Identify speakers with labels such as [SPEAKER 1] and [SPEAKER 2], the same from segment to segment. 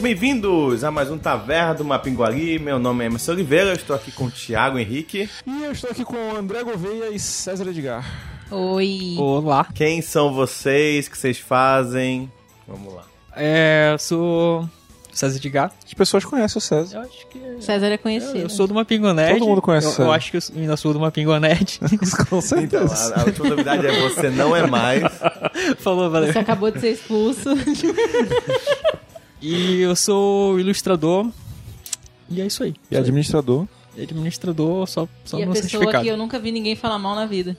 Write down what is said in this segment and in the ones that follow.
[SPEAKER 1] bem-vindos a mais um Taverna do Mapinguari. Meu nome é Emerson Oliveira, estou aqui com o Thiago Henrique.
[SPEAKER 2] E eu estou aqui com o André Gouveia e César Edgar.
[SPEAKER 3] Oi.
[SPEAKER 4] Olá.
[SPEAKER 1] Quem são vocês? O que vocês fazem? Vamos lá.
[SPEAKER 4] É, eu sou César Edgar.
[SPEAKER 2] As pessoas conhecem o César.
[SPEAKER 4] Eu acho que...
[SPEAKER 3] César é
[SPEAKER 4] Eu,
[SPEAKER 3] conhecido.
[SPEAKER 4] eu sou de uma pingonete.
[SPEAKER 2] Todo mundo conhece
[SPEAKER 4] Eu, eu
[SPEAKER 2] César.
[SPEAKER 4] acho que eu sou- ainda sou de uma pingonete.
[SPEAKER 2] Com
[SPEAKER 1] Então,
[SPEAKER 2] certeza.
[SPEAKER 1] a, a última novidade é você não é mais.
[SPEAKER 4] Falou, valeu.
[SPEAKER 3] Você acabou de ser expulso.
[SPEAKER 4] E eu sou ilustrador. E é isso aí.
[SPEAKER 2] E administrador.
[SPEAKER 4] E Administrador só, só
[SPEAKER 3] e a
[SPEAKER 4] no
[SPEAKER 3] pessoa
[SPEAKER 4] certificado.
[SPEAKER 3] que eu nunca vi ninguém falar mal na vida.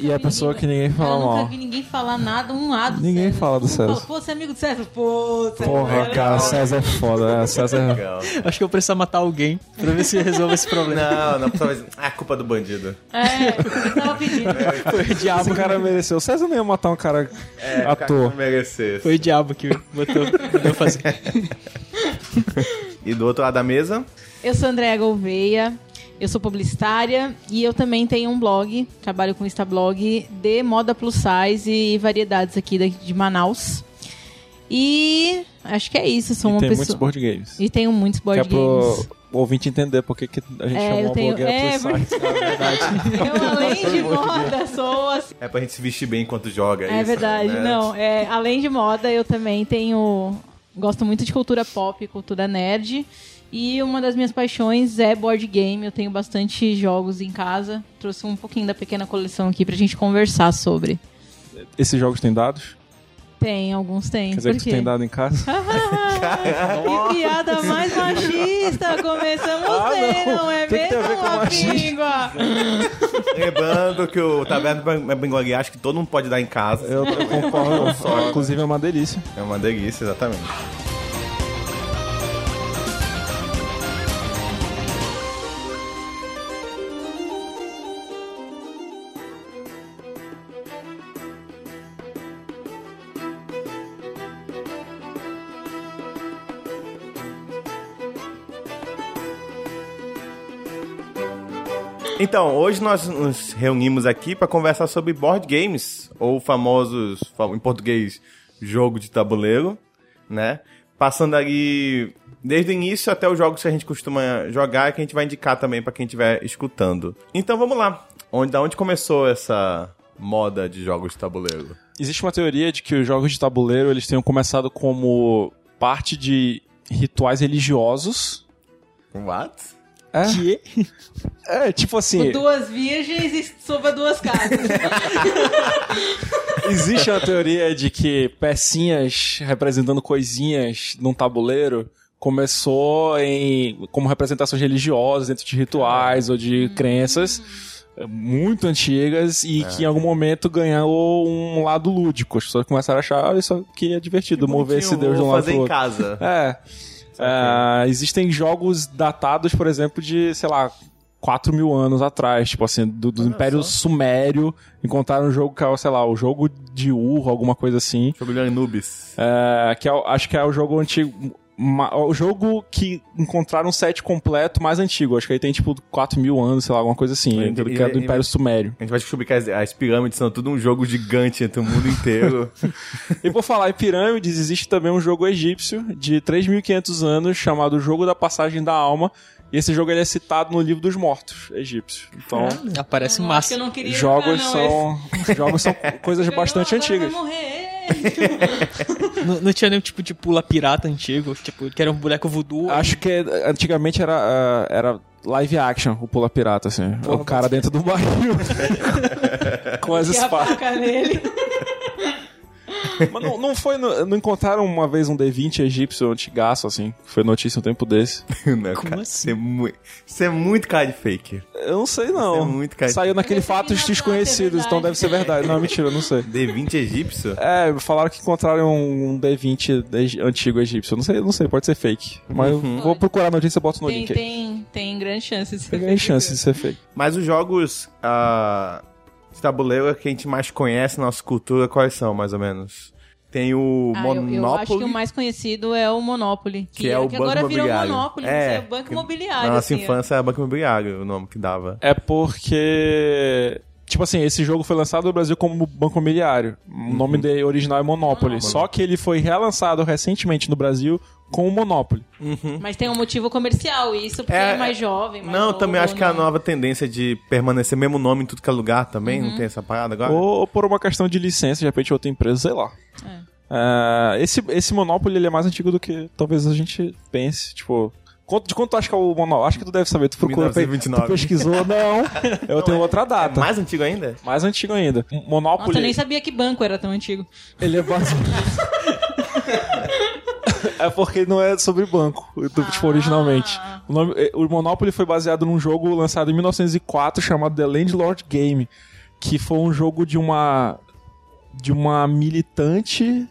[SPEAKER 2] E a pessoa que ninguém
[SPEAKER 3] Eu
[SPEAKER 2] fala
[SPEAKER 3] nunca
[SPEAKER 2] mal.
[SPEAKER 3] vi ninguém falar nada, um lado.
[SPEAKER 2] Ninguém fala do César.
[SPEAKER 3] Pô, você é amigo do César? Pô, César.
[SPEAKER 2] Porra, cara, César é foda, né? César
[SPEAKER 1] Legal.
[SPEAKER 4] Acho que eu vou precisar matar alguém pra ver se resolve esse problema.
[SPEAKER 1] Não, não, talvez. Ah, culpa do bandido.
[SPEAKER 3] É, eu tava pedindo.
[SPEAKER 4] Foi o diabo.
[SPEAKER 2] Esse cara mereceu. O César não ia matar um cara
[SPEAKER 1] É, o cara que
[SPEAKER 2] ator.
[SPEAKER 1] não merecesse.
[SPEAKER 4] Foi o diabo que botou eu fazer.
[SPEAKER 1] E do outro lado da mesa,
[SPEAKER 3] Eu sou Andréa Gouveia, eu sou publicitária e eu também tenho um blog, trabalho com Instablog de moda plus size e variedades aqui da- de Manaus. E acho que é isso, sou
[SPEAKER 2] E
[SPEAKER 3] uma
[SPEAKER 2] tem muitos
[SPEAKER 3] pessoa...
[SPEAKER 2] board games.
[SPEAKER 3] E tenho muitos
[SPEAKER 2] Que
[SPEAKER 3] board
[SPEAKER 2] é pro
[SPEAKER 3] games.
[SPEAKER 2] ouvinte entender porque que a gente
[SPEAKER 3] É,
[SPEAKER 2] chamou
[SPEAKER 3] eu
[SPEAKER 2] uma
[SPEAKER 3] tenho-
[SPEAKER 2] blogueira
[SPEAKER 3] é,
[SPEAKER 2] pro site.
[SPEAKER 3] Eu, Então, além de moda, sou assim...
[SPEAKER 1] é pra gente se vestir bem enquanto joga.
[SPEAKER 3] É
[SPEAKER 1] isso,
[SPEAKER 3] verdade,
[SPEAKER 1] né?
[SPEAKER 3] não. é, além de moda, eu também tenho. Gosto muito de cultura pop, cultura nerd. E uma das minhas paixões é board game. Eu tenho bastante jogos em casa. Trouxe um pouquinho da pequena coleção aqui pra gente conversar sobre.
[SPEAKER 2] Esses jogos têm dados?
[SPEAKER 3] Tem, alguns tem.
[SPEAKER 2] Quer dizer
[SPEAKER 3] Por
[SPEAKER 2] que tu
[SPEAKER 3] quê?
[SPEAKER 2] tem dado em casa?
[SPEAKER 3] que piada mais machista! Começamos bem, não, é
[SPEAKER 2] Ah, Tem que ter a ver
[SPEAKER 3] mesmo,
[SPEAKER 2] com
[SPEAKER 3] Lapingua?
[SPEAKER 1] Lembrando que o Taverna do Binguari acho que todo mundo pode dar em casa.
[SPEAKER 2] Eu concordo.
[SPEAKER 1] Só.
[SPEAKER 2] Inclusive é uma delícia.
[SPEAKER 1] É uma delícia, exatamente. Então, hoje nós nos reunimos aqui para conversar sobre board games, ou famosos, fam- em português, jogo de tabuleiro, né? Passando ali desde o início até os jogos que a gente costuma jogar que a gente vai indicar também para quem estiver escutando. Então vamos lá. Onde, da onde começou essa moda de jogos de tabuleiro?
[SPEAKER 2] Existe uma teoria de que os jogos de tabuleiro eles tenham começado como parte de rituais religiosos.
[SPEAKER 1] What?
[SPEAKER 2] É,
[SPEAKER 4] Que?
[SPEAKER 2] é tipo
[SPEAKER 3] Com
[SPEAKER 2] assim,
[SPEAKER 3] duas virgens e sob duas casas.
[SPEAKER 2] existe uma teoria de que pecinhas representando coisinhas num tabuleiro começou em como representações religiosas dentro de rituais ou de
[SPEAKER 1] Hum.
[SPEAKER 2] crenças eh, muito antigas e que em algum momento ganhou um lado lúdico. As pessoas começaram a achar, olha só que é divertido mover esse
[SPEAKER 1] Bonitinho,
[SPEAKER 2] deus de um
[SPEAKER 1] vou
[SPEAKER 2] lado
[SPEAKER 1] fazer
[SPEAKER 2] pro
[SPEAKER 1] em
[SPEAKER 2] outro.
[SPEAKER 1] casa.
[SPEAKER 2] É. Ah, existem jogos datados, por exemplo, de, sei lá, 4 mil anos atrás, tipo assim, do, do
[SPEAKER 1] Olha
[SPEAKER 2] Império
[SPEAKER 1] só.
[SPEAKER 2] Sumério. Encontraram um jogo que é, sei lá, o jogo de Urro, alguma coisa assim.
[SPEAKER 1] Jogo de Anubis.
[SPEAKER 2] Ah, que é o- acho que é o jogo antigo. ma- o jogo que encontraram um set completo mais antigo. Acho que aí tem tipo 4 mil anos, sei lá, alguma coisa assim.
[SPEAKER 1] Ele-
[SPEAKER 2] do que
[SPEAKER 1] ele-
[SPEAKER 2] é do
[SPEAKER 1] ele-
[SPEAKER 2] Império Sumério.
[SPEAKER 1] A gente vai descobrir que as, as pirâmides são tudo um jogo gigante entre o mundo inteiro.
[SPEAKER 2] E por falar em pirâmides, existe também um jogo egípcio de 3.500 anos chamado Jogo da Passagem da Alma. E esse jogo ele é citado no Livro dos Mortos egípcio. Então,
[SPEAKER 4] Aparece
[SPEAKER 3] Acho que
[SPEAKER 4] massa.
[SPEAKER 3] eu não Ah, queria
[SPEAKER 2] jogos,
[SPEAKER 3] entrar, não,
[SPEAKER 2] são, jogos são coisas
[SPEAKER 3] esse-
[SPEAKER 2] bastante
[SPEAKER 3] Agora vai
[SPEAKER 2] antigas.
[SPEAKER 3] morrer.
[SPEAKER 4] Não, não tinha nenhum tipo de pula pirata antigo, tipo, que era um boneco voodoo.
[SPEAKER 2] Acho que eh, antigamente era, ah, era live action, o Pula Pirata, assim. o cara dentro do barril. Com as
[SPEAKER 3] Que a
[SPEAKER 2] espadas.
[SPEAKER 3] faca nele.
[SPEAKER 2] Mas não, não foi. no- não encontraram uma vez um D20 egípcio antigaço, assim? Foi notícia um tempo desse.
[SPEAKER 1] Não,
[SPEAKER 4] Como
[SPEAKER 1] cara,
[SPEAKER 4] assim?
[SPEAKER 1] Você é, mui- você é muito cara de fake.
[SPEAKER 2] Eu não sei, não.
[SPEAKER 1] Isso é muito caro.
[SPEAKER 2] Saiu naquele
[SPEAKER 3] Eu recebi
[SPEAKER 2] Fatos
[SPEAKER 3] na
[SPEAKER 2] Desconhecidos,
[SPEAKER 3] foto,
[SPEAKER 2] então
[SPEAKER 3] é verdade.
[SPEAKER 2] deve ser verdade. Não, mentira, eu não sei.
[SPEAKER 1] D20 egípcio?
[SPEAKER 2] É, falaram que encontraram um D20 eg- antigo egípcio. Eu Não sei, eu não sei, pode ser fake. Mas eu vou procurar a notícia e boto no
[SPEAKER 3] Uhum. Tem,
[SPEAKER 2] link aí.
[SPEAKER 3] tem, tem grande chance de ser
[SPEAKER 2] Tem grande
[SPEAKER 3] feito.
[SPEAKER 2] chance de ser fake.
[SPEAKER 1] Mas os jogos ah, de tabuleiro é que a gente mais conhece na nossa cultura, quais são, mais ou menos? Tem o
[SPEAKER 3] Ah, eu-
[SPEAKER 1] Monopoly.
[SPEAKER 3] Eu, acho que o mais conhecido é o Monopoly.
[SPEAKER 1] Que é o
[SPEAKER 3] que
[SPEAKER 1] Banco
[SPEAKER 3] agora virou
[SPEAKER 1] Imobiliário.
[SPEAKER 3] Monopoly,
[SPEAKER 1] É,
[SPEAKER 3] é, é o Banco
[SPEAKER 1] que-
[SPEAKER 3] Imobiliário. é.
[SPEAKER 1] na nossa
[SPEAKER 3] assim, ó.
[SPEAKER 1] infância era Banco Imobiliário o nome que dava.
[SPEAKER 2] É porque Tipo assim, esse jogo foi lançado no Brasil como Banco Imobiliário. O
[SPEAKER 1] Uhum.
[SPEAKER 2] nome dele original é
[SPEAKER 3] Ah,
[SPEAKER 2] Monopoly. Só que ele foi relançado recentemente no Brasil com o Monopoly.
[SPEAKER 3] Mas tem um motivo comercial, isso, porque
[SPEAKER 1] É,
[SPEAKER 3] é, mais jovem. mais
[SPEAKER 1] Não, eu
[SPEAKER 3] novo, né?
[SPEAKER 1] também acho que é a
[SPEAKER 3] não-
[SPEAKER 1] nova tendência de permanecer mesmo nome em tudo que é lugar também,
[SPEAKER 3] Uhum.
[SPEAKER 1] não tem essa parada agora?
[SPEAKER 2] Ou, ou por uma questão de licença, de repente outra empresa, sei lá.
[SPEAKER 3] É.
[SPEAKER 2] Ah, esse, esse Monopoly ele é mais antigo do que talvez a gente pense. Tipo, quanto, de quanto tu acha que é o Monopoly? Acho que tu deve saber. Tu procura, pe-
[SPEAKER 1] 1929.
[SPEAKER 2] tu pesquisou? Não, É, eu tenho outra data.
[SPEAKER 1] Tá
[SPEAKER 2] mais...
[SPEAKER 1] Mais antigo ainda?
[SPEAKER 2] antigo ainda.
[SPEAKER 3] é- Nossa,
[SPEAKER 2] Monopoly,
[SPEAKER 3] eu nem sabia que banco era tão antigo.
[SPEAKER 2] ele é basicamente... é porque não é sobre banco, do- tipo, originalmente. O, nome- eh, o Monopoly foi baseado num jogo lançado em 1904 chamado The Landlord Game, que foi um jogo de uma... de uma militante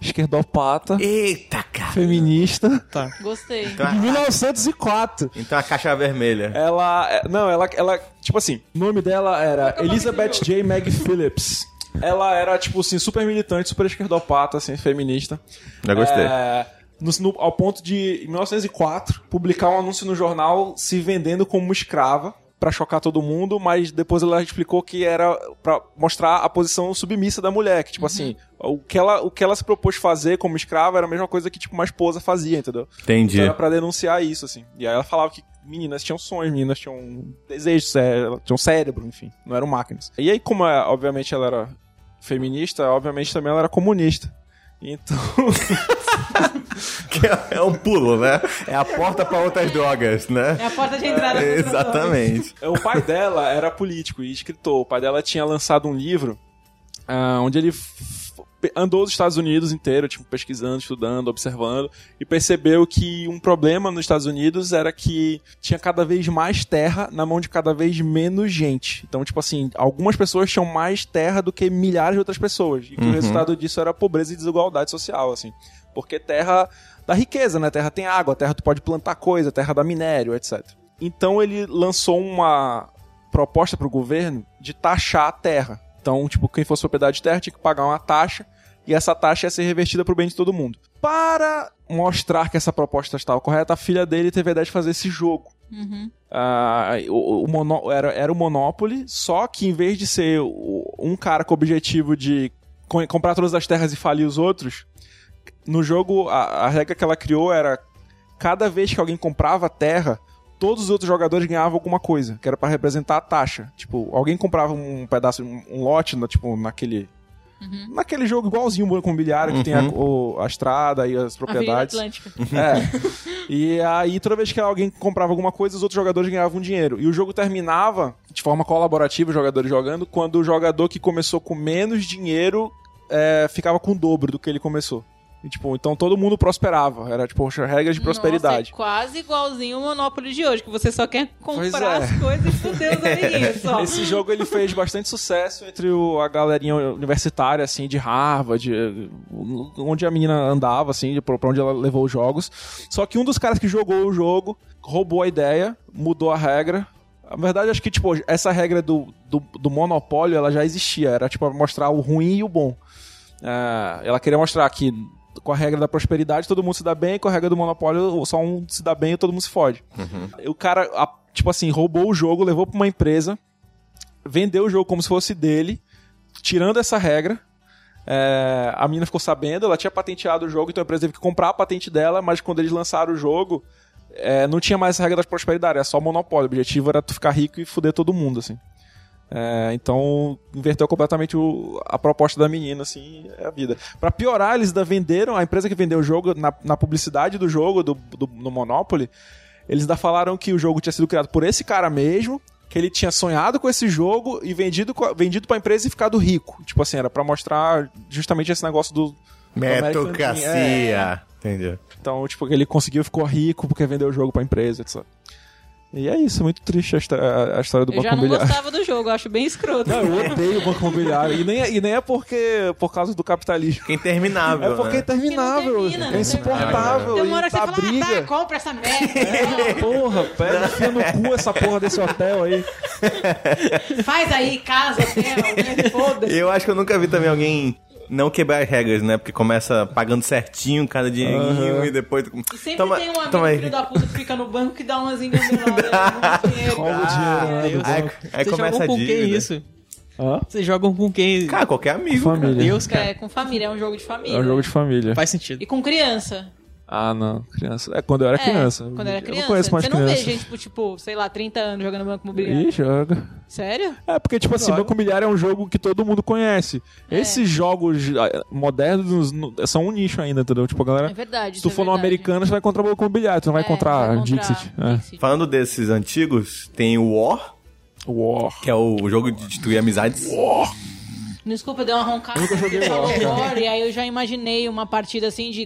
[SPEAKER 2] esquerdopata...
[SPEAKER 1] Eita, cara!
[SPEAKER 2] feminista
[SPEAKER 4] Tá.
[SPEAKER 3] Gostei.
[SPEAKER 1] Então,
[SPEAKER 2] em
[SPEAKER 1] a-
[SPEAKER 2] 1904.
[SPEAKER 1] então a caixa vermelha.
[SPEAKER 2] Ela, é, não, ela, ela, tipo assim, é o nome dela era Elizabeth J. Meg Phillips. Ela era, tipo assim, super militante, super esquerdopata, assim, feminista.
[SPEAKER 1] Já gostei.
[SPEAKER 2] É, no- no- ao ponto de, em 1904, publicar um anúncio no jornal se vendendo como escrava pra chocar todo mundo, mas depois ela explicou que era pra mostrar a posição submissa da mulher, que tipo assim, o que ela o que ela se propôs fazer como escrava era a mesma coisa que tipo uma esposa fazia, entendeu?
[SPEAKER 1] Entendi.
[SPEAKER 2] Então era pra denunciar isso, assim. E aí ela falava que meninas tinham sonhos, meninas tinham desejos, é, elas tinham cérebro, enfim, não eram máquinas. E aí, como é, obviamente ela era feminista, obviamente também ela era comunista. Então,
[SPEAKER 1] Que é- é um pulo, né? É a porta pra outras drogas, né?
[SPEAKER 3] É a porta de entrada. pra outras
[SPEAKER 1] Exatamente.
[SPEAKER 2] É, o pai dela era político e escritor. O pai dela tinha lançado um livro ah, onde ele f- andou os Estados Unidos inteiro, tipo, pesquisando, estudando, observando, e percebeu que um problema nos Estados Unidos era que tinha cada vez mais terra na mão de cada vez menos gente. Então, tipo assim, algumas pessoas tinham mais terra do que milhares de outras pessoas. E que o resultado disso era pobreza e desigualdade social, assim. Porque terra dá riqueza, né? Terra tem água, terra tu pode plantar coisa, terra dá minério, etc. Então ele lançou uma proposta pro governo de taxar a terra. Então, tipo, quem fosse propriedade de terra tinha que pagar uma taxa e essa taxa ia ser revertida pro bem de todo mundo. Para mostrar que essa proposta estava correta, a filha dele teve a ideia de fazer esse jogo.
[SPEAKER 3] Uhum.
[SPEAKER 2] Ah, o, o mono- era, era o Monopoly, só que em vez de ser o- um cara com o objetivo de co- comprar todas as terras e falir os outros, no jogo a, a regra que ela criou era cada vez que alguém comprava terra, todos os outros jogadores ganhavam alguma coisa, que era pra representar a taxa. Tipo, alguém comprava um pedaço, um, um lote, na- tipo, naquele. Naquele jogo igualzinho o Banco Imobiliário, que tem a, o- a estrada e as
[SPEAKER 3] A Avenida
[SPEAKER 2] propriedades.
[SPEAKER 3] Atlântica.
[SPEAKER 2] É. E aí, toda vez que alguém comprava alguma coisa, os outros jogadores ganhavam um dinheiro. E o jogo terminava de forma colaborativa, os jogadores jogando, quando o jogador que começou com menos dinheiro é, ficava com o dobro do que ele começou. E, tipo, então todo mundo prosperava. Era tipo regras de prosperidade.
[SPEAKER 3] Nossa, é quase igualzinho o Monopoly de hoje, que você só quer
[SPEAKER 2] Pois
[SPEAKER 3] comprar
[SPEAKER 2] é.
[SPEAKER 3] as coisas e fuder os amiguinhos só.
[SPEAKER 2] Esse jogo ele fez bastante sucesso entre o- a galerinha universitária, assim, de Harvard, eh, onde a menina andava, assim, de- pra onde ela levou os jogos. Só que um dos caras que jogou o jogo roubou a ideia, mudou a regra. Na verdade, acho que, tipo, essa regra do, do, do monopólio, ela já existia. Era, tipo, pra mostrar o ruim e o bom. Ah, ela queria mostrar que com a regra da prosperidade todo mundo se dá bem, com a regra do monopólio só um se dá bem e todo mundo se fode. E O cara, a- tipo assim, roubou o jogo, levou pra uma empresa, vendeu o jogo como se fosse dele, tirando essa regra. É, a menina ficou sabendo, ela tinha patenteado o jogo, então a empresa teve que comprar a patente dela, mas quando eles lançaram o jogo, é, não tinha mais essa regra da prosperidade, era só monopólio. O objetivo era tu ficar rico e fuder todo mundo, assim. É, então, inverteu completamente o- a proposta da menina, assim, é a vida. Pra piorar, eles ainda venderam, a empresa que vendeu o jogo, na, na publicidade do jogo, do, do, no Monopoly, eles ainda falaram que o jogo tinha sido criado por esse cara mesmo, que ele tinha sonhado com esse jogo e vendido, co- vendido pra empresa e ficado rico. Tipo assim, era pra mostrar justamente esse negócio do.
[SPEAKER 3] É.
[SPEAKER 1] Meritocracia. Entendi.
[SPEAKER 2] Então, tipo, ele conseguiu, ficou rico porque vendeu o jogo pra empresa, etc. E é isso, é muito triste a, histó- a história do
[SPEAKER 3] Eu
[SPEAKER 2] Banco
[SPEAKER 3] já não
[SPEAKER 2] Imobiliário.
[SPEAKER 3] gostava do jogo, eu acho bem escroto.
[SPEAKER 2] Não, eu odeio É, o Banco Imobiliário. E nem, é- e nem é porque por causa do capitalismo.
[SPEAKER 1] Quem terminava.
[SPEAKER 2] É porque é interminável.
[SPEAKER 3] Porque não termina,
[SPEAKER 2] é
[SPEAKER 3] não
[SPEAKER 2] insuportável.
[SPEAKER 3] Tem uma hora
[SPEAKER 2] e
[SPEAKER 3] que você
[SPEAKER 2] dá
[SPEAKER 3] fala,
[SPEAKER 2] briga.
[SPEAKER 3] ah, tá, compra essa merda.
[SPEAKER 2] Porra, pega, enfia no cu essa porra desse hotel aí.
[SPEAKER 3] Faz aí, casa, hotel, foda-se.
[SPEAKER 1] Eu acho que eu nunca vi também alguém não quebrar as regras, né? Porque começa pagando certinho cada dinheirinho e depois.
[SPEAKER 3] E sempre
[SPEAKER 1] Toma-
[SPEAKER 3] tem um amigo
[SPEAKER 1] toma aí.
[SPEAKER 3] filho da puta que fica no banco que dá umas enganadas.
[SPEAKER 2] Rouba o dinheiro, né, do
[SPEAKER 1] Aí, aí
[SPEAKER 4] Você
[SPEAKER 1] começa
[SPEAKER 4] jogou
[SPEAKER 1] a
[SPEAKER 4] com
[SPEAKER 1] dívida.
[SPEAKER 4] quem isso?
[SPEAKER 2] Hã?
[SPEAKER 4] Vocês jogam com quem?
[SPEAKER 1] Cara, qualquer amigo.
[SPEAKER 2] Ah. Família.
[SPEAKER 1] cara.
[SPEAKER 4] Deus, cara.
[SPEAKER 3] É, com família, é um jogo de família.
[SPEAKER 2] É um jogo de família.
[SPEAKER 4] Faz sentido.
[SPEAKER 3] E com criança.
[SPEAKER 2] Ah, não. Criança. É quando eu era
[SPEAKER 3] É,
[SPEAKER 2] criança.
[SPEAKER 3] Quando eu era criança.
[SPEAKER 2] Eu não conheço mais
[SPEAKER 3] Você não
[SPEAKER 2] criança.
[SPEAKER 3] vê gente, tipo, tipo, sei lá, 30 anos jogando Banco Imobiliário.
[SPEAKER 2] Ih, joga.
[SPEAKER 3] Sério?
[SPEAKER 2] É, porque, tipo assim,
[SPEAKER 4] Joga.
[SPEAKER 2] Banco Milhário é um jogo que todo mundo conhece.
[SPEAKER 3] É.
[SPEAKER 2] Esses jogos ah, modernos no- são um nicho ainda, entendeu? Tipo, a galera.
[SPEAKER 3] É verdade.
[SPEAKER 2] se tu
[SPEAKER 3] isso é
[SPEAKER 2] for no
[SPEAKER 3] verdade.
[SPEAKER 2] americano, você vai encontrar Banco Milhário, tu não vai
[SPEAKER 3] É,
[SPEAKER 2] encontrar
[SPEAKER 3] vai encontrar
[SPEAKER 2] Dixit. É.
[SPEAKER 3] Dixit.
[SPEAKER 1] Falando desses antigos, tem o War,
[SPEAKER 2] War.
[SPEAKER 1] que é o jogo de destruir amizades.
[SPEAKER 3] Desculpa, deu uma roncada. tá Eu
[SPEAKER 2] joguei
[SPEAKER 3] falou
[SPEAKER 2] War, cara.
[SPEAKER 3] War, e aí eu já imaginei uma partida assim de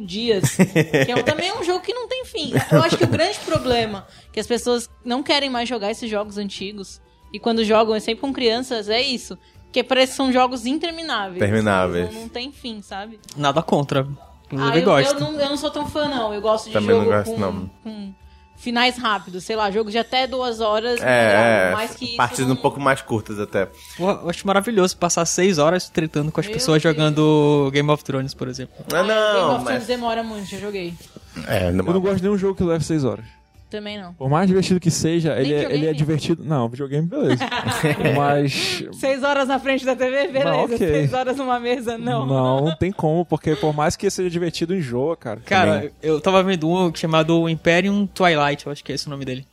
[SPEAKER 3] dias. que é um- também é um jogo que não tem fim. Eu acho que o grande problema é que as pessoas não querem mais jogar esses jogos antigos. E quando jogam, é sempre com crianças, é isso. Que parece que são jogos intermináveis.
[SPEAKER 1] Intermináveis.
[SPEAKER 3] Não, não tem fim, sabe?
[SPEAKER 4] Nada contra.
[SPEAKER 3] Ah,
[SPEAKER 4] Inclusive,
[SPEAKER 3] eu,
[SPEAKER 4] gosto.
[SPEAKER 3] eu não, eu não sou tão fã, não. Eu gosto de
[SPEAKER 1] Também
[SPEAKER 3] jogo
[SPEAKER 1] não gosto,
[SPEAKER 3] com,
[SPEAKER 1] não.
[SPEAKER 3] com finais rápidos. Sei lá, jogo de até duas horas.
[SPEAKER 1] É,
[SPEAKER 3] né? mais que isso,
[SPEAKER 1] é partidas
[SPEAKER 3] não-
[SPEAKER 1] um pouco mais curtas até.
[SPEAKER 4] Pô, eu acho maravilhoso passar seis horas tretando com as
[SPEAKER 3] Meu
[SPEAKER 4] pessoas
[SPEAKER 3] Deus.
[SPEAKER 4] jogando Game of Thrones, por exemplo.
[SPEAKER 1] Ah,
[SPEAKER 3] Game
[SPEAKER 1] não,
[SPEAKER 3] of Thrones é
[SPEAKER 1] mas...
[SPEAKER 3] demora muito, já joguei.
[SPEAKER 1] É,
[SPEAKER 2] Eu não gosto de nenhum jogo que leve 6 horas.
[SPEAKER 3] Também não.
[SPEAKER 2] Por mais divertido que seja, ele é,
[SPEAKER 3] videogame?
[SPEAKER 2] ele é divertido. Não, videogame, beleza. Mas.
[SPEAKER 3] Seis horas na frente da TV, beleza.
[SPEAKER 2] Não, ok.
[SPEAKER 3] Seis horas numa mesa, não.
[SPEAKER 2] Não, não tem como, porque por mais que seja divertido, enjoa, cara.
[SPEAKER 4] Cara,
[SPEAKER 2] Também.
[SPEAKER 4] eu tava vendo um chamado Imperium Twilight, eu acho que é esse o nome dele.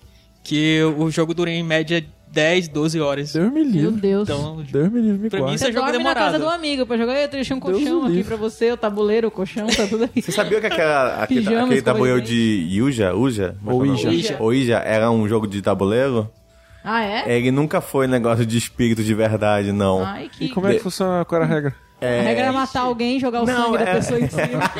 [SPEAKER 4] Que o jogo dura em média 10, 12 horas.
[SPEAKER 2] Deus me
[SPEAKER 3] Meu
[SPEAKER 2] livre.
[SPEAKER 3] Deus.
[SPEAKER 4] Então,
[SPEAKER 2] Deus me livre, me
[SPEAKER 4] Pra mim,
[SPEAKER 2] guarde.
[SPEAKER 4] isso
[SPEAKER 3] Você
[SPEAKER 4] é jogo
[SPEAKER 3] dorme na
[SPEAKER 4] demorado.
[SPEAKER 3] casa do amigo pra jogar. Eu deixei um
[SPEAKER 2] Deus
[SPEAKER 3] colchão
[SPEAKER 2] o
[SPEAKER 3] aqui
[SPEAKER 2] livre.
[SPEAKER 3] pra você, o tabuleiro, o colchão, tá tudo aí.
[SPEAKER 1] Você sabia que aquela, aquele,
[SPEAKER 3] Pijamas, assim.
[SPEAKER 1] aquele tabuleiro
[SPEAKER 3] coisas,
[SPEAKER 1] de Yuja, Uja? é
[SPEAKER 2] Ou Ija.
[SPEAKER 3] Ija.
[SPEAKER 1] Ouija era um jogo de tabuleiro?
[SPEAKER 3] Ah, é?
[SPEAKER 1] Ele nunca foi negócio de espírito de verdade, não.
[SPEAKER 3] Ai, que...
[SPEAKER 2] E como é que funciona qual era a regra?
[SPEAKER 3] A regra Ah, é matar alguém, jogar o
[SPEAKER 1] Não,
[SPEAKER 3] sangue da
[SPEAKER 1] é-
[SPEAKER 3] pessoa em cima.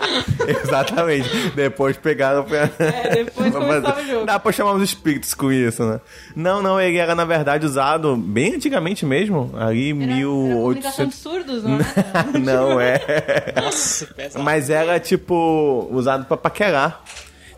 [SPEAKER 1] Exatamente. Depois pegaram pra.
[SPEAKER 3] É, depois começava o jogo.
[SPEAKER 1] Dá pra chamar os espíritos com isso, né? Não, não, ele era na verdade usado bem antigamente mesmo, ali em
[SPEAKER 3] Era- era comunicação de
[SPEAKER 1] 1800.
[SPEAKER 3] surdos, não é?
[SPEAKER 1] não é.
[SPEAKER 4] nossa, pesa.
[SPEAKER 1] Mas era, tipo, usado pra paquerar.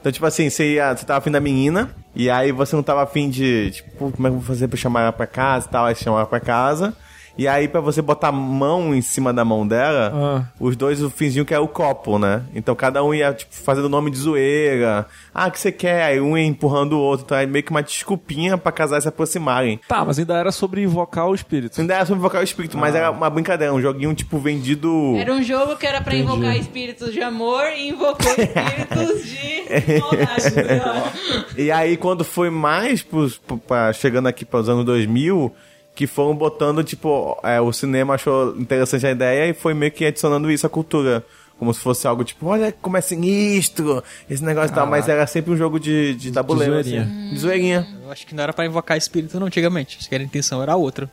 [SPEAKER 1] Então, tipo assim, você, ia, você tava afim da menina, e aí você não tava afim de, tipo, "Pô, como é que eu vou fazer pra chamar ela pra casa e tal, aí você chamava pra casa. E aí, pra você botar a mão em cima da mão dela,
[SPEAKER 2] Ah.
[SPEAKER 1] os dois fingiam que era o copo, né? Então cada um ia, tipo, fazendo nome de zoeira. Ah, o que você quer? Aí um ia empurrando o outro. Então é meio que uma desculpinha pra casais se aproximarem.
[SPEAKER 2] Tá, mas ainda era sobre invocar o espírito.
[SPEAKER 1] Ainda era sobre invocar o espírito, mas era uma brincadeira, um joguinho, tipo, vendido.
[SPEAKER 3] Era um jogo que era pra
[SPEAKER 2] Entendi.
[SPEAKER 3] invocar espíritos de amor e invocou espíritos de maldade. né?
[SPEAKER 1] é
[SPEAKER 3] sei lá.
[SPEAKER 1] E aí, quando foi mais pros, pro- pra- chegando aqui para os anos 2000, que foram botando, tipo, é, o cinema achou interessante a ideia e foi meio que adicionando isso à cultura. Como se fosse algo tipo, olha como é sinistro, esse negócio e tal, mas era sempre um jogo de, de tabuleiro,
[SPEAKER 2] De
[SPEAKER 1] assim.
[SPEAKER 2] zoeirinha.
[SPEAKER 1] De zoeirinha.
[SPEAKER 4] Eu acho que não era pra invocar espírito, não, antigamente. Acho que a intenção era outra.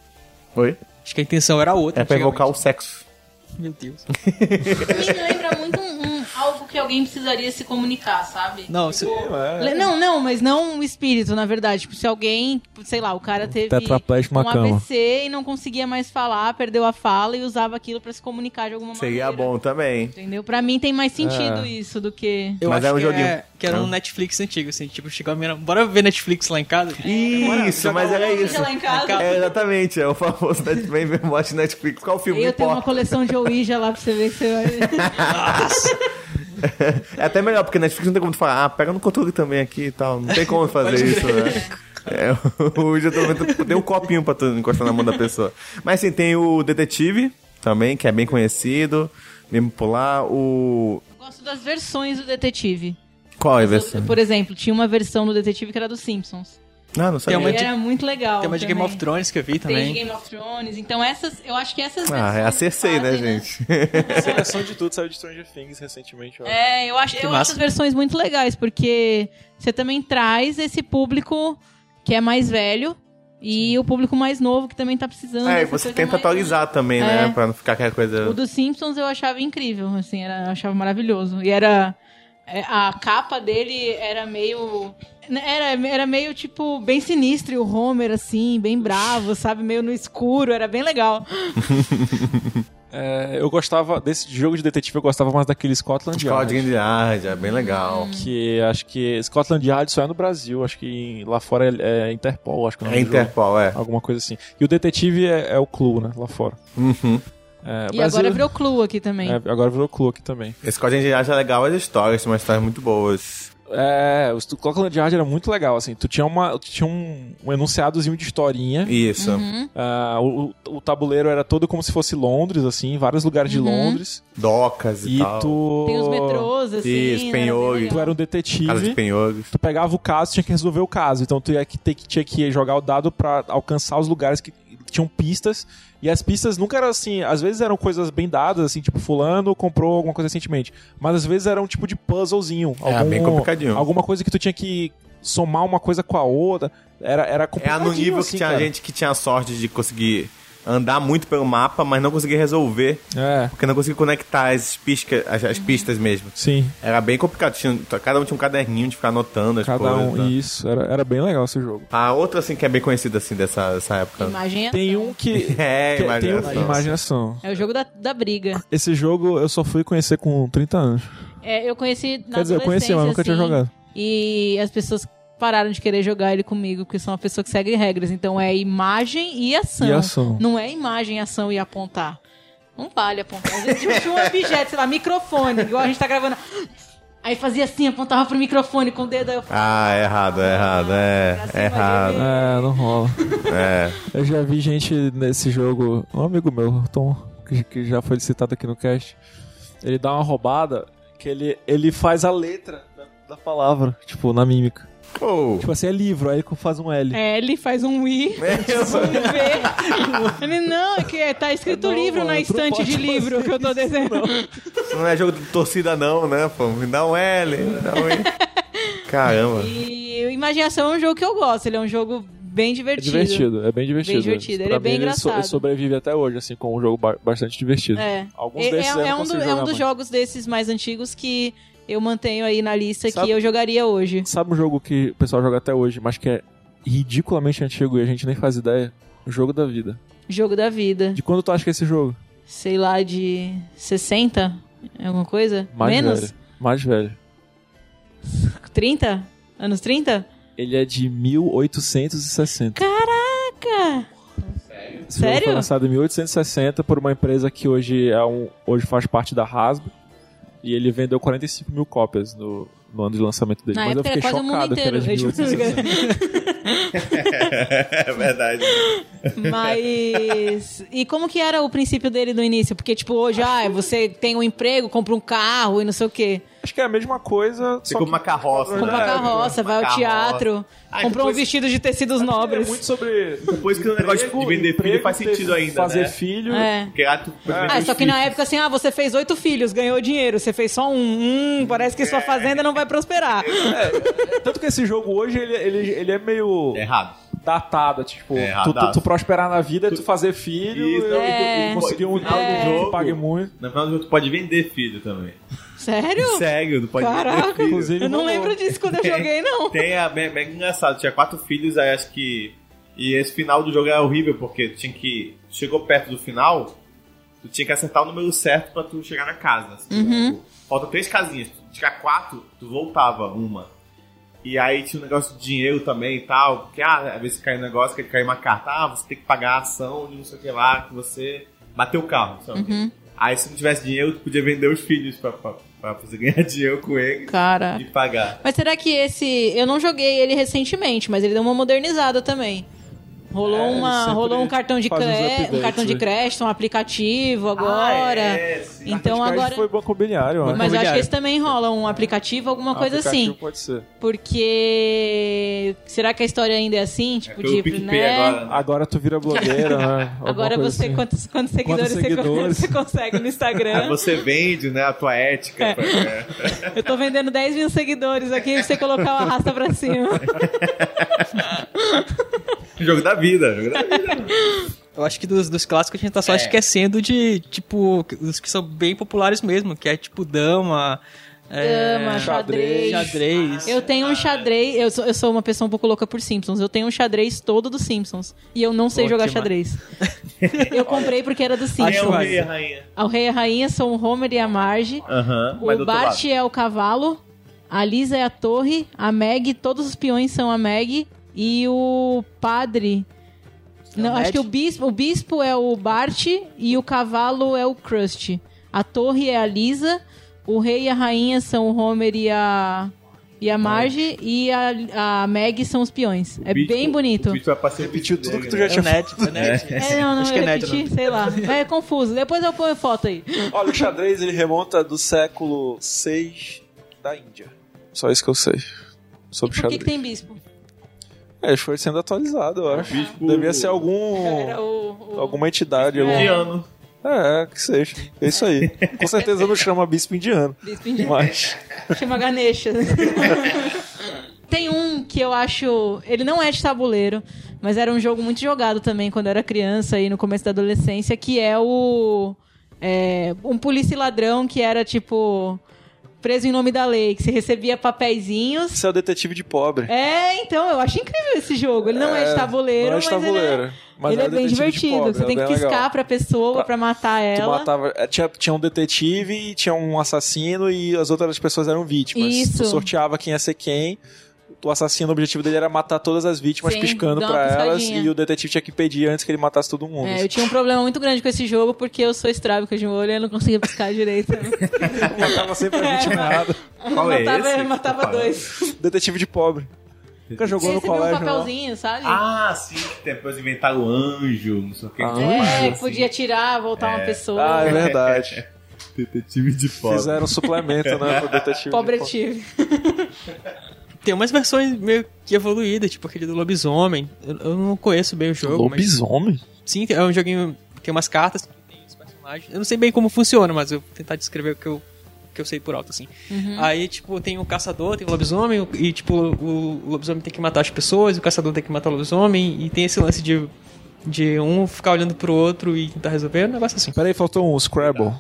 [SPEAKER 1] Oi?
[SPEAKER 4] Acho que a intenção era outra.
[SPEAKER 1] É pra invocar o
[SPEAKER 4] antigamente.
[SPEAKER 1] sexo.
[SPEAKER 4] Meu Deus.
[SPEAKER 3] Me lembra muito um- um- algo que alguém precisaria se comunicar, sabe?
[SPEAKER 4] Não, se...
[SPEAKER 3] Le- Não, não, mas não o espírito, na verdade. Tipo, se alguém, sei lá, o cara teve
[SPEAKER 2] tetraplégico
[SPEAKER 3] um
[SPEAKER 2] na cama.
[SPEAKER 3] AVC e não conseguia mais falar, perdeu a fala e usava aquilo pra se comunicar de alguma
[SPEAKER 1] Seria
[SPEAKER 3] maneira.
[SPEAKER 1] é bom também.
[SPEAKER 3] Entendeu? Pra mim tem mais sentido
[SPEAKER 2] É.
[SPEAKER 3] isso do que...
[SPEAKER 4] eu
[SPEAKER 1] Mas
[SPEAKER 4] acho
[SPEAKER 1] era um
[SPEAKER 4] que,
[SPEAKER 1] joguinho.
[SPEAKER 4] que era um
[SPEAKER 1] Ah.
[SPEAKER 4] Netflix antigo, assim. Tipo, chegou a menina, bora ver Netflix lá em casa.
[SPEAKER 1] Isso, mas era
[SPEAKER 3] Seja
[SPEAKER 1] isso.
[SPEAKER 3] lá em casa.
[SPEAKER 1] É, exatamente, é o famoso Netflix, watch Netflix. Qual filme?
[SPEAKER 3] Eu
[SPEAKER 1] Não
[SPEAKER 3] tenho uma
[SPEAKER 1] importa.
[SPEAKER 3] coleção de Ouija lá pra você ver que você vai...
[SPEAKER 1] É até melhor, porque Netflix não tem como tu falar, ah, pega no controle também aqui e tal. Não tem como fazer isso, né? É, hoje eu tô vendo, tem um copinho pra tu encostar na mão da pessoa. Mas sim, tem o Detetive também, que é bem conhecido, mesmo por lá. O.
[SPEAKER 3] Eu gosto das versões do Detetive.
[SPEAKER 1] Qual é a versão?
[SPEAKER 3] Por exemplo, tinha uma versão do Detetive que era dos Simpsons.
[SPEAKER 1] Ah, não sabia.
[SPEAKER 4] Tem uma
[SPEAKER 3] E
[SPEAKER 4] de-
[SPEAKER 3] era muito legal
[SPEAKER 4] Tem uma de Game
[SPEAKER 3] também.
[SPEAKER 4] of Thrones que eu
[SPEAKER 3] Tem
[SPEAKER 4] vi
[SPEAKER 3] de
[SPEAKER 4] também.
[SPEAKER 3] Game of Thrones. Então essas, eu acho que essas
[SPEAKER 1] Ah, é a Cersei, né,
[SPEAKER 3] fazem,
[SPEAKER 1] gente?
[SPEAKER 2] Seleção de tudo saiu de Stranger Things recentemente, ó.
[SPEAKER 3] É, eu acho, eu acho
[SPEAKER 4] massa.
[SPEAKER 3] as versões muito legais, porque você também traz esse público que é mais velho e o público mais novo que também tá precisando.
[SPEAKER 1] É, e
[SPEAKER 3] dessa
[SPEAKER 1] você
[SPEAKER 3] coisa
[SPEAKER 1] tenta
[SPEAKER 3] mais-
[SPEAKER 1] atualizar também, né?
[SPEAKER 3] É.
[SPEAKER 1] Pra não ficar aquela
[SPEAKER 3] O
[SPEAKER 1] coisa.
[SPEAKER 3] dos Simpsons eu achava incrível, assim, era, eu achava maravilhoso. E era. é, A capa dele era meio. Era, era meio, tipo, bem sinistro, e o Homer, assim, bem bravo, sabe? Meio no escuro, era bem legal.
[SPEAKER 2] É, eu gostava desse jogo de detetive, eu gostava mais daquele Scotland
[SPEAKER 1] Cloud
[SPEAKER 2] Yard.
[SPEAKER 1] Game Yard, é bem legal.
[SPEAKER 2] Que acho que Scotland Yard só é no Brasil, acho que em- lá fora é, é Interpol, acho que o nome
[SPEAKER 1] É
[SPEAKER 2] do jogo.
[SPEAKER 1] Interpol, é.
[SPEAKER 2] Alguma coisa assim. E o detetive é, é o Clue, né? Lá fora.
[SPEAKER 1] Uhum.
[SPEAKER 2] É,
[SPEAKER 3] e
[SPEAKER 2] Brasil-
[SPEAKER 3] agora virou Clue aqui também.
[SPEAKER 2] é, agora virou Clue aqui também.
[SPEAKER 1] Esse Cloud Game Yard é legal as histórias, são umas histórias muito boas.
[SPEAKER 2] É, o Stu- Clockland Yard era muito legal, assim. Tu tinha, uma, tu tinha um, um enunciadozinho de historinha.
[SPEAKER 1] Isso.
[SPEAKER 4] Uhum.
[SPEAKER 2] Ah, o, o- o tabuleiro era todo como se fosse Londres, assim, vários lugares
[SPEAKER 3] Uhum.
[SPEAKER 2] de Londres.
[SPEAKER 1] Docas e,
[SPEAKER 2] E
[SPEAKER 1] tal.
[SPEAKER 2] tu.
[SPEAKER 3] Tem os metrôs, assim.
[SPEAKER 1] Isso,
[SPEAKER 3] né,
[SPEAKER 1] penhores.
[SPEAKER 3] bem
[SPEAKER 2] Tu
[SPEAKER 3] legal.
[SPEAKER 2] era um detetive.
[SPEAKER 1] Casa de penhores.
[SPEAKER 2] tu pegava o caso, tinha que resolver o caso. Então tu ia que ter que tinha que jogar o dado pra alcançar os lugares que tinham pistas. E as pistas nunca eram assim, às vezes eram coisas bem dadas, assim, tipo fulano comprou alguma coisa recentemente, mas às vezes era um tipo de puzzlezinho,
[SPEAKER 1] É,
[SPEAKER 2] algum-
[SPEAKER 1] bem complicadinho.
[SPEAKER 2] alguma coisa que tu tinha que somar uma coisa com a outra. Era era
[SPEAKER 1] É no
[SPEAKER 2] complicadinho,
[SPEAKER 1] nível
[SPEAKER 2] assim,
[SPEAKER 1] que tinha
[SPEAKER 2] cara.
[SPEAKER 1] gente que tinha a sorte de conseguir andar muito pelo mapa, mas não conseguia resolver,
[SPEAKER 2] É.
[SPEAKER 1] porque não conseguia conectar as, pisca, as, as pistas mesmo.
[SPEAKER 2] Sim,
[SPEAKER 1] Era bem complicado. Tinha, cada um tinha um caderninho de ficar anotando as
[SPEAKER 2] cada
[SPEAKER 1] coisas.
[SPEAKER 2] um.
[SPEAKER 1] né?
[SPEAKER 2] Isso, era, era bem legal esse jogo.
[SPEAKER 1] A outra, assim, que é bem conhecida, assim, dessa, dessa época.
[SPEAKER 3] Imagem é
[SPEAKER 2] Tem
[SPEAKER 3] ação.
[SPEAKER 2] um que.
[SPEAKER 1] É,
[SPEAKER 2] que- tem um-
[SPEAKER 1] imaginação.
[SPEAKER 2] imaginação.
[SPEAKER 3] É o jogo da, da briga.
[SPEAKER 2] Esse jogo eu só fui conhecer com 30 anos.
[SPEAKER 3] É, eu conheci na
[SPEAKER 2] Quer dizer, eu conheci, mas nunca tinha
[SPEAKER 3] adolescência, assim,
[SPEAKER 2] jogado.
[SPEAKER 3] E as pessoas pararam de querer jogar ele comigo, porque sou uma pessoa que segue regras. Então é imagem e ação.
[SPEAKER 2] E ação.
[SPEAKER 3] Não é imagem, ação e apontar. Não vale apontar. Às vezes tipo, tinha um objeto, sei lá, microfone, igual a gente tá gravando. Aí fazia assim, apontava pro microfone com o dedo. Aí eu falava,
[SPEAKER 1] Ah, é errado, é errado, é, é
[SPEAKER 3] assim.
[SPEAKER 1] errado.
[SPEAKER 2] É, não rola.
[SPEAKER 1] É.
[SPEAKER 2] Eu já vi gente nesse jogo, um amigo meu, Tom, que, que já foi citado aqui no cast, ele dá uma roubada que ele, ele faz a letra da, da palavra, tipo, na mímica.
[SPEAKER 1] Pô. é
[SPEAKER 2] Tipo assim, é livro, aí faz um L.
[SPEAKER 3] L faz um I,
[SPEAKER 1] Isso.
[SPEAKER 3] um V. Ele, não, é que é- tá escrito
[SPEAKER 2] Não,
[SPEAKER 3] livro
[SPEAKER 2] mano,
[SPEAKER 3] na
[SPEAKER 2] tu não
[SPEAKER 3] estante
[SPEAKER 2] pode
[SPEAKER 3] de livro que eu tô desenhando.
[SPEAKER 1] Isso não é jogo de torcida, não, né, pô? Me dá um L, me dá um I. Caramba.
[SPEAKER 3] E o Imaginação é um jogo que eu gosto, ele é um jogo bem
[SPEAKER 2] É
[SPEAKER 3] divertido.
[SPEAKER 2] divertido, é bem divertido.
[SPEAKER 3] divertido, ele
[SPEAKER 2] Pra
[SPEAKER 3] é bem
[SPEAKER 2] mim, so-
[SPEAKER 3] engraçado.
[SPEAKER 2] sobrevive até hoje, assim, com um jogo ba- bastante divertido.
[SPEAKER 3] É.
[SPEAKER 2] Alguns
[SPEAKER 3] É,
[SPEAKER 2] desses eu
[SPEAKER 3] é-
[SPEAKER 2] não
[SPEAKER 3] é um, do-
[SPEAKER 2] consigo
[SPEAKER 3] é um
[SPEAKER 2] jogar
[SPEAKER 3] dos
[SPEAKER 2] mais.
[SPEAKER 3] jogos desses mais antigos que eu mantenho aí na lista
[SPEAKER 2] Sabe-
[SPEAKER 3] que eu jogaria hoje.
[SPEAKER 2] Sabe um jogo que o pessoal joga até hoje, mas que é ridiculamente antigo e a gente nem faz ideia? O jogo da vida.
[SPEAKER 3] Jogo da vida.
[SPEAKER 2] De quando tu acha que é esse jogo?
[SPEAKER 3] Sei lá, de 60? Alguma coisa?
[SPEAKER 2] Mais
[SPEAKER 3] Menos?
[SPEAKER 2] velho. Mais velho.
[SPEAKER 3] 30? Anos 30?
[SPEAKER 2] Ele é de 1860.
[SPEAKER 3] Cara,
[SPEAKER 2] Esse jogo
[SPEAKER 3] sério?
[SPEAKER 2] Foi lançado em 1860 por uma empresa que hoje, é um, hoje faz parte da Hasbro. E ele vendeu 45 mil cópias no, no ano de lançamento dele.
[SPEAKER 3] na
[SPEAKER 2] Mas eu
[SPEAKER 3] época era
[SPEAKER 2] fiquei
[SPEAKER 3] quase o mundo
[SPEAKER 2] chocado que era
[SPEAKER 3] inteiro.
[SPEAKER 2] de 1860.
[SPEAKER 1] É verdade.
[SPEAKER 3] Mas. E como que era o princípio dele no início? Porque, tipo, hoje, ah, você tem um emprego, compra um carro e não sei o quê.
[SPEAKER 2] Acho que é a mesma coisa, só
[SPEAKER 1] Ficou
[SPEAKER 2] que
[SPEAKER 1] Tipo uma carroça,
[SPEAKER 3] Compra
[SPEAKER 2] É,
[SPEAKER 1] né?
[SPEAKER 3] uma carroça, vai ao
[SPEAKER 1] carroça.
[SPEAKER 3] teatro,
[SPEAKER 1] Ah,
[SPEAKER 3] compra um
[SPEAKER 1] depois-
[SPEAKER 3] vestido de tecidos
[SPEAKER 2] é
[SPEAKER 3] nobres.
[SPEAKER 2] muito sobre...
[SPEAKER 1] Depois que o negócio de vender filho
[SPEAKER 2] emprego,
[SPEAKER 1] faz
[SPEAKER 2] ter-
[SPEAKER 1] sentido ainda,
[SPEAKER 2] Fazer
[SPEAKER 1] né?
[SPEAKER 2] filho...
[SPEAKER 3] É.
[SPEAKER 1] Porque lá tu-
[SPEAKER 3] Ah, só que na época assim, ah, você fez oito filhos, ganhou dinheiro, você fez só um, hum, parece
[SPEAKER 2] É.
[SPEAKER 3] que sua fazenda não vai prosperar.
[SPEAKER 2] Tanto que esse jogo hoje, ele, ele, ele é meio...
[SPEAKER 1] É errado.
[SPEAKER 2] datada, tipo,
[SPEAKER 1] É,
[SPEAKER 2] tu, tu,
[SPEAKER 1] erradaço.
[SPEAKER 2] tu prosperar na vida, é tu fazer filho,
[SPEAKER 1] Isso,
[SPEAKER 2] e-
[SPEAKER 3] é.
[SPEAKER 2] e conseguir um
[SPEAKER 1] No final
[SPEAKER 2] emprego
[SPEAKER 1] do jogo-
[SPEAKER 2] que pague muito.
[SPEAKER 1] Na final do jogo tu pode vender filho também.
[SPEAKER 3] Sério?
[SPEAKER 1] Sério, tu pode
[SPEAKER 3] Caraca.
[SPEAKER 1] vender filho.
[SPEAKER 2] é, Inclusive,
[SPEAKER 3] Eu não
[SPEAKER 2] rolou. É.
[SPEAKER 3] lembro disso quando eu joguei, não.
[SPEAKER 1] Tem a, bem, bem engraçado, tinha quatro filhos, aí acho que. E esse final do jogo é horrível, porque tu tinha que. Chegou perto do final, tu tinha que acertar o número certo pra tu chegar na casa. Assim, tipo, falta três casinhas. Tu tinha quatro, tu voltava uma. E aí tinha um negócio de dinheiro também e tal. Porque, ah, às vezes cai um negócio, que cai uma carta, ah, você tem que pagar a ação de não sei o que lá, que você bateu o carro, sabe? Aí se não tivesse dinheiro, tu podia vender os filhos pra, pra, pra você ganhar dinheiro com eles
[SPEAKER 3] Cara.
[SPEAKER 1] e pagar.
[SPEAKER 3] Mas será que esse. Eu não joguei ele recentemente, mas ele deu uma modernizada também. Rolou,
[SPEAKER 2] É,
[SPEAKER 3] uma,
[SPEAKER 2] sempre
[SPEAKER 3] rolou um cartão de
[SPEAKER 2] faz uns
[SPEAKER 3] cre- um
[SPEAKER 2] updates,
[SPEAKER 3] cartão de
[SPEAKER 2] né?
[SPEAKER 3] crédito, um aplicativo
[SPEAKER 1] Ah,
[SPEAKER 3] agora.
[SPEAKER 1] é, sim.
[SPEAKER 3] Então
[SPEAKER 2] Acho que
[SPEAKER 3] agora.
[SPEAKER 2] foi banco né? bilhário, eu acho.
[SPEAKER 3] Mas eu acho que
[SPEAKER 4] Imobiliário.
[SPEAKER 3] esse também rola um aplicativo, alguma coisa
[SPEAKER 2] Aplicativo
[SPEAKER 3] assim.
[SPEAKER 2] Ah, Pode ser.
[SPEAKER 3] Porque. Será que a história ainda é assim?
[SPEAKER 1] É
[SPEAKER 3] Tipo,
[SPEAKER 1] pelo
[SPEAKER 3] de.
[SPEAKER 1] PicPay
[SPEAKER 3] Né?
[SPEAKER 1] agora. né?
[SPEAKER 2] Agora tu vira blogueira, né? Alguma
[SPEAKER 3] Agora
[SPEAKER 2] coisa
[SPEAKER 3] você,
[SPEAKER 2] assim.
[SPEAKER 3] quantos, quantos seguidores, você-
[SPEAKER 2] seguidores?
[SPEAKER 3] Você, consegue no
[SPEAKER 1] Aí
[SPEAKER 3] Instagram?
[SPEAKER 1] Ah, você vende, né, a tua ética. pra- né?
[SPEAKER 3] Eu tô vendendo 10 mil seguidores aqui pra você colocar o arrasta pra cima.
[SPEAKER 1] jogo da vida, jogo da vida.
[SPEAKER 4] Eu acho que dos, dos clássicos a gente tá só
[SPEAKER 1] É.
[SPEAKER 4] esquecendo de, tipo, os que são bem populares mesmo, que é tipo dama, é,
[SPEAKER 3] Dama, xadrez.
[SPEAKER 4] xadrez.
[SPEAKER 3] Eu tenho um xadrez. Eu sou, eu sou uma pessoa um pouco louca por Simpsons. Eu tenho um xadrez todo dos Simpsons. E eu não sei
[SPEAKER 4] Ótima.
[SPEAKER 3] jogar xadrez. eu comprei porque era do
[SPEAKER 1] Quem é o
[SPEAKER 3] Simpsons.
[SPEAKER 1] rei e a rainha?
[SPEAKER 3] O rei e a rainha são o Homer e a Marge.
[SPEAKER 1] Aham, mas do
[SPEAKER 3] O
[SPEAKER 1] outro
[SPEAKER 3] Bart
[SPEAKER 1] lado.
[SPEAKER 3] é o cavalo. A Lisa é a torre. A Meg, todos os peões são a Meg. E o padre.
[SPEAKER 4] É o
[SPEAKER 3] Não, acho
[SPEAKER 4] Ned?
[SPEAKER 3] que o bispo, o bispo é o Bart e o cavalo é o Krusty. A torre é a Lisa. O rei e a rainha são o Homer e a. E a Marge e a, a Meg são os peões. É bem bonito.
[SPEAKER 1] O bicho vai passar
[SPEAKER 5] Repetiu tudo que tu
[SPEAKER 4] É
[SPEAKER 5] já
[SPEAKER 4] o
[SPEAKER 5] tinha
[SPEAKER 4] Ned, é o Ned.
[SPEAKER 3] É, não, não,
[SPEAKER 4] Acho
[SPEAKER 3] eu
[SPEAKER 4] que é
[SPEAKER 3] repeti,
[SPEAKER 4] Ned,
[SPEAKER 3] sei lá. É confuso. Depois eu ponho foto aí.
[SPEAKER 2] Olha, o xadrez ele remonta do século VI da Índia. Só isso que eu sei.
[SPEAKER 3] E
[SPEAKER 2] Sobre
[SPEAKER 3] por que,
[SPEAKER 2] xadrez.
[SPEAKER 3] que tem bispo?
[SPEAKER 2] É, foi sendo atualizado, eu acho.
[SPEAKER 1] Bispo-
[SPEAKER 2] Devia ser algum.
[SPEAKER 3] Era o- o-
[SPEAKER 2] Alguma entidade. algum- É.
[SPEAKER 1] indiano.
[SPEAKER 2] que seja. É isso aí. Com certeza não chama bispo indiano.
[SPEAKER 3] Bispo indiano.
[SPEAKER 2] Mas.
[SPEAKER 3] Chama Ganesha. Tem um que eu acho. Ele não é de tabuleiro, mas era um jogo muito jogado também quando eu era criança e no começo da adolescência, que é o. é, um polícia e ladrão que era tipo. Preso em nome da lei, que se recebia papeizinhos.
[SPEAKER 2] Você é o detetive de pobre.
[SPEAKER 3] É, então, eu acho incrível esse jogo. Ele não é, de
[SPEAKER 2] não
[SPEAKER 3] tabuleiro,
[SPEAKER 2] é de
[SPEAKER 3] mas ele é-
[SPEAKER 2] tabuleiro. mas
[SPEAKER 3] ele é,
[SPEAKER 2] o
[SPEAKER 3] bem
[SPEAKER 2] detetive de
[SPEAKER 3] divertido.
[SPEAKER 2] pobre,
[SPEAKER 3] Você
[SPEAKER 2] é
[SPEAKER 3] tem que
[SPEAKER 2] bem
[SPEAKER 3] piscar
[SPEAKER 2] legal.
[SPEAKER 3] pra pessoa,
[SPEAKER 2] Pra-
[SPEAKER 3] pra matar
[SPEAKER 2] Tu
[SPEAKER 3] ela.
[SPEAKER 2] matava. é, Tinha, tinha um detetive, tinha um assassino e as outras pessoas eram vítimas.
[SPEAKER 3] Isso.
[SPEAKER 2] Tu sorteava quem ia ser quem. O assassino, o objetivo dele era matar todas as vítimas
[SPEAKER 3] Sim,
[SPEAKER 2] piscando
[SPEAKER 3] dá uma
[SPEAKER 2] pra elas
[SPEAKER 3] piscadinha.
[SPEAKER 2] e o detetive tinha que impedir antes que ele matasse todo mundo.
[SPEAKER 3] É, eu tinha um problema muito grande com esse jogo porque eu sou estrábica de um olho e eu não conseguia piscar direito.
[SPEAKER 2] matava sempre a vítima errada.
[SPEAKER 1] Qual é
[SPEAKER 3] matava,
[SPEAKER 1] esse?
[SPEAKER 3] matava dois.
[SPEAKER 2] Detetive de pobre. Nunca jogou
[SPEAKER 3] Você
[SPEAKER 2] no
[SPEAKER 3] recebia um
[SPEAKER 2] colégio. não.
[SPEAKER 3] papelzinho, sabe?
[SPEAKER 1] Ah, sim. Depois inventaram o anjo, não sei o que.
[SPEAKER 2] Ah,
[SPEAKER 3] é,
[SPEAKER 1] Assim.
[SPEAKER 3] que podia tirar, voltar uma pessoa.
[SPEAKER 2] Ah, é verdade.
[SPEAKER 1] Detetive de pobre.
[SPEAKER 2] Fizeram um suplemento, né? Pro detetive.
[SPEAKER 3] Pobre
[SPEAKER 2] de pobre.
[SPEAKER 3] tive.
[SPEAKER 4] Tem umas versões meio que evoluídas, tipo aquele do lobisomem. Eu, eu não conheço bem o jogo, mas.
[SPEAKER 2] Lobisomem?
[SPEAKER 4] Sim, é um joguinho. Tem umas cartas, tem os personagens. Eu não sei bem como funciona, mas eu vou tentar descrever o que eu, o que eu sei por alto, assim. Aí, tipo, tem o caçador, tem o lobisomem, e, tipo, o, o lobisomem tem que matar as pessoas, o caçador tem que matar o lobisomem, e tem esse lance de, de um ficar olhando pro outro e tentar resolver, é um negócio assim.
[SPEAKER 2] Peraí, faltou um, Scrabble.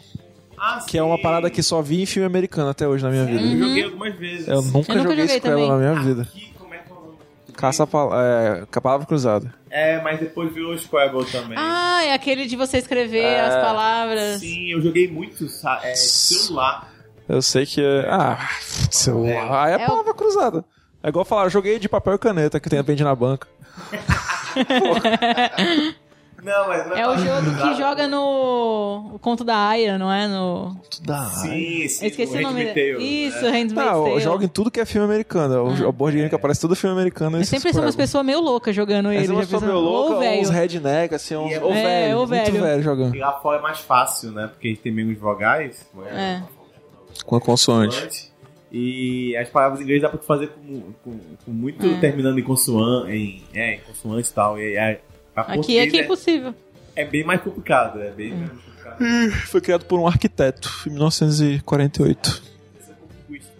[SPEAKER 1] Ah,
[SPEAKER 2] Que é uma parada que só vi em filme americano até hoje na minha vida.
[SPEAKER 1] Eu
[SPEAKER 3] Uhum.
[SPEAKER 1] joguei algumas vezes.
[SPEAKER 2] Eu nunca,
[SPEAKER 3] Eu nunca
[SPEAKER 2] joguei,
[SPEAKER 3] joguei
[SPEAKER 2] Scrabble
[SPEAKER 3] também.
[SPEAKER 2] na minha vida.
[SPEAKER 1] Aqui, como é que é o nome?
[SPEAKER 2] Caça a palavra, é, palavra cruzada.
[SPEAKER 1] É, mas depois virou Scrabble também.
[SPEAKER 3] Ah, é aquele de você escrever as palavras.
[SPEAKER 1] Sim, eu joguei muito sa- é, celular.
[SPEAKER 2] Eu sei que é. Ah, celular. É
[SPEAKER 3] É o-
[SPEAKER 2] palavra cruzada. É igual falar, eu joguei de papel e caneta que tem vende na banca.
[SPEAKER 1] Não, mas não
[SPEAKER 3] É o jogo que joga no o conto da Aya, não é? No...
[SPEAKER 1] Sim, sim.
[SPEAKER 3] Eu esqueci o nome
[SPEAKER 1] Handmaid's
[SPEAKER 3] dele.
[SPEAKER 1] Tale.
[SPEAKER 3] Isso, Handmaid's
[SPEAKER 2] Não, eu
[SPEAKER 3] Tale.
[SPEAKER 2] jogo em tudo que é filme americano. É O, o board game que aparece todo filme americano.
[SPEAKER 3] Ah, É sempre são umas pessoas meio loucas jogando ele.
[SPEAKER 2] Essa
[SPEAKER 3] já
[SPEAKER 2] umas pessoas
[SPEAKER 3] pensou?
[SPEAKER 2] é meio loucas,
[SPEAKER 3] Ou
[SPEAKER 2] uns
[SPEAKER 3] velho.
[SPEAKER 2] redneck, assim, uns.
[SPEAKER 1] E é-
[SPEAKER 2] Ou
[SPEAKER 3] É,
[SPEAKER 2] velho.
[SPEAKER 3] ou velho.
[SPEAKER 2] Muito velho jogando.
[SPEAKER 1] E lá fora é mais fácil, né? Porque a gente tem menos vogais.
[SPEAKER 3] É.
[SPEAKER 2] Com a consoante.
[SPEAKER 1] consoante. E as palavras em inglês dá pra tu fazer com, com- com muito
[SPEAKER 3] É.
[SPEAKER 1] terminando em consoante, em, é, em consoante e tal. E, é, pra
[SPEAKER 3] Aqui,
[SPEAKER 1] português
[SPEAKER 3] aqui é
[SPEAKER 1] é,
[SPEAKER 3] impossível.
[SPEAKER 1] é bem mais complicado. É bem mais complicado.
[SPEAKER 2] Foi criado por um arquiteto em 1948.
[SPEAKER 1] Puxa,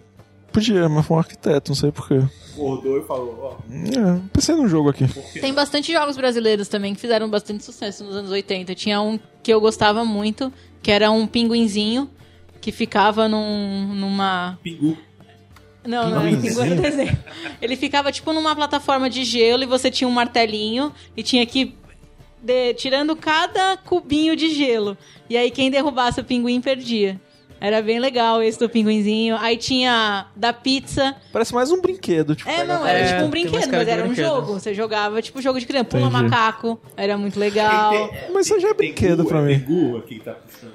[SPEAKER 2] Podia, mas foi um arquiteto, não sei porquê.
[SPEAKER 1] Acordou e falou, ó. um
[SPEAKER 2] É, pensei num jogo aqui.
[SPEAKER 3] Tem bastante jogos brasileiros também que fizeram bastante sucesso nos anos 80. Tinha um que eu gostava muito, que era um pinguinzinho que ficava num, numa.
[SPEAKER 1] Pingu.
[SPEAKER 3] Não, não era pinguim, era um desenho. Ele ficava tipo numa plataforma de gelo e você tinha um martelinho e tinha que. de- tirando cada cubinho de gelo. E aí quem derrubasse o pinguim perdia. Era bem legal esse do pinguinzinho. Aí tinha da pizza,
[SPEAKER 2] Parece mais um brinquedo. Tipo,
[SPEAKER 3] é,
[SPEAKER 2] pega
[SPEAKER 3] não,
[SPEAKER 2] a-
[SPEAKER 3] era
[SPEAKER 4] É,
[SPEAKER 3] tipo um
[SPEAKER 4] tem umas
[SPEAKER 3] brinquedo,
[SPEAKER 4] caras
[SPEAKER 3] mas
[SPEAKER 4] de
[SPEAKER 3] era um
[SPEAKER 4] brinquedo.
[SPEAKER 3] jogo. Você jogava, tipo, jogo de criança. Pula
[SPEAKER 2] Entendi.
[SPEAKER 3] macaco, era muito legal.
[SPEAKER 2] Mas isso já é brinquedo pra mim.
[SPEAKER 1] Pingu aqui que tá puxando.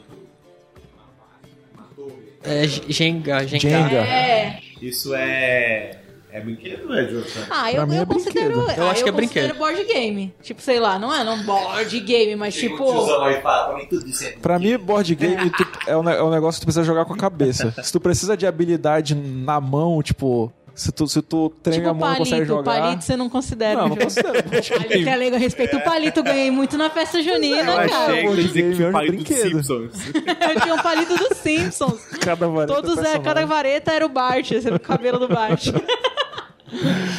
[SPEAKER 4] É Jenga, Jenga.
[SPEAKER 2] Jenga.
[SPEAKER 3] É.
[SPEAKER 1] Isso é. É brinquedo ou é jogo? sabe?
[SPEAKER 3] Ah, eu,
[SPEAKER 2] Pra mim
[SPEAKER 3] eu
[SPEAKER 2] é
[SPEAKER 3] considero.
[SPEAKER 2] brinquedo.
[SPEAKER 4] Eu
[SPEAKER 3] ah,
[SPEAKER 4] acho que é
[SPEAKER 3] considero
[SPEAKER 4] brinquedo.
[SPEAKER 3] board game. Tipo, sei lá, não é não board game, mas
[SPEAKER 1] Chega
[SPEAKER 3] tipo.
[SPEAKER 1] o tiozão aí e fala, pra mim tudo isso é
[SPEAKER 2] Pra mim, board game tu- é, um, ne- é um negócio que tu precisa jogar com a cabeça. Se tu precisa de habilidade na mão, tipo, se tu, se tu treme a
[SPEAKER 3] Tipo
[SPEAKER 2] mão e não consegue
[SPEAKER 3] palito.
[SPEAKER 2] jogar.
[SPEAKER 3] Palito você não considera.
[SPEAKER 2] Não,
[SPEAKER 3] um
[SPEAKER 2] não
[SPEAKER 3] jogo.
[SPEAKER 2] considero tipo, board
[SPEAKER 3] Palito é
[SPEAKER 2] game.
[SPEAKER 3] legal, eu respeito o palito, ganhei muito na festa junina,
[SPEAKER 1] Eu achei
[SPEAKER 3] cara.
[SPEAKER 1] que
[SPEAKER 2] Board
[SPEAKER 1] ia dizer que
[SPEAKER 2] game é
[SPEAKER 1] tinha
[SPEAKER 2] um
[SPEAKER 1] pai dos
[SPEAKER 2] brinquedo.
[SPEAKER 1] Simpsons.
[SPEAKER 3] Eu tinha um palito dos Simpsons.
[SPEAKER 2] Cada vareta
[SPEAKER 3] Todos, é,
[SPEAKER 2] personagem.
[SPEAKER 3] cada vareta era o Bart, esse era o cabelo do Bart.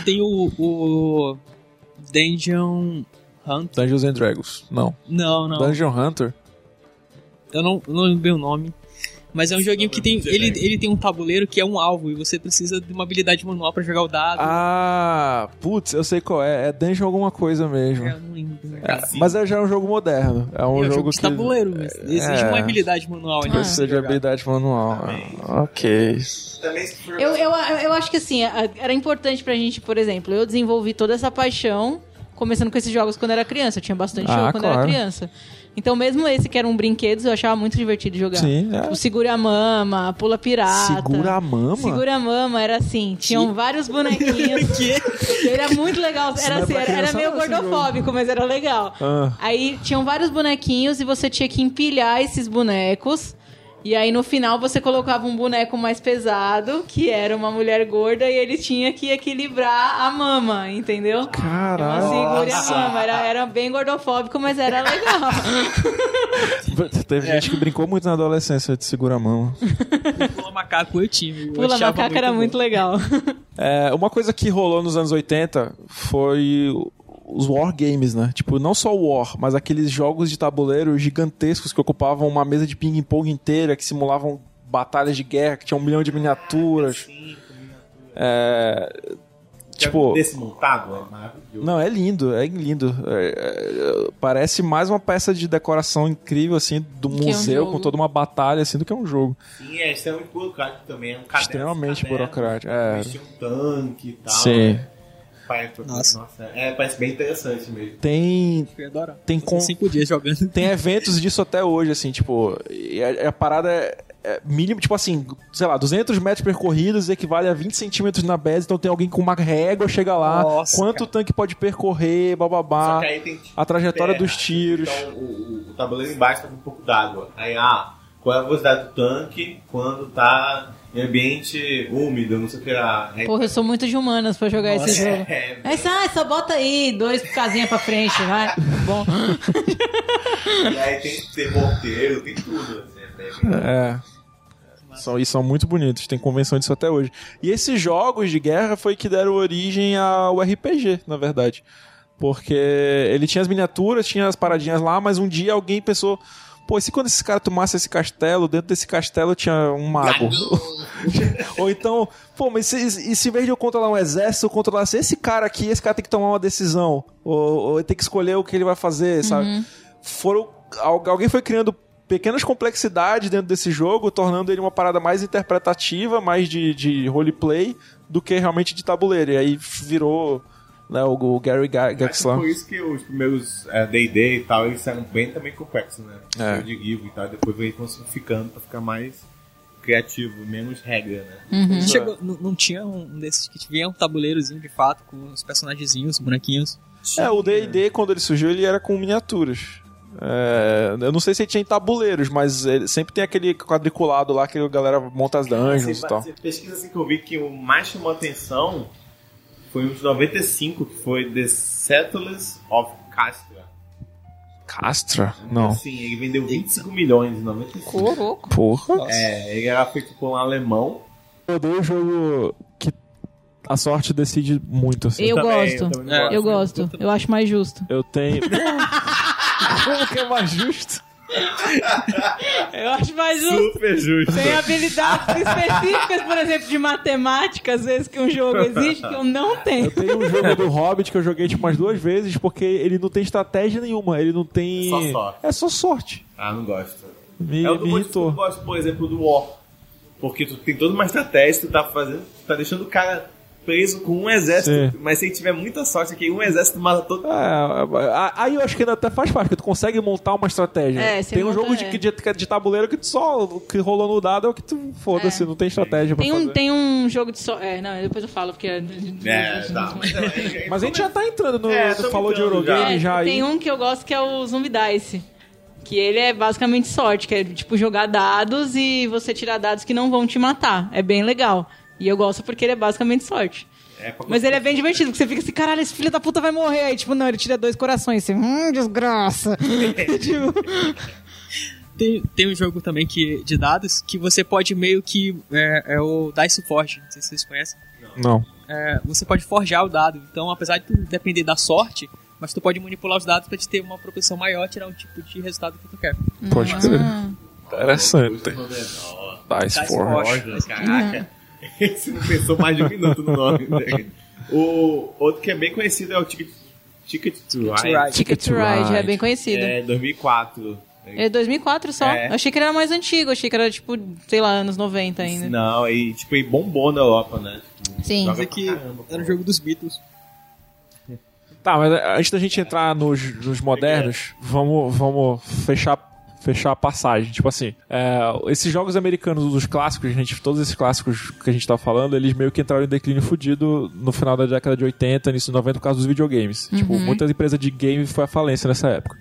[SPEAKER 4] Tem o, o Dungeon Hunt.
[SPEAKER 2] Dungeons and Dragons. Não.
[SPEAKER 4] Não, não.
[SPEAKER 2] Dungeon Hunter.
[SPEAKER 4] Eu não, eu não lembrei o nome. Mas é um joguinho que tem. Ele, ele tem um tabuleiro que é um alvo e você precisa de uma habilidade manual pra jogar o dado.
[SPEAKER 2] Ah, putz, eu sei qual é. É Dungeon alguma coisa mesmo.
[SPEAKER 3] É,
[SPEAKER 4] Eu não lembro.
[SPEAKER 2] Mas é já é um jogo moderno. É um
[SPEAKER 4] é um
[SPEAKER 2] jogo,
[SPEAKER 4] jogo de
[SPEAKER 2] que
[SPEAKER 4] tabuleiro, mas exige
[SPEAKER 2] É. Ah.
[SPEAKER 4] uma habilidade manual ali.
[SPEAKER 3] Ah.
[SPEAKER 2] precisa de habilidade manual. Ok.
[SPEAKER 1] Também se for-
[SPEAKER 3] Eu, eu, eu acho que assim, a- era importante pra gente, por exemplo, eu desenvolvi toda essa paixão começando com esses jogos quando era criança. Eu tinha bastante
[SPEAKER 2] Ah,
[SPEAKER 3] jogo quando era
[SPEAKER 2] claro.
[SPEAKER 3] criança. Então, mesmo esse que era um brinquedos, eu achava muito divertido jogar.
[SPEAKER 2] Sim, é.
[SPEAKER 3] Tipo, segura a mama, pula pirata.
[SPEAKER 2] Segura a mama?
[SPEAKER 3] Segura a mama, era assim. Tinham vários bonequinhos. Era muito legal.
[SPEAKER 2] não
[SPEAKER 3] Era,
[SPEAKER 2] é
[SPEAKER 3] assim,
[SPEAKER 2] pra
[SPEAKER 3] era, era
[SPEAKER 2] criança,
[SPEAKER 3] meio
[SPEAKER 2] não, esse jogo.
[SPEAKER 3] gordofóbico, mas era legal.
[SPEAKER 2] Ah.
[SPEAKER 3] Aí tinham vários bonequinhos e você tinha que empilhar esses bonecos. E aí no final você colocava um boneco mais pesado, que era uma mulher gorda, e ele tinha que equilibrar a mama, entendeu? Uma
[SPEAKER 2] Caralho.
[SPEAKER 3] segura a mama. Era, era bem gordofóbico, mas era legal.
[SPEAKER 2] Teve gente que brincou muito na adolescência de segura a mama.
[SPEAKER 4] Pula macaco eu tive. eu
[SPEAKER 3] Pula
[SPEAKER 4] achava
[SPEAKER 3] macaca era
[SPEAKER 4] bom.
[SPEAKER 3] muito legal.
[SPEAKER 2] É, uma coisa que rolou nos anos 80 foi o- os war games, né? Tipo, não só o war, mas aqueles jogos de tabuleiro gigantescos que ocupavam uma mesa de ping-pong inteira, que simulavam batalhas de guerra, que tinha um milhão de miniaturas. É, Tipo,
[SPEAKER 1] Desse montado é maravilhoso.
[SPEAKER 2] não, é lindo, é lindo. É, é, parece mais uma peça de decoração incrível, assim, do
[SPEAKER 3] Que é um
[SPEAKER 2] museu,
[SPEAKER 3] jogo.
[SPEAKER 2] com toda uma batalha, assim, do que é um jogo.
[SPEAKER 1] Sim, é extremamente burocrático também. É um caderno,
[SPEAKER 2] Extremamente
[SPEAKER 1] caderno,
[SPEAKER 2] burocrático, é.
[SPEAKER 1] Vestia um tanque e tal.
[SPEAKER 2] Sim.
[SPEAKER 1] né? Parece,
[SPEAKER 4] Nossa.
[SPEAKER 1] nossa. é, parece bem interessante mesmo.
[SPEAKER 2] Tem
[SPEAKER 4] Eu adorava.
[SPEAKER 2] Tem
[SPEAKER 4] Passei
[SPEAKER 2] com-
[SPEAKER 4] cinco dias jogando.
[SPEAKER 2] tem eventos disso até hoje, assim, tipo, e a, a parada é, é mínimo, tipo assim, sei lá, 200 metros percorridos equivale a 20 centímetros na base, então tem alguém com uma régua, chega lá,
[SPEAKER 4] Nossa,
[SPEAKER 2] quanto o tanque pode percorrer,
[SPEAKER 1] Só
[SPEAKER 2] bababá,
[SPEAKER 1] que aí tem que
[SPEAKER 2] a trajetória
[SPEAKER 1] terra.
[SPEAKER 2] dos tiros.
[SPEAKER 1] Então o, o- o tabuleiro embaixo tá com um pouco d'água. Aí, ah, qual é a velocidade do tanque quando tá em ambiente úmido, não sei o que lá. Aí-
[SPEAKER 3] Porra, eu sou muito de humanas pra jogar esse jogo.
[SPEAKER 1] É,
[SPEAKER 3] Aí você, ah, só bota aí dois casinha pra frente, vai. Bom.
[SPEAKER 1] e é, aí tem que ter morteiro, tem tudo. Assim, é bem-
[SPEAKER 2] É. São, e são muito bonitos, tem convenção disso até hoje. E esses jogos de guerra foi que deram origem ao RPG, na verdade. Porque ele tinha as miniaturas, tinha as paradinhas lá, mas um dia alguém pensou. Pô, e se quando esses caras tomassem esse castelo, dentro desse castelo tinha um mago? Ou então, pô, mas se, e se em vez de eu controlar um exército, eu controlasse esse cara aqui, esse cara tem que tomar uma decisão. Ou, ou ele tem que escolher o que ele vai fazer, sabe? foram al- alguém foi criando pequenas complexidades dentro desse jogo, tornando ele uma parada mais interpretativa, mais de, de roleplay do que realmente de tabuleiro. E aí virou né, o, o Gary Ga-
[SPEAKER 1] Acho que
[SPEAKER 2] Gexler.
[SPEAKER 1] por isso que os primeiros é, D&D e tal, eles eram bem também complexos, né?
[SPEAKER 2] É.
[SPEAKER 1] Cheio De livro e tal, depois veio simplificando pra ficar mais criativo, menos regra, né?
[SPEAKER 3] Uhum.
[SPEAKER 4] Não Chegou, não, não tinha um desses que tinha um tabuleirozinho de fato com os personagenzinhos, os bonequinhos.
[SPEAKER 2] É, o D&D quando ele surgiu ele era com miniaturas. É, eu não sei se ele tinha em tabuleiros, mas ele sempre tem aquele quadriculado lá que a galera monta as dungeons
[SPEAKER 1] Você-
[SPEAKER 2] e tal.
[SPEAKER 1] você pesquisa assim que eu vi que o mais chamou atenção foi um de 95, que foi The Settlers of Castra.
[SPEAKER 2] Castra? Não.
[SPEAKER 1] Assim, ele vendeu 25 milhões em 95.
[SPEAKER 3] Coroco.
[SPEAKER 2] Porra.
[SPEAKER 1] É, ele era feito por um alemão.
[SPEAKER 2] Eu odeio o jogo que a sorte decide muito. Assim.
[SPEAKER 3] Eu
[SPEAKER 1] também-
[SPEAKER 3] gosto.
[SPEAKER 1] também não
[SPEAKER 4] É.
[SPEAKER 3] Eu gosto. Eu acho mais justo.
[SPEAKER 2] Eu tenho. Como que é mais justo?
[SPEAKER 3] Eu acho mais justo.
[SPEAKER 1] Super justo.
[SPEAKER 3] Tem habilidades específicas, por exemplo, de matemática, às vezes que um jogo exige que eu não tenho.
[SPEAKER 2] Tem um jogo do Hobbit que eu joguei tipo umas duas vezes porque ele não tem estratégia nenhuma, ele não tem.
[SPEAKER 1] Só sorte.
[SPEAKER 2] É só sorte.
[SPEAKER 1] Ah, não gosto.
[SPEAKER 2] Me,
[SPEAKER 1] é o
[SPEAKER 2] me
[SPEAKER 1] do Eu
[SPEAKER 2] irritou.
[SPEAKER 1] gosto, por exemplo, do War. Porque tu tem toda uma estratégia, tu tá fazendo, tu tá deixando o cara preso com um exército. Mas se ele tiver muita sorte aqui, um exército mata todo
[SPEAKER 2] É, a- aí eu acho que ainda até faz parte, porque tu consegue montar uma estratégia.
[SPEAKER 3] É, você
[SPEAKER 2] tem um
[SPEAKER 3] monta,
[SPEAKER 2] jogo de,
[SPEAKER 3] é.
[SPEAKER 2] de- de tabuleiro que tu só o que rolou no dado é o que tu foda-se, não tem estratégia pra
[SPEAKER 3] Tem um,
[SPEAKER 2] fazer.
[SPEAKER 3] tem um jogo de sorte. É, não, depois eu falo, porque. É,
[SPEAKER 1] É, tá.
[SPEAKER 2] Mas a gente já tá entrando no.
[SPEAKER 1] É,
[SPEAKER 2] tu
[SPEAKER 1] tamo
[SPEAKER 2] falou de
[SPEAKER 1] entrando
[SPEAKER 2] Eurogame
[SPEAKER 3] É,
[SPEAKER 2] Ah, já aí.
[SPEAKER 3] tem um que eu gosto que é o Zumbi Dice. Que ele é basicamente sorte, que é tipo jogar dados e você tirar dados que não vão te matar. É bem legal. E eu gosto porque ele é basicamente sorte.
[SPEAKER 1] É, pra-
[SPEAKER 3] Mas ele é bem divertido, porque você fica assim, caralho, esse filho da puta vai morrer. Aí, tipo, não, ele tira dois corações. Você, hum, desgraça. tipo,
[SPEAKER 4] Tem, tem um jogo também que, de dados que você pode meio que. É, é o Dice Forge, não sei se vocês conhecem.
[SPEAKER 2] Não.
[SPEAKER 4] É, você pode forjar o dado, então apesar de tu depender da sorte, mas tu pode manipular os dados pra te ter uma propensão maior, tirar um tipo de resultado que tu quer.
[SPEAKER 3] Ah.
[SPEAKER 2] Pode crer. Interessante. Dice Forge.
[SPEAKER 4] Dice Forge.
[SPEAKER 1] Olha, Caraca. Esse não pensou mais de um minuto no nome dele. O outro que é bem conhecido é o Ticket, Ticket to Ride.
[SPEAKER 4] Ride.
[SPEAKER 3] Ticket to Ride, é bem conhecido. É,
[SPEAKER 1] É 2004.
[SPEAKER 3] 2004 só.
[SPEAKER 1] É.
[SPEAKER 3] Eu achei que ele era mais antigo, eu achei que era, tipo, sei lá, anos 90 ainda.
[SPEAKER 1] Não, e tipo, e bombou na Europa, né?
[SPEAKER 3] Sim.
[SPEAKER 1] Joga
[SPEAKER 4] Mas é
[SPEAKER 1] pra
[SPEAKER 4] que
[SPEAKER 1] caramba,
[SPEAKER 4] era
[SPEAKER 1] pô.
[SPEAKER 4] um jogo dos Beatles.
[SPEAKER 2] Tá, mas eh, antes da gente entrar nos, nos modernos, vamos, vamos fechar fechar a passagem. Tipo assim, é, esses jogos americanos, os clássicos, a gente, todos esses clássicos que a gente tá falando, eles meio que entraram em declínio fudido no final da década de 80, início de 90, por causa dos videogames. Tipo, muitas empresas de game foi à falência nessa época.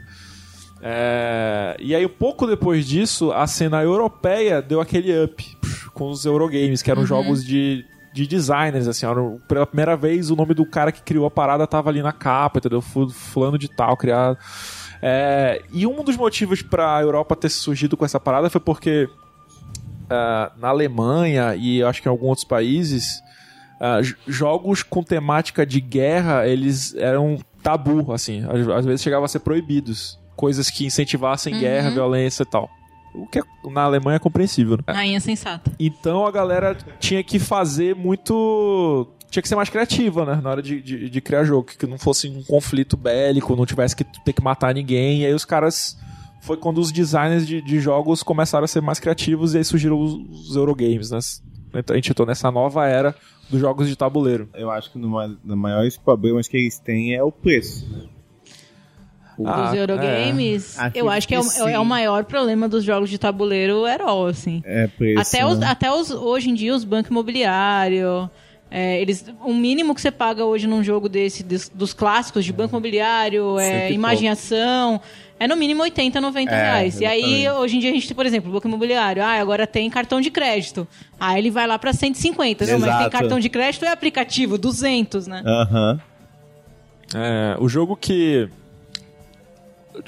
[SPEAKER 2] É, e aí, um pouco depois disso, a cena europeia deu aquele up psh, com os Eurogames, que eram jogos de, de designers, assim, eram- pela primeira vez o nome do cara que criou a parada tava ali na capa, entendeu? Fu- Fulano de tal, criado. É, e um dos motivos pra Europa ter surgido com essa parada foi porque ah, na Alemanha e eu acho que em alguns outros países, ah, j- jogos com temática de guerra, eles eram tabu, assim. Às, às vezes chegavam a ser proibidos. Coisas que
[SPEAKER 6] Uhum.
[SPEAKER 2] incentivassem guerra, violência e tal. O que é- na Alemanha é compreensível, né?
[SPEAKER 6] Rainha sensata.
[SPEAKER 2] Então a galera tinha que fazer muito. Tinha que ser mais criativa, né? Na hora de, de, de criar jogo. Que não fosse um conflito bélico, não tivesse que ter que matar ninguém. E aí os caras. Foi quando os designers de, de jogos começaram a ser mais criativos e aí surgiram os, os Eurogames, né? Então, A gente entrou nessa nova era dos jogos de tabuleiro.
[SPEAKER 1] Eu acho que um dos maiores problemas que eles têm é o preço.
[SPEAKER 2] Ah,
[SPEAKER 6] dos
[SPEAKER 2] é.
[SPEAKER 6] Eurogames,
[SPEAKER 1] Acho
[SPEAKER 6] eu acho que é
[SPEAKER 1] Ah, que
[SPEAKER 6] o,
[SPEAKER 1] sim.
[SPEAKER 6] é o maior problema dos jogos de tabuleiro herói, assim.
[SPEAKER 1] É preço.
[SPEAKER 6] até os, até os, hoje em dia, os bancos imobiliário. é, eles, o mínimo que você paga hoje num jogo desse, des- dos clássicos de
[SPEAKER 1] Uhum.
[SPEAKER 6] banco imobiliário,
[SPEAKER 1] Cento
[SPEAKER 6] é,
[SPEAKER 1] e
[SPEAKER 6] imaginação, é no mínimo 80, 90
[SPEAKER 1] É,
[SPEAKER 6] reais. E aí,
[SPEAKER 1] exatamente.
[SPEAKER 6] hoje em dia, a gente tem, por exemplo, o banco imobiliário. Ah, agora tem cartão de crédito. Aí ele vai lá pra 150, viu? Mas tem
[SPEAKER 1] Exato.
[SPEAKER 6] cartão de crédito é aplicativo, 200, né?
[SPEAKER 1] Aham.
[SPEAKER 2] É, o jogo que.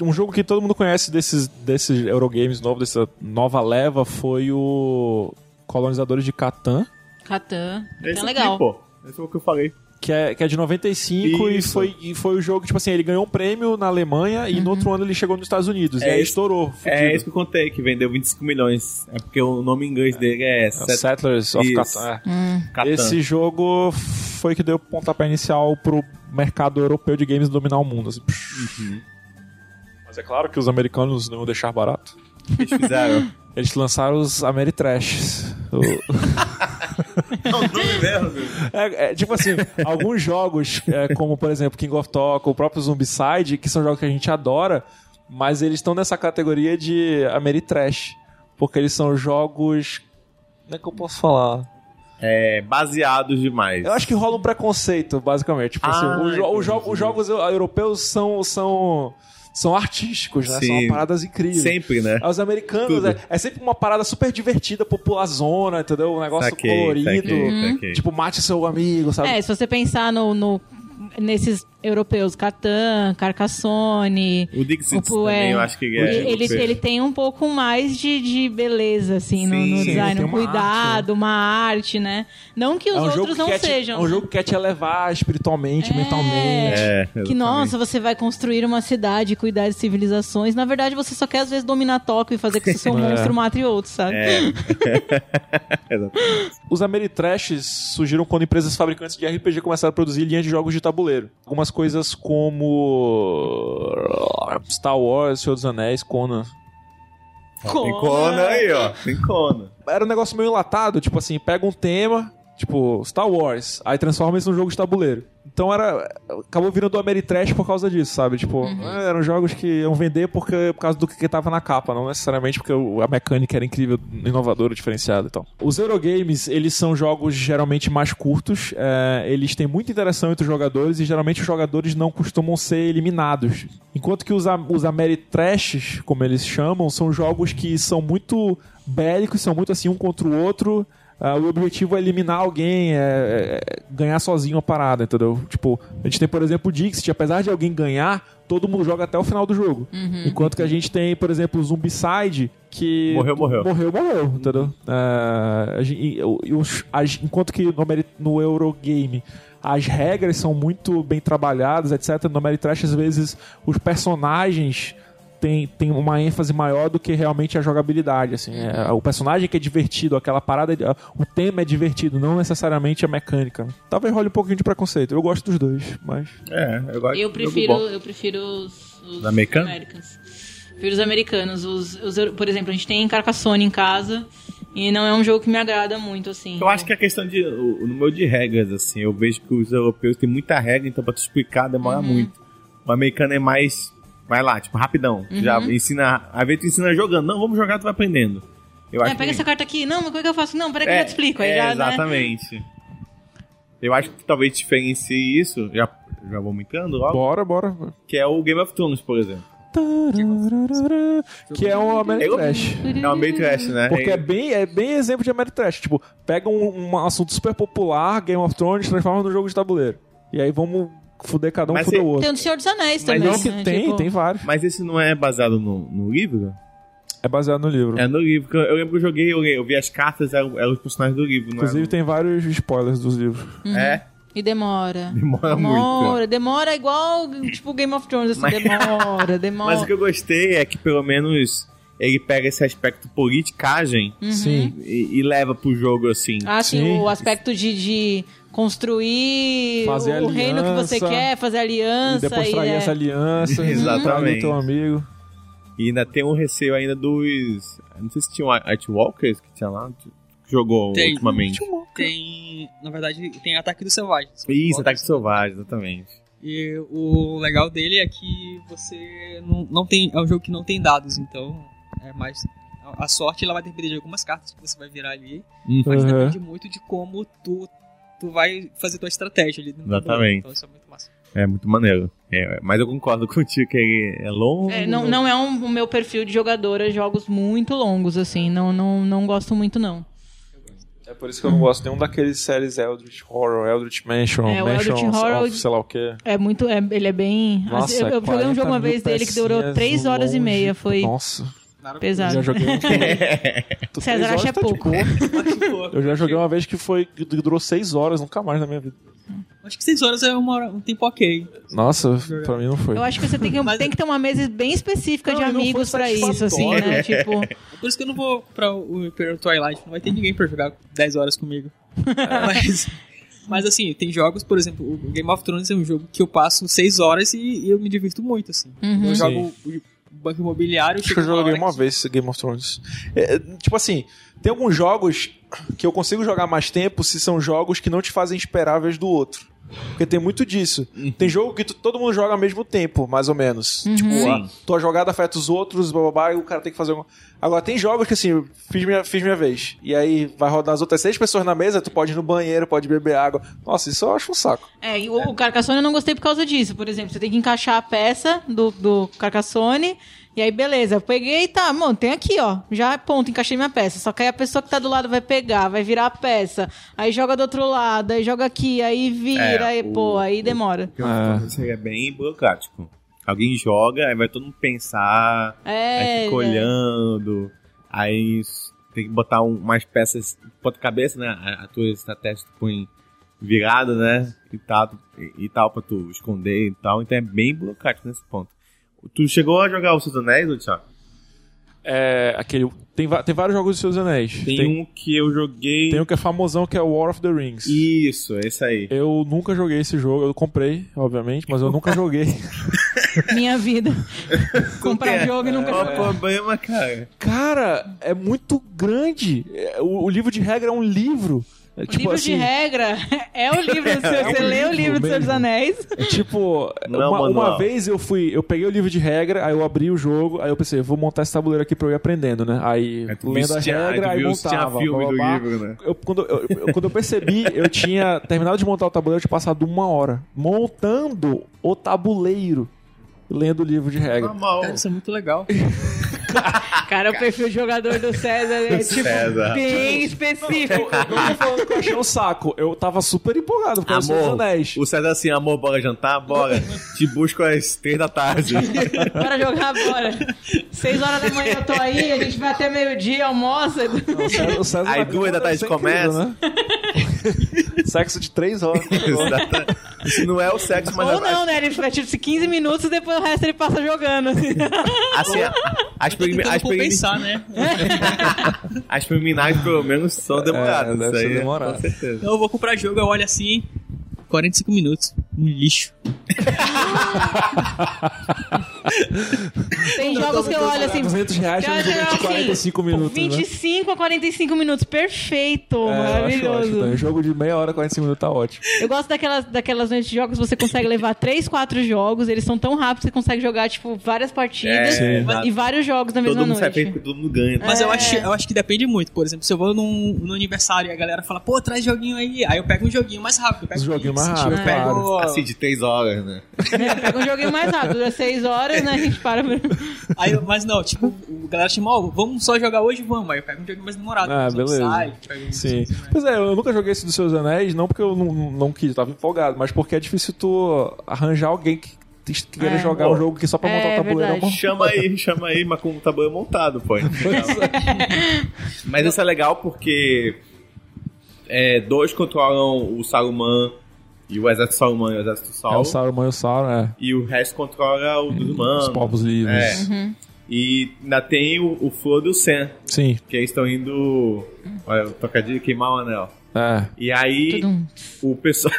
[SPEAKER 2] Um jogo que todo mundo conhece desses, desses Eurogames novos, dessa nova leva, foi o Colonizadores de Catan.
[SPEAKER 6] Catan.
[SPEAKER 1] Esse
[SPEAKER 6] Então,
[SPEAKER 1] aqui,
[SPEAKER 6] legal.
[SPEAKER 1] pô. Esse é o que eu falei.
[SPEAKER 2] Que é, que é de 95 e
[SPEAKER 1] Isso.
[SPEAKER 2] foi, e foi o jogo, tipo assim, ele ganhou um prêmio na Alemanha e no
[SPEAKER 6] Uhum.
[SPEAKER 2] outro ano ele chegou nos Estados Unidos. e
[SPEAKER 1] É
[SPEAKER 2] aí
[SPEAKER 1] esse-
[SPEAKER 2] estourou.
[SPEAKER 1] É
[SPEAKER 2] fudido.
[SPEAKER 1] isso que eu contei, que vendeu 25 milhões. É porque o nome em inglês dele é
[SPEAKER 2] É o
[SPEAKER 1] Set
[SPEAKER 2] Settlers of
[SPEAKER 1] Isso.
[SPEAKER 2] Catan. é.
[SPEAKER 1] Catan.
[SPEAKER 2] Esse jogo foi que deu o pontapé inicial pro mercado europeu de games dominar o mundo. assim. Mas é claro que os americanos não iam deixar barato.
[SPEAKER 7] Eles fizeram.
[SPEAKER 2] Eles lançaram os Ameritrashes. O-
[SPEAKER 7] Não, nome mesmo.
[SPEAKER 2] É, é, tipo assim, alguns jogos, é, como por exemplo King of Talk, o próprio Zombicide, que são jogos que a gente adora, mas eles estão nessa categoria de Ameritrash. Porque eles são jogos. Como é que eu posso falar?
[SPEAKER 7] É, baseados demais.
[SPEAKER 2] Eu acho que rola um preconceito, basicamente. Tipo
[SPEAKER 7] Ah,
[SPEAKER 2] assim, o jo- o jo-
[SPEAKER 7] entendi.
[SPEAKER 2] os jogos europeus são, são, são artísticos, né?
[SPEAKER 7] Sim.
[SPEAKER 2] São paradas incríveis.
[SPEAKER 7] Sempre, né?
[SPEAKER 2] Aí Os americanos,
[SPEAKER 7] Tudo.
[SPEAKER 2] é, é sempre uma parada super divertida, populazona, entendeu? Um negócio
[SPEAKER 7] Saquei,
[SPEAKER 2] colorido.
[SPEAKER 7] saquei, saquei.
[SPEAKER 2] Tipo, mate seu amigo, sabe?
[SPEAKER 6] Uhum. É, se você pensar no, no- nesses europeus, Catan, Carcassonne,
[SPEAKER 7] O Dixit
[SPEAKER 6] O Poo
[SPEAKER 7] também,
[SPEAKER 6] é-
[SPEAKER 7] eu acho que
[SPEAKER 6] ele,
[SPEAKER 7] é.
[SPEAKER 6] ele, ele tem um pouco mais de, de beleza, assim, no,
[SPEAKER 7] Sim,
[SPEAKER 6] no
[SPEAKER 7] sim,
[SPEAKER 6] design,
[SPEAKER 2] tem
[SPEAKER 6] um
[SPEAKER 2] uma
[SPEAKER 6] cuidado, uma arte, né? Não que os outros não
[SPEAKER 2] quer te-
[SPEAKER 6] sejam. né?
[SPEAKER 2] é um jogo que quer te elevar espiritualmente,
[SPEAKER 6] É.
[SPEAKER 2] mentalmente.
[SPEAKER 7] É,
[SPEAKER 6] Que,
[SPEAKER 7] exatamente.
[SPEAKER 6] nossa, você vai construir uma cidade, cuidar de civilizações. Na verdade, você só quer, às vezes, dominar Tóquio e fazer com que o seu
[SPEAKER 2] É.
[SPEAKER 6] monstro mate outro, sabe?
[SPEAKER 2] Os Ameritrashes surgiram quando empresas fabricantes de RPG começaram a produzir linhas de jogos de tabuleiro. Algumas coisas como Star Wars, Senhor dos Anéis, Conan.
[SPEAKER 7] Tem Conan aí, ó. Tem Conan.
[SPEAKER 2] Era um negócio meio enlatado, tipo assim, pega um tema, tipo Star Wars, aí transforma isso num jogo de tabuleiro. Então era acabou virando o Ameritrash por causa disso, sabe? Tipo, eh, eram jogos que iam vender porque por causa do que tava na capa, não necessariamente porque o- a mecânica era incrível, inovadora, diferenciada e tal. Os Eurogames, eles são jogos geralmente mais curtos, eh, eles têm muita interação entre os jogadores e geralmente os jogadores não costumam ser eliminados. Enquanto que os, a- os Ameritrashes, como eles chamam, são jogos que são muito bélicos, são muito assim um contra o outro. Ah, o objetivo é eliminar alguém, é, é ganhar sozinho a parada, entendeu? Tipo, a gente tem, por exemplo, o Dixit, apesar de alguém ganhar, todo mundo joga até o final do jogo. Enquanto que a gente tem, por exemplo, o Zumbicide, que.
[SPEAKER 7] Morreu, morreu.
[SPEAKER 2] Morreu, morreu, entendeu? Ah, a gen- e- e- e os- a gen- enquanto que no, Ameri- no Eurogame as regras são muito bem trabalhadas, etc. No Ameritrash, às vezes, os personagens têm, têm uma ênfase maior do que realmente a jogabilidade, assim. É, o personagem que é divertido, aquela parada... O tema é divertido, não necessariamente a mecânica. Talvez role um pouquinho de preconceito. Eu gosto dos dois, mas...
[SPEAKER 1] É, eu gosto
[SPEAKER 6] Eu
[SPEAKER 1] de jogo
[SPEAKER 6] prefiro,
[SPEAKER 1] bom.
[SPEAKER 6] eu prefiro os, os
[SPEAKER 1] Da americana?
[SPEAKER 6] Americans. Prefiro os americanos. Os, os euro- por exemplo, a gente tem Carcassonne em casa. E não é um jogo que me agrada muito, assim.
[SPEAKER 1] Eu acho que é- a questão de o, o número de regras, assim, eu vejo que os europeus têm muita regra, então pra tu explicar demora
[SPEAKER 6] Uhum.
[SPEAKER 1] muito. O americano é mais. Vai lá, tipo, rapidão. Já
[SPEAKER 6] Uhum.
[SPEAKER 1] ensina. Às vezes tu ensina jogando. Não, vamos jogar, tu vai aprendendo. Eu
[SPEAKER 6] É,
[SPEAKER 1] acho
[SPEAKER 6] pega
[SPEAKER 1] que-
[SPEAKER 6] essa carta aqui. Não, mas como é que eu faço? Não, peraí que eu já te explico. Aí
[SPEAKER 1] é,
[SPEAKER 6] já, né?
[SPEAKER 1] exatamente. Eu acho que talvez diferencie isso. Já, já vou brincando logo.
[SPEAKER 2] Bora, bora.
[SPEAKER 1] Que é o Game of Thrones, por exemplo.
[SPEAKER 2] Que é o Ameritrash.
[SPEAKER 1] É o meio trash, né?
[SPEAKER 2] Porque é bem, é bem exemplo de Ameritrash. Tipo, pega um, um assunto super popular, Game of Thrones, transforma num jogo de tabuleiro. E aí vamos fuder cada um,
[SPEAKER 1] Mas é
[SPEAKER 2] fuder
[SPEAKER 1] se-
[SPEAKER 2] o outro.
[SPEAKER 6] Tem o do Senhor dos
[SPEAKER 1] Mas
[SPEAKER 6] Anéis também.
[SPEAKER 2] Não que
[SPEAKER 6] né?
[SPEAKER 2] tem,
[SPEAKER 6] Tipo,
[SPEAKER 2] tem vários.
[SPEAKER 1] Mas esse não é baseado no, no livro?
[SPEAKER 2] É baseado no livro.
[SPEAKER 1] É no livro. que Eu eu lembro que eu joguei, eu, eu vi as cartas, eram, eram os personagens do livro, não é?
[SPEAKER 2] Inclusive
[SPEAKER 1] era-
[SPEAKER 2] tem vários spoilers dos livros.
[SPEAKER 1] É,
[SPEAKER 6] E demora.
[SPEAKER 1] demora muito.
[SPEAKER 6] Uhum. Demora, demora igual, tipo, Game of Thrones, assim, demora, demora.
[SPEAKER 1] Mas o que eu gostei é que pelo menos ele pega esse aspecto politicagem
[SPEAKER 2] Sim.
[SPEAKER 1] e, e leva pro jogo assim.
[SPEAKER 6] Uhum. Ah, sim,
[SPEAKER 2] Sim.
[SPEAKER 6] o aspecto de, de construir
[SPEAKER 2] Fazer
[SPEAKER 6] o reino que você
[SPEAKER 2] aliança.
[SPEAKER 6] quer, fazer
[SPEAKER 2] E
[SPEAKER 6] aliança.
[SPEAKER 2] depois trair
[SPEAKER 6] e, é.
[SPEAKER 2] essa aliança.
[SPEAKER 1] Exatamente.
[SPEAKER 2] trair teu amigo.
[SPEAKER 1] E ainda tem um receio ainda dos. Não sei se tinha o Walkers que tinha lá, que jogou
[SPEAKER 4] Tem.
[SPEAKER 1] ultimamente.
[SPEAKER 6] um
[SPEAKER 4] Tem, na verdade, tem ataque dos selvagens.
[SPEAKER 1] Isso, Ataque Selvagem, exatamente.
[SPEAKER 4] E o legal dele é que você não, não tem. É um jogo que não tem dados, então é mais. a- A sorte ela vai depender de algumas cartas que você vai virar ali. Mas
[SPEAKER 2] Uhum.
[SPEAKER 4] depende muito de como tu, tu vai fazer tua estratégia ali no
[SPEAKER 1] Exatamente.
[SPEAKER 4] tabuleiro. Então isso é muito massa.
[SPEAKER 1] É muito maneiro. É, mas eu concordo contigo que ele é longo.
[SPEAKER 6] É, não, não é um- o meu perfil de jogadora, jogos muito longos, assim, não, não, não gosto muito, não.
[SPEAKER 2] É por isso que eu não gosto nenhum daqueles séries Eldritch Horror, Eldritch Mansion,
[SPEAKER 6] É, o Eldritch
[SPEAKER 2] Mansions
[SPEAKER 6] Horror-
[SPEAKER 2] of sei lá o quê.
[SPEAKER 6] É muito, é, ele é bem...
[SPEAKER 2] Nossa,
[SPEAKER 6] eu eu joguei um
[SPEAKER 2] 40
[SPEAKER 6] jogo uma
[SPEAKER 2] mil
[SPEAKER 6] vez dele que durou
[SPEAKER 2] pecinhas
[SPEAKER 6] 3 horas e
[SPEAKER 2] longe.
[SPEAKER 6] meia, foi
[SPEAKER 2] Nossa,
[SPEAKER 6] pesado.
[SPEAKER 2] já joguei um Tu
[SPEAKER 6] César
[SPEAKER 2] três horas
[SPEAKER 6] acha
[SPEAKER 2] tá de
[SPEAKER 6] pouco.
[SPEAKER 2] boa.
[SPEAKER 4] Pô,
[SPEAKER 2] Eu já joguei uma vez que foi que durou seis horas, nunca mais na minha vida.
[SPEAKER 4] Acho que 6 horas é uma hora- um tempo ok.
[SPEAKER 2] Nossa, pra mim não foi.
[SPEAKER 6] Eu acho que você tem que,
[SPEAKER 4] Mas-
[SPEAKER 6] tem que ter uma mesa bem específica
[SPEAKER 2] Não,
[SPEAKER 6] de
[SPEAKER 2] e não
[SPEAKER 6] amigos
[SPEAKER 2] foi
[SPEAKER 6] pra isso, assim, né? Tipo,
[SPEAKER 4] Por isso que eu não vou comprar o Imperial Twilight. Não vai ter ninguém pra jogar 10 horas comigo.
[SPEAKER 2] É.
[SPEAKER 4] mas, mas assim, tem jogos, por exemplo, o Game of Thrones é um jogo que eu passo 6 horas e, e eu me divirto muito, assim.
[SPEAKER 6] Uhum.
[SPEAKER 4] Eu jogo o Banco Imobiliário.
[SPEAKER 2] Acho que
[SPEAKER 4] chega
[SPEAKER 2] eu joguei
[SPEAKER 4] hora
[SPEAKER 2] uma vez esse Game of Thrones. É, é, tipo assim, tem alguns jogos que eu consigo jogar mais tempo se são jogos que não te fazem esperar a vez do outro. Porque tem muito disso. Tem jogo que tu- todo mundo joga ao mesmo tempo, mais ou menos.
[SPEAKER 6] Uhum.
[SPEAKER 2] Tipo, a,
[SPEAKER 1] Sim.
[SPEAKER 2] tua jogada afeta os outros, blá, blá, blá, e o cara tem que fazer alguma... Agora, tem jogos que assim, eu fiz minha, fiz minha vez. E aí vai rodar as outras seis pessoas na mesa, tu pode ir no banheiro, pode beber água. Nossa, isso eu acho um saco.
[SPEAKER 6] É, e o, o Carcassonne eu não gostei por causa disso. Por exemplo, você tem que encaixar a peça do, do Carcassonne. E aí, beleza, eu peguei, tá, mano, tem aqui, ó. Já, é ponto, encaixei minha peça. Só que aí a pessoa que tá do lado vai pegar, vai virar a peça. Aí joga do outro lado, aí joga aqui, aí vira,
[SPEAKER 1] É,
[SPEAKER 6] aí,
[SPEAKER 1] o-
[SPEAKER 6] pô, aí demora.
[SPEAKER 1] Porque Isso aí é bem burocrático. Alguém joga, aí vai todo mundo pensar, aí
[SPEAKER 6] É.
[SPEAKER 1] fica olhando, aí s- tem que botar um- umas peças, bota a cabeça, né? A, a tua estratégia tu põe virada, né? E tal, tu- e, e tal, pra tu esconder e tal. Então é bem burocrático nesse ponto. Tu chegou a jogar os seus anéis, ô Thiago?
[SPEAKER 2] É, aquele... Tem, va- tem vários jogos dos Seus Anéis.
[SPEAKER 1] Tem,
[SPEAKER 2] tem,
[SPEAKER 1] um que eu joguei.
[SPEAKER 2] tem um que é famosão, que é War of the Rings.
[SPEAKER 1] Isso, esse aí.
[SPEAKER 2] Eu nunca joguei esse jogo, eu comprei, obviamente, mas eu nunca joguei.
[SPEAKER 6] Minha vida. Comprar jogo e nunca
[SPEAKER 1] Qual o
[SPEAKER 6] jogar.
[SPEAKER 1] problema, cara?
[SPEAKER 2] Cara, é muito grande. É, O, o livro de regra é um livro. É,
[SPEAKER 6] O livro de regra é o livro do seu,
[SPEAKER 2] É um
[SPEAKER 6] você lê o livro do Senhor dos
[SPEAKER 2] mesmo.
[SPEAKER 6] Anéis.
[SPEAKER 2] é tipo,
[SPEAKER 1] Não,
[SPEAKER 2] uma,
[SPEAKER 1] manual.
[SPEAKER 2] uma vez eu fui, eu peguei o livro de regra, aí eu abri o jogo, aí eu pensei, vou montar esse tabuleiro aqui pra eu ir aprendendo, né? Aí
[SPEAKER 1] É, tu viu
[SPEAKER 2] lendo
[SPEAKER 1] se
[SPEAKER 2] a
[SPEAKER 1] tinha- tu
[SPEAKER 2] regra, aí
[SPEAKER 1] viu se tinha
[SPEAKER 2] montava.
[SPEAKER 1] filme
[SPEAKER 2] blá,
[SPEAKER 1] do
[SPEAKER 2] blá, blá.
[SPEAKER 1] livro, né?
[SPEAKER 2] Eu- quando, eu, eu- quando eu percebi, eu tinha terminado de montar o tabuleiro, eu tinha passado uma hora montando o tabuleiro, lendo o livro de regra.
[SPEAKER 1] Normal.
[SPEAKER 4] Cara, isso é muito legal.
[SPEAKER 6] Cara, o perfil de jogador do César é, tipo,
[SPEAKER 1] César.
[SPEAKER 6] bem específico.
[SPEAKER 2] Não tô falando que eu achei um saco. Eu tava super empolgado com os
[SPEAKER 1] Amor,
[SPEAKER 2] anéis.
[SPEAKER 1] o César assim, amor, bora jantar? Bora. Te busco às três da tarde.
[SPEAKER 6] Bora jogar, bora. Seis horas da manhã eu tô aí, a gente vai até meio-dia, almoça.
[SPEAKER 2] O César- o César
[SPEAKER 1] Aí
[SPEAKER 2] na
[SPEAKER 1] duas da
[SPEAKER 2] cama
[SPEAKER 1] tarde
[SPEAKER 2] deve ser
[SPEAKER 1] começa.
[SPEAKER 2] incrível, né? Sexo de três horas.
[SPEAKER 1] Exatamente. Isso não é o sexo, mas
[SPEAKER 6] Ou não, né? Ele vai tipo 15 minutos e depois o resto ele passa jogando. assim.
[SPEAKER 1] assim, a- as, prelimi-
[SPEAKER 4] Tentando
[SPEAKER 1] as, prelimi-
[SPEAKER 4] compensar, né?
[SPEAKER 1] as preliminares pelo menos são demoradas.
[SPEAKER 2] É, deve
[SPEAKER 1] isso
[SPEAKER 2] ser
[SPEAKER 1] aí, é
[SPEAKER 2] demorado.
[SPEAKER 1] Com certeza.
[SPEAKER 4] Então eu vou comprar jogo, eu olho assim, 45 minutos, um lixo.
[SPEAKER 6] Tem
[SPEAKER 2] Então,
[SPEAKER 6] jogos que eu olho assim.
[SPEAKER 2] 200 reais,
[SPEAKER 6] Cara,
[SPEAKER 2] chama de
[SPEAKER 6] assim,
[SPEAKER 2] 45 tá minutos, né?
[SPEAKER 6] 25 a 45 minutos, perfeito,
[SPEAKER 2] É, eu acho ótimo
[SPEAKER 6] maravilhoso.
[SPEAKER 2] também. Jogo de meia hora, 45 minutos tá ótimo.
[SPEAKER 6] Eu gosto daquelas, daquelas noites de jogos que você consegue levar 3, 4 jogos, eles são tão rápidos que você consegue jogar, tipo, várias partidas
[SPEAKER 1] É,
[SPEAKER 6] e vários jogos na
[SPEAKER 1] Todo
[SPEAKER 6] mesma
[SPEAKER 1] mundo sai
[SPEAKER 6] noite.
[SPEAKER 1] bem porque todo mundo ganha.
[SPEAKER 4] Mas eu, acho, eu acho que depende muito. Por exemplo, se eu vou num, num aniversário e a galera fala, pô, traz joguinho aí. Aí eu pego um joguinho mais rápido. Eu pego
[SPEAKER 2] Os joguinhos mais
[SPEAKER 4] Pixit, Eu
[SPEAKER 2] rápido,
[SPEAKER 4] pego.
[SPEAKER 1] Assim, de três horas, né?
[SPEAKER 6] É, Pega um joguinho mais rápido, dura 6 horas, né? A gente para pra...
[SPEAKER 4] Aí, eu- mas não, tipo, o galera chama, ó, vamos só jogar hoje, vamos. Aí eu pego um joguinho mais demorado.
[SPEAKER 2] Ah,
[SPEAKER 4] Tipo,
[SPEAKER 2] beleza.
[SPEAKER 4] Sai, pega um-
[SPEAKER 2] Sim. Pois é, eu nunca joguei esse dos Seus Anéis, não porque eu não, não quis, eu tava empolgado, mas porque é difícil tu arranjar alguém que que queira
[SPEAKER 6] É.
[SPEAKER 2] jogar um jogo que só pra
[SPEAKER 6] É,
[SPEAKER 2] montar o tabuleiro.
[SPEAKER 6] verdade.
[SPEAKER 2] uma-
[SPEAKER 1] Chama aí, chama aí, mas com o tamanho é montado, pô.
[SPEAKER 2] é.
[SPEAKER 1] Tá mas isso é legal porque é, dois controlam o Saruman e o exército Saruman e o exército Sol.
[SPEAKER 2] É o Sauron, e o Sauron, é.
[SPEAKER 1] e o resto controla o dos
[SPEAKER 2] Os
[SPEAKER 1] humanos.
[SPEAKER 2] povos livres.
[SPEAKER 1] É.
[SPEAKER 6] Uhum.
[SPEAKER 1] E ainda tem o, o Frodo e o Sam,
[SPEAKER 2] Sim,
[SPEAKER 1] que eles estão indo. Olha, tocadilho, queimar o anel.
[SPEAKER 2] é.
[SPEAKER 1] E aí
[SPEAKER 6] Tudum.
[SPEAKER 1] o pessoal,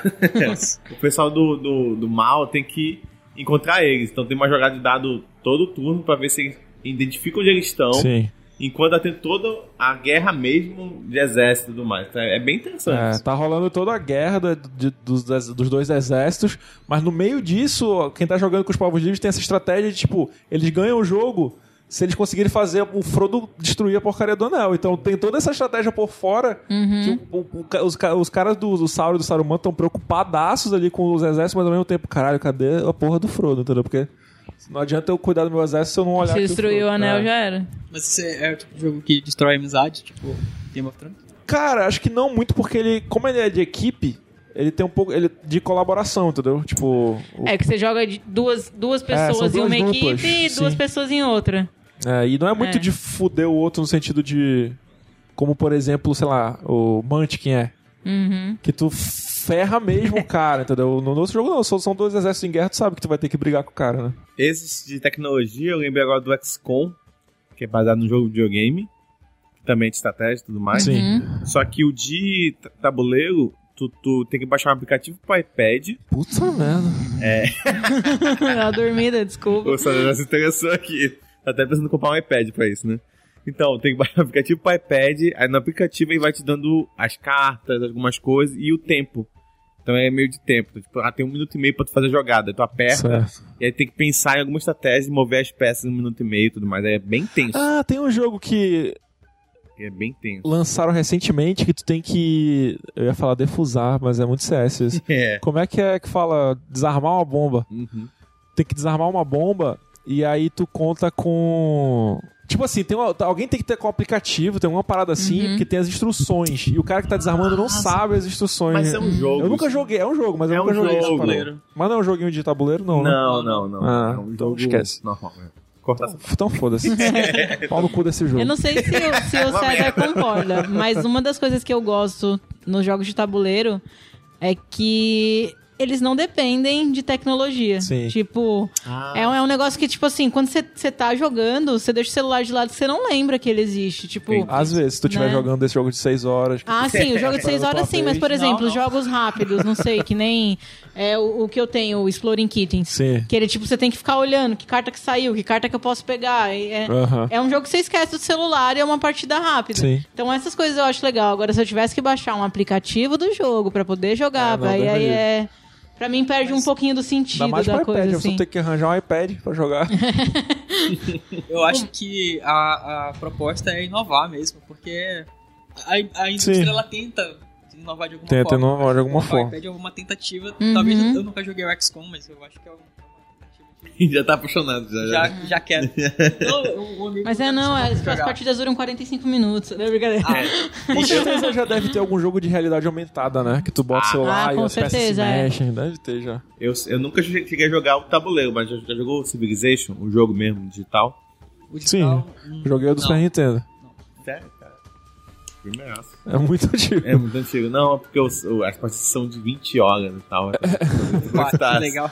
[SPEAKER 1] o pessoal do, do, do mal tem que encontrar eles. Então tem uma jogada de dado todo turno pra ver se eles identificam onde eles estão.
[SPEAKER 2] Sim.
[SPEAKER 1] Enquanto ela tem toda a guerra mesmo de exército e tudo mais. Então, é bem
[SPEAKER 2] É,
[SPEAKER 1] interessante.
[SPEAKER 2] tá rolando toda a guerra da- de- dos, des- dos dois exércitos, mas no meio disso, ó, quem tá jogando com os povos livres tem essa estratégia de tipo, eles ganham o jogo se eles conseguirem fazer o Frodo destruir a porcaria do anel. Então tem toda essa estratégia por fora que
[SPEAKER 6] Uhum.
[SPEAKER 2] o- o- o ca- os, ca- os caras do, do Sauron e do Saruman estão preocupadaços ali com os exércitos, mas ao mesmo tempo, caralho, cadê a porra do Frodo, entendeu? Porque não adianta eu cuidar do meu exército se eu não olhar
[SPEAKER 6] Se
[SPEAKER 2] aqui
[SPEAKER 6] destruiu o
[SPEAKER 2] Frodo.
[SPEAKER 6] anel,
[SPEAKER 2] É.
[SPEAKER 6] já era.
[SPEAKER 4] Mas esse é o tipo de jogo que destrói a amizade, tipo Game of Thrones.
[SPEAKER 2] Cara, acho que não muito, porque ele, como ele é de equipe, ele tem um pouco ele, de colaboração, entendeu? Tipo, o-
[SPEAKER 6] É que você joga de duas, duas
[SPEAKER 2] É, são
[SPEAKER 6] pessoas em
[SPEAKER 2] duas
[SPEAKER 6] uma
[SPEAKER 2] duplas,
[SPEAKER 6] equipe e duas
[SPEAKER 2] sim.
[SPEAKER 6] pessoas em outra.
[SPEAKER 2] é, e não é muito
[SPEAKER 6] É.
[SPEAKER 2] de fuder o outro no sentido de. Como, por exemplo, sei lá, o Munchkin é.
[SPEAKER 6] Uhum.
[SPEAKER 2] Que tu ferra mesmo o cara, entendeu? No nosso jogo não, só são dois exércitos em guerra, tu sabe que tu vai ter que brigar com o cara, né?
[SPEAKER 1] Esses de tecnologia, eu lembrei agora do XCOM, que é baseado no jogo de videogame. que Também é de estratégia e tudo mais.
[SPEAKER 6] Uhum.
[SPEAKER 1] Só que o de t- tabuleiro, tu, tu tem que baixar um aplicativo pro iPad.
[SPEAKER 2] Puta merda.
[SPEAKER 6] Dá uma dormida, desculpa.
[SPEAKER 1] Ou seja, já se interessou aqui. Tá até pensando em comprar um iPad pra isso, né? Então, tem que baixar um aplicativo pro iPad. Aí no aplicativo ele vai te dando as cartas, algumas coisas e o tempo. Então é meio de tempo. Tipo, ah, tem um minuto e meio pra tu fazer a jogada. Aí Tu aperta.
[SPEAKER 2] Certo.
[SPEAKER 1] E aí tem que pensar em alguma estratégia e mover as peças em um minuto e meio e tudo mais. Aí É bem tenso.
[SPEAKER 2] Ah, tem um jogo que
[SPEAKER 1] É bem tenso.
[SPEAKER 2] lançaram recentemente que tu tem que. Eu ia falar defusar, mas é muito CS isso.
[SPEAKER 1] É.
[SPEAKER 2] Como é que é que fala desarmar uma bomba?
[SPEAKER 1] Uhum.
[SPEAKER 2] tem que desarmar uma bomba e aí tu conta com. Tipo assim, tem uma- alguém tem que ter com o aplicativo, tem uma parada assim,
[SPEAKER 6] Uhum.
[SPEAKER 2] que tem as instruções. E o cara que tá desarmando não sabe as instruções.
[SPEAKER 1] Mas é um jogo.
[SPEAKER 2] Eu nunca joguei, é um jogo, mas eu
[SPEAKER 1] É
[SPEAKER 2] nunca
[SPEAKER 1] um
[SPEAKER 2] joguei. essa
[SPEAKER 1] jogo.
[SPEAKER 2] parada. Mas não é um joguinho de tabuleiro, não, né?
[SPEAKER 1] Não, não, não.
[SPEAKER 2] Ah,
[SPEAKER 1] é um
[SPEAKER 2] então
[SPEAKER 1] jogo
[SPEAKER 2] esquece.
[SPEAKER 1] Normal. né? Corta essa.
[SPEAKER 2] Então foda-se. Pau no cu desse jogo.
[SPEAKER 6] Eu não sei se, o- se o César concorda, mas uma das coisas que eu gosto nos jogos de tabuleiro é que eles não dependem de tecnologia.
[SPEAKER 2] Sim.
[SPEAKER 6] Tipo,
[SPEAKER 1] Ah.
[SPEAKER 6] é, um, é um negócio que, tipo assim, quando você- você tá jogando, você deixa o celular de lado, você não lembra que ele existe. Tipo,
[SPEAKER 1] Sim.
[SPEAKER 2] Às vezes, se tu estiver
[SPEAKER 6] Né?
[SPEAKER 2] jogando esse jogo de 6 horas. que
[SPEAKER 6] ah,
[SPEAKER 2] tu-
[SPEAKER 6] sim, o jogo de
[SPEAKER 2] Faz
[SPEAKER 6] 6
[SPEAKER 2] a
[SPEAKER 6] horas
[SPEAKER 2] tua
[SPEAKER 6] sim, mas, por
[SPEAKER 2] vez.
[SPEAKER 6] exemplo,
[SPEAKER 4] não.
[SPEAKER 6] jogos rápidos, não sei, que nem é, o, o que eu tenho, o Exploring Kittens.
[SPEAKER 2] Sim.
[SPEAKER 6] Que ele, tipo, você tem que ficar olhando que carta que saiu, que carta que eu posso pegar. e É,
[SPEAKER 2] Aham.
[SPEAKER 6] é um jogo que você esquece do celular e é uma partida rápida.
[SPEAKER 2] Sim.
[SPEAKER 6] Então essas coisas eu acho legal. Agora, se eu tivesse que baixar um aplicativo do jogo pra poder
[SPEAKER 2] É,
[SPEAKER 6] jogar,
[SPEAKER 2] não,
[SPEAKER 6] aí,
[SPEAKER 2] Deus me
[SPEAKER 6] aí
[SPEAKER 2] livre.
[SPEAKER 6] é. Pra mim perde um pouquinho do
[SPEAKER 2] Ainda
[SPEAKER 6] sentido
[SPEAKER 2] mais pra
[SPEAKER 6] da
[SPEAKER 2] iPad,
[SPEAKER 6] coisa,
[SPEAKER 2] você
[SPEAKER 6] assim.
[SPEAKER 2] tem que arranjar um iPad pra jogar.
[SPEAKER 4] Eu acho que a, a proposta é inovar mesmo, porque a, a indústria
[SPEAKER 2] Sim.
[SPEAKER 4] ela tenta inovar de alguma
[SPEAKER 2] Tenta
[SPEAKER 4] forma.
[SPEAKER 2] inovar de alguma
[SPEAKER 4] o
[SPEAKER 2] forma.
[SPEAKER 4] iPad é uma tentativa,
[SPEAKER 6] Uhum.
[SPEAKER 4] talvez eu nunca joguei o XCOM, mas eu acho que é uma tentativa de...
[SPEAKER 1] Já tá apaixonado. Já, já.
[SPEAKER 4] Já,
[SPEAKER 2] Né?
[SPEAKER 4] já quero. Não, um amigo
[SPEAKER 6] Mas é,
[SPEAKER 4] meu chamou
[SPEAKER 6] não, é,
[SPEAKER 4] pra
[SPEAKER 6] as
[SPEAKER 4] jogar.
[SPEAKER 6] partidas duram 45 minutos. Não é brincadeira.
[SPEAKER 2] Com certeza já deve ter algum jogo de realidade aumentada, né? Que tu bota o celular
[SPEAKER 6] Ah,
[SPEAKER 2] e
[SPEAKER 6] com
[SPEAKER 2] as peças se
[SPEAKER 6] certeza, é.
[SPEAKER 2] mexem. Deve ter já.
[SPEAKER 1] Eu, eu nunca che- cheguei a jogar o tabuleiro, mas já, já jogou o Civilization, o jogo mesmo, digital?
[SPEAKER 4] O digital, hum,
[SPEAKER 2] Joguei o do
[SPEAKER 4] não.
[SPEAKER 2] Super Nintendo.
[SPEAKER 1] Sério, cara. Primeiraço.
[SPEAKER 2] É muito antigo.
[SPEAKER 1] É muito antigo. Não, é porque os- o- as partes são de 20 horas e
[SPEAKER 2] É,
[SPEAKER 1] tal.
[SPEAKER 4] Pá, que
[SPEAKER 1] Gostasse.
[SPEAKER 4] legal.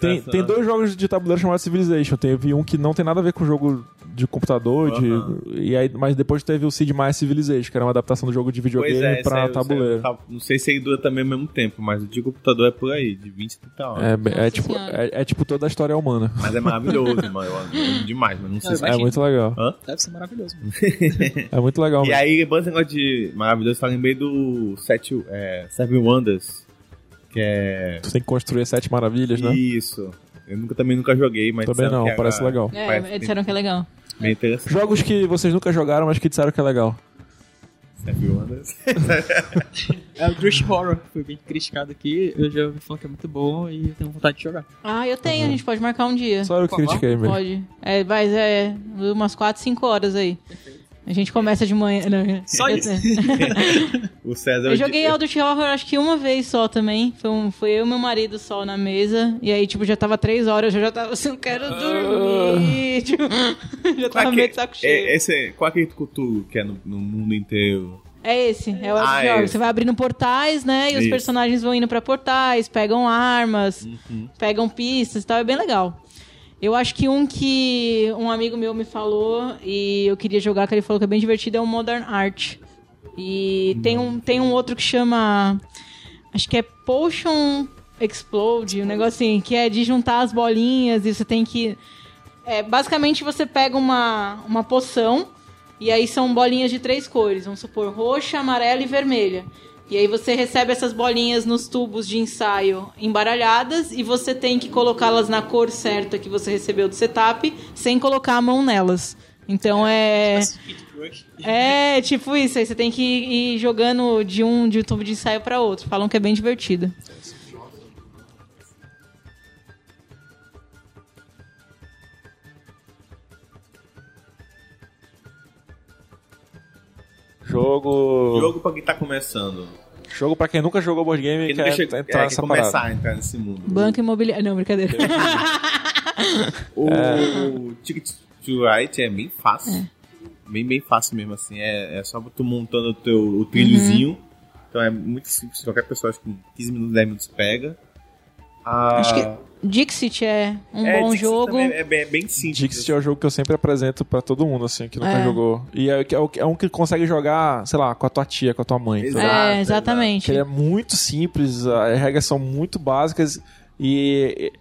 [SPEAKER 2] tem, tem dois jogos de tabuleiro chamados Civilization. Teve um que não tem nada a ver com o jogo de computador,
[SPEAKER 1] Aham.
[SPEAKER 2] de, e aí, mas depois teve o Sid Meier's Civilization, que era uma adaptação do jogo de videogame
[SPEAKER 1] isso aí,
[SPEAKER 2] pra
[SPEAKER 1] isso aí,
[SPEAKER 2] tabuleiro.
[SPEAKER 1] tá- não sei se ele dura também ao mesmo tempo, mas o de computador é por aí, de 20 e 30 horas.
[SPEAKER 2] É, bem- é
[SPEAKER 6] Nossa
[SPEAKER 2] tipo,
[SPEAKER 6] Senhora.
[SPEAKER 2] é- é tipo toda a história humana.
[SPEAKER 1] Mas é maravilhoso, mano. Eu amo demais, mas não sei
[SPEAKER 4] Não,
[SPEAKER 1] se
[SPEAKER 2] É
[SPEAKER 4] Imagina.
[SPEAKER 2] muito legal.
[SPEAKER 4] Deve ser maravilhoso.
[SPEAKER 2] É muito legal.
[SPEAKER 1] E
[SPEAKER 2] mesmo.
[SPEAKER 1] aí, lembrando esse negócio de maravilhoso, eu lembrei do Sete, é, Seven Wonders, que é...
[SPEAKER 2] Tu tem que construir as sete maravilhas, né?
[SPEAKER 1] Isso. Eu nunca, também nunca joguei, mas...
[SPEAKER 2] Também
[SPEAKER 1] disseram
[SPEAKER 2] não,
[SPEAKER 1] que era
[SPEAKER 2] parece legal.
[SPEAKER 6] É,
[SPEAKER 1] Parece
[SPEAKER 6] eles disseram que é legal.
[SPEAKER 1] Bem interessante,
[SPEAKER 2] Jogos que vocês nunca jogaram, mas que disseram que é legal.
[SPEAKER 1] Seven Wonders.
[SPEAKER 4] É o Drush Horror, que foi bem criticado aqui. Eu já ouvi falar que é muito bom e eu tenho vontade de jogar.
[SPEAKER 6] Ah, eu tenho, a gente pode marcar um dia.
[SPEAKER 2] Uhum. Só eu que
[SPEAKER 4] Qual?
[SPEAKER 2] critiquei mesmo.
[SPEAKER 6] Pode. É, mas é umas 4, 5 horas aí. A gente começa de manhã. Não,
[SPEAKER 4] Só
[SPEAKER 6] eu-
[SPEAKER 4] isso.
[SPEAKER 1] O César...
[SPEAKER 6] Eu joguei Eldritch Horror acho que uma vez só também. Foi, um- foi eu e meu marido só na mesa. E aí, tipo, já tava três horas, eu já tava assim, eu quero dormir. Tipo, já
[SPEAKER 1] Qual
[SPEAKER 6] tava
[SPEAKER 1] é
[SPEAKER 6] meio
[SPEAKER 1] Ah. que-
[SPEAKER 6] de saco cheio.
[SPEAKER 1] é, esse, qual é aquele Cthulhu que é no, no mundo inteiro?
[SPEAKER 6] É esse, é o
[SPEAKER 1] Ah,
[SPEAKER 6] Eldritch Horror.
[SPEAKER 1] esse.
[SPEAKER 6] Você vai abrindo portais, né? E os
[SPEAKER 1] Isso.
[SPEAKER 6] personagens vão indo pra portais, pegam armas,
[SPEAKER 1] Uhum.
[SPEAKER 6] pegam pistas e tal. É bem legal. Eu acho que um que um amigo meu me falou e eu queria jogar, que ele falou que é bem divertido, é o Modern Art. E tem um, tem um outro que chama. Acho que é Potion Explode, um negócio assim, que é de juntar as bolinhas e você tem que. É, basicamente você pega uma, uma poção e aí são bolinhas de três cores, vamos supor, roxa, amarela e vermelha. E aí você recebe essas bolinhas nos tubos de ensaio embaralhadas e você tem que colocá-las na cor certa que você recebeu do setup sem colocar a mão nelas. Então é. É, tipo isso. Aí você tem que ir jogando de um de um tubo de ensaio pra outro. Falam que é bem divertido.
[SPEAKER 2] Jogo. Jogo,
[SPEAKER 1] Jogo pra quem tá começando.
[SPEAKER 2] pra quem nunca jogou board game
[SPEAKER 1] Quem
[SPEAKER 2] e
[SPEAKER 1] nunca
[SPEAKER 2] quer
[SPEAKER 1] chegou,
[SPEAKER 2] entrar
[SPEAKER 1] é, quer
[SPEAKER 2] nessa
[SPEAKER 1] começar
[SPEAKER 2] parada.
[SPEAKER 1] a entrar nesse mundo.
[SPEAKER 6] Banco imobiliário. Não, brincadeira.
[SPEAKER 1] O
[SPEAKER 2] É.
[SPEAKER 1] Ticket to Ride é bem fácil. Bem, bem fácil mesmo, assim. É, é só tu montando o teu o trilhozinho.
[SPEAKER 6] Uhum.
[SPEAKER 1] Então é muito simples. Qualquer pessoa, acho que em 15 minutos, 10 minutos pega. Ah,
[SPEAKER 6] Acho que Dixit é um
[SPEAKER 1] é,
[SPEAKER 6] bom
[SPEAKER 1] Dixit
[SPEAKER 6] jogo.
[SPEAKER 1] também É bem, é bem simples.
[SPEAKER 2] Dixit é o jogo que eu sempre apresento pra todo mundo, assim, que nunca
[SPEAKER 6] É.
[SPEAKER 2] jogou. E é, o que- é o que- é um que consegue jogar, sei lá, com a tua tia, com a tua mãe.
[SPEAKER 1] Exato.
[SPEAKER 2] tá ligado?
[SPEAKER 6] É,
[SPEAKER 1] exato.
[SPEAKER 2] Que
[SPEAKER 6] exatamente.
[SPEAKER 2] ele é muito simples, as regras são muito básicas e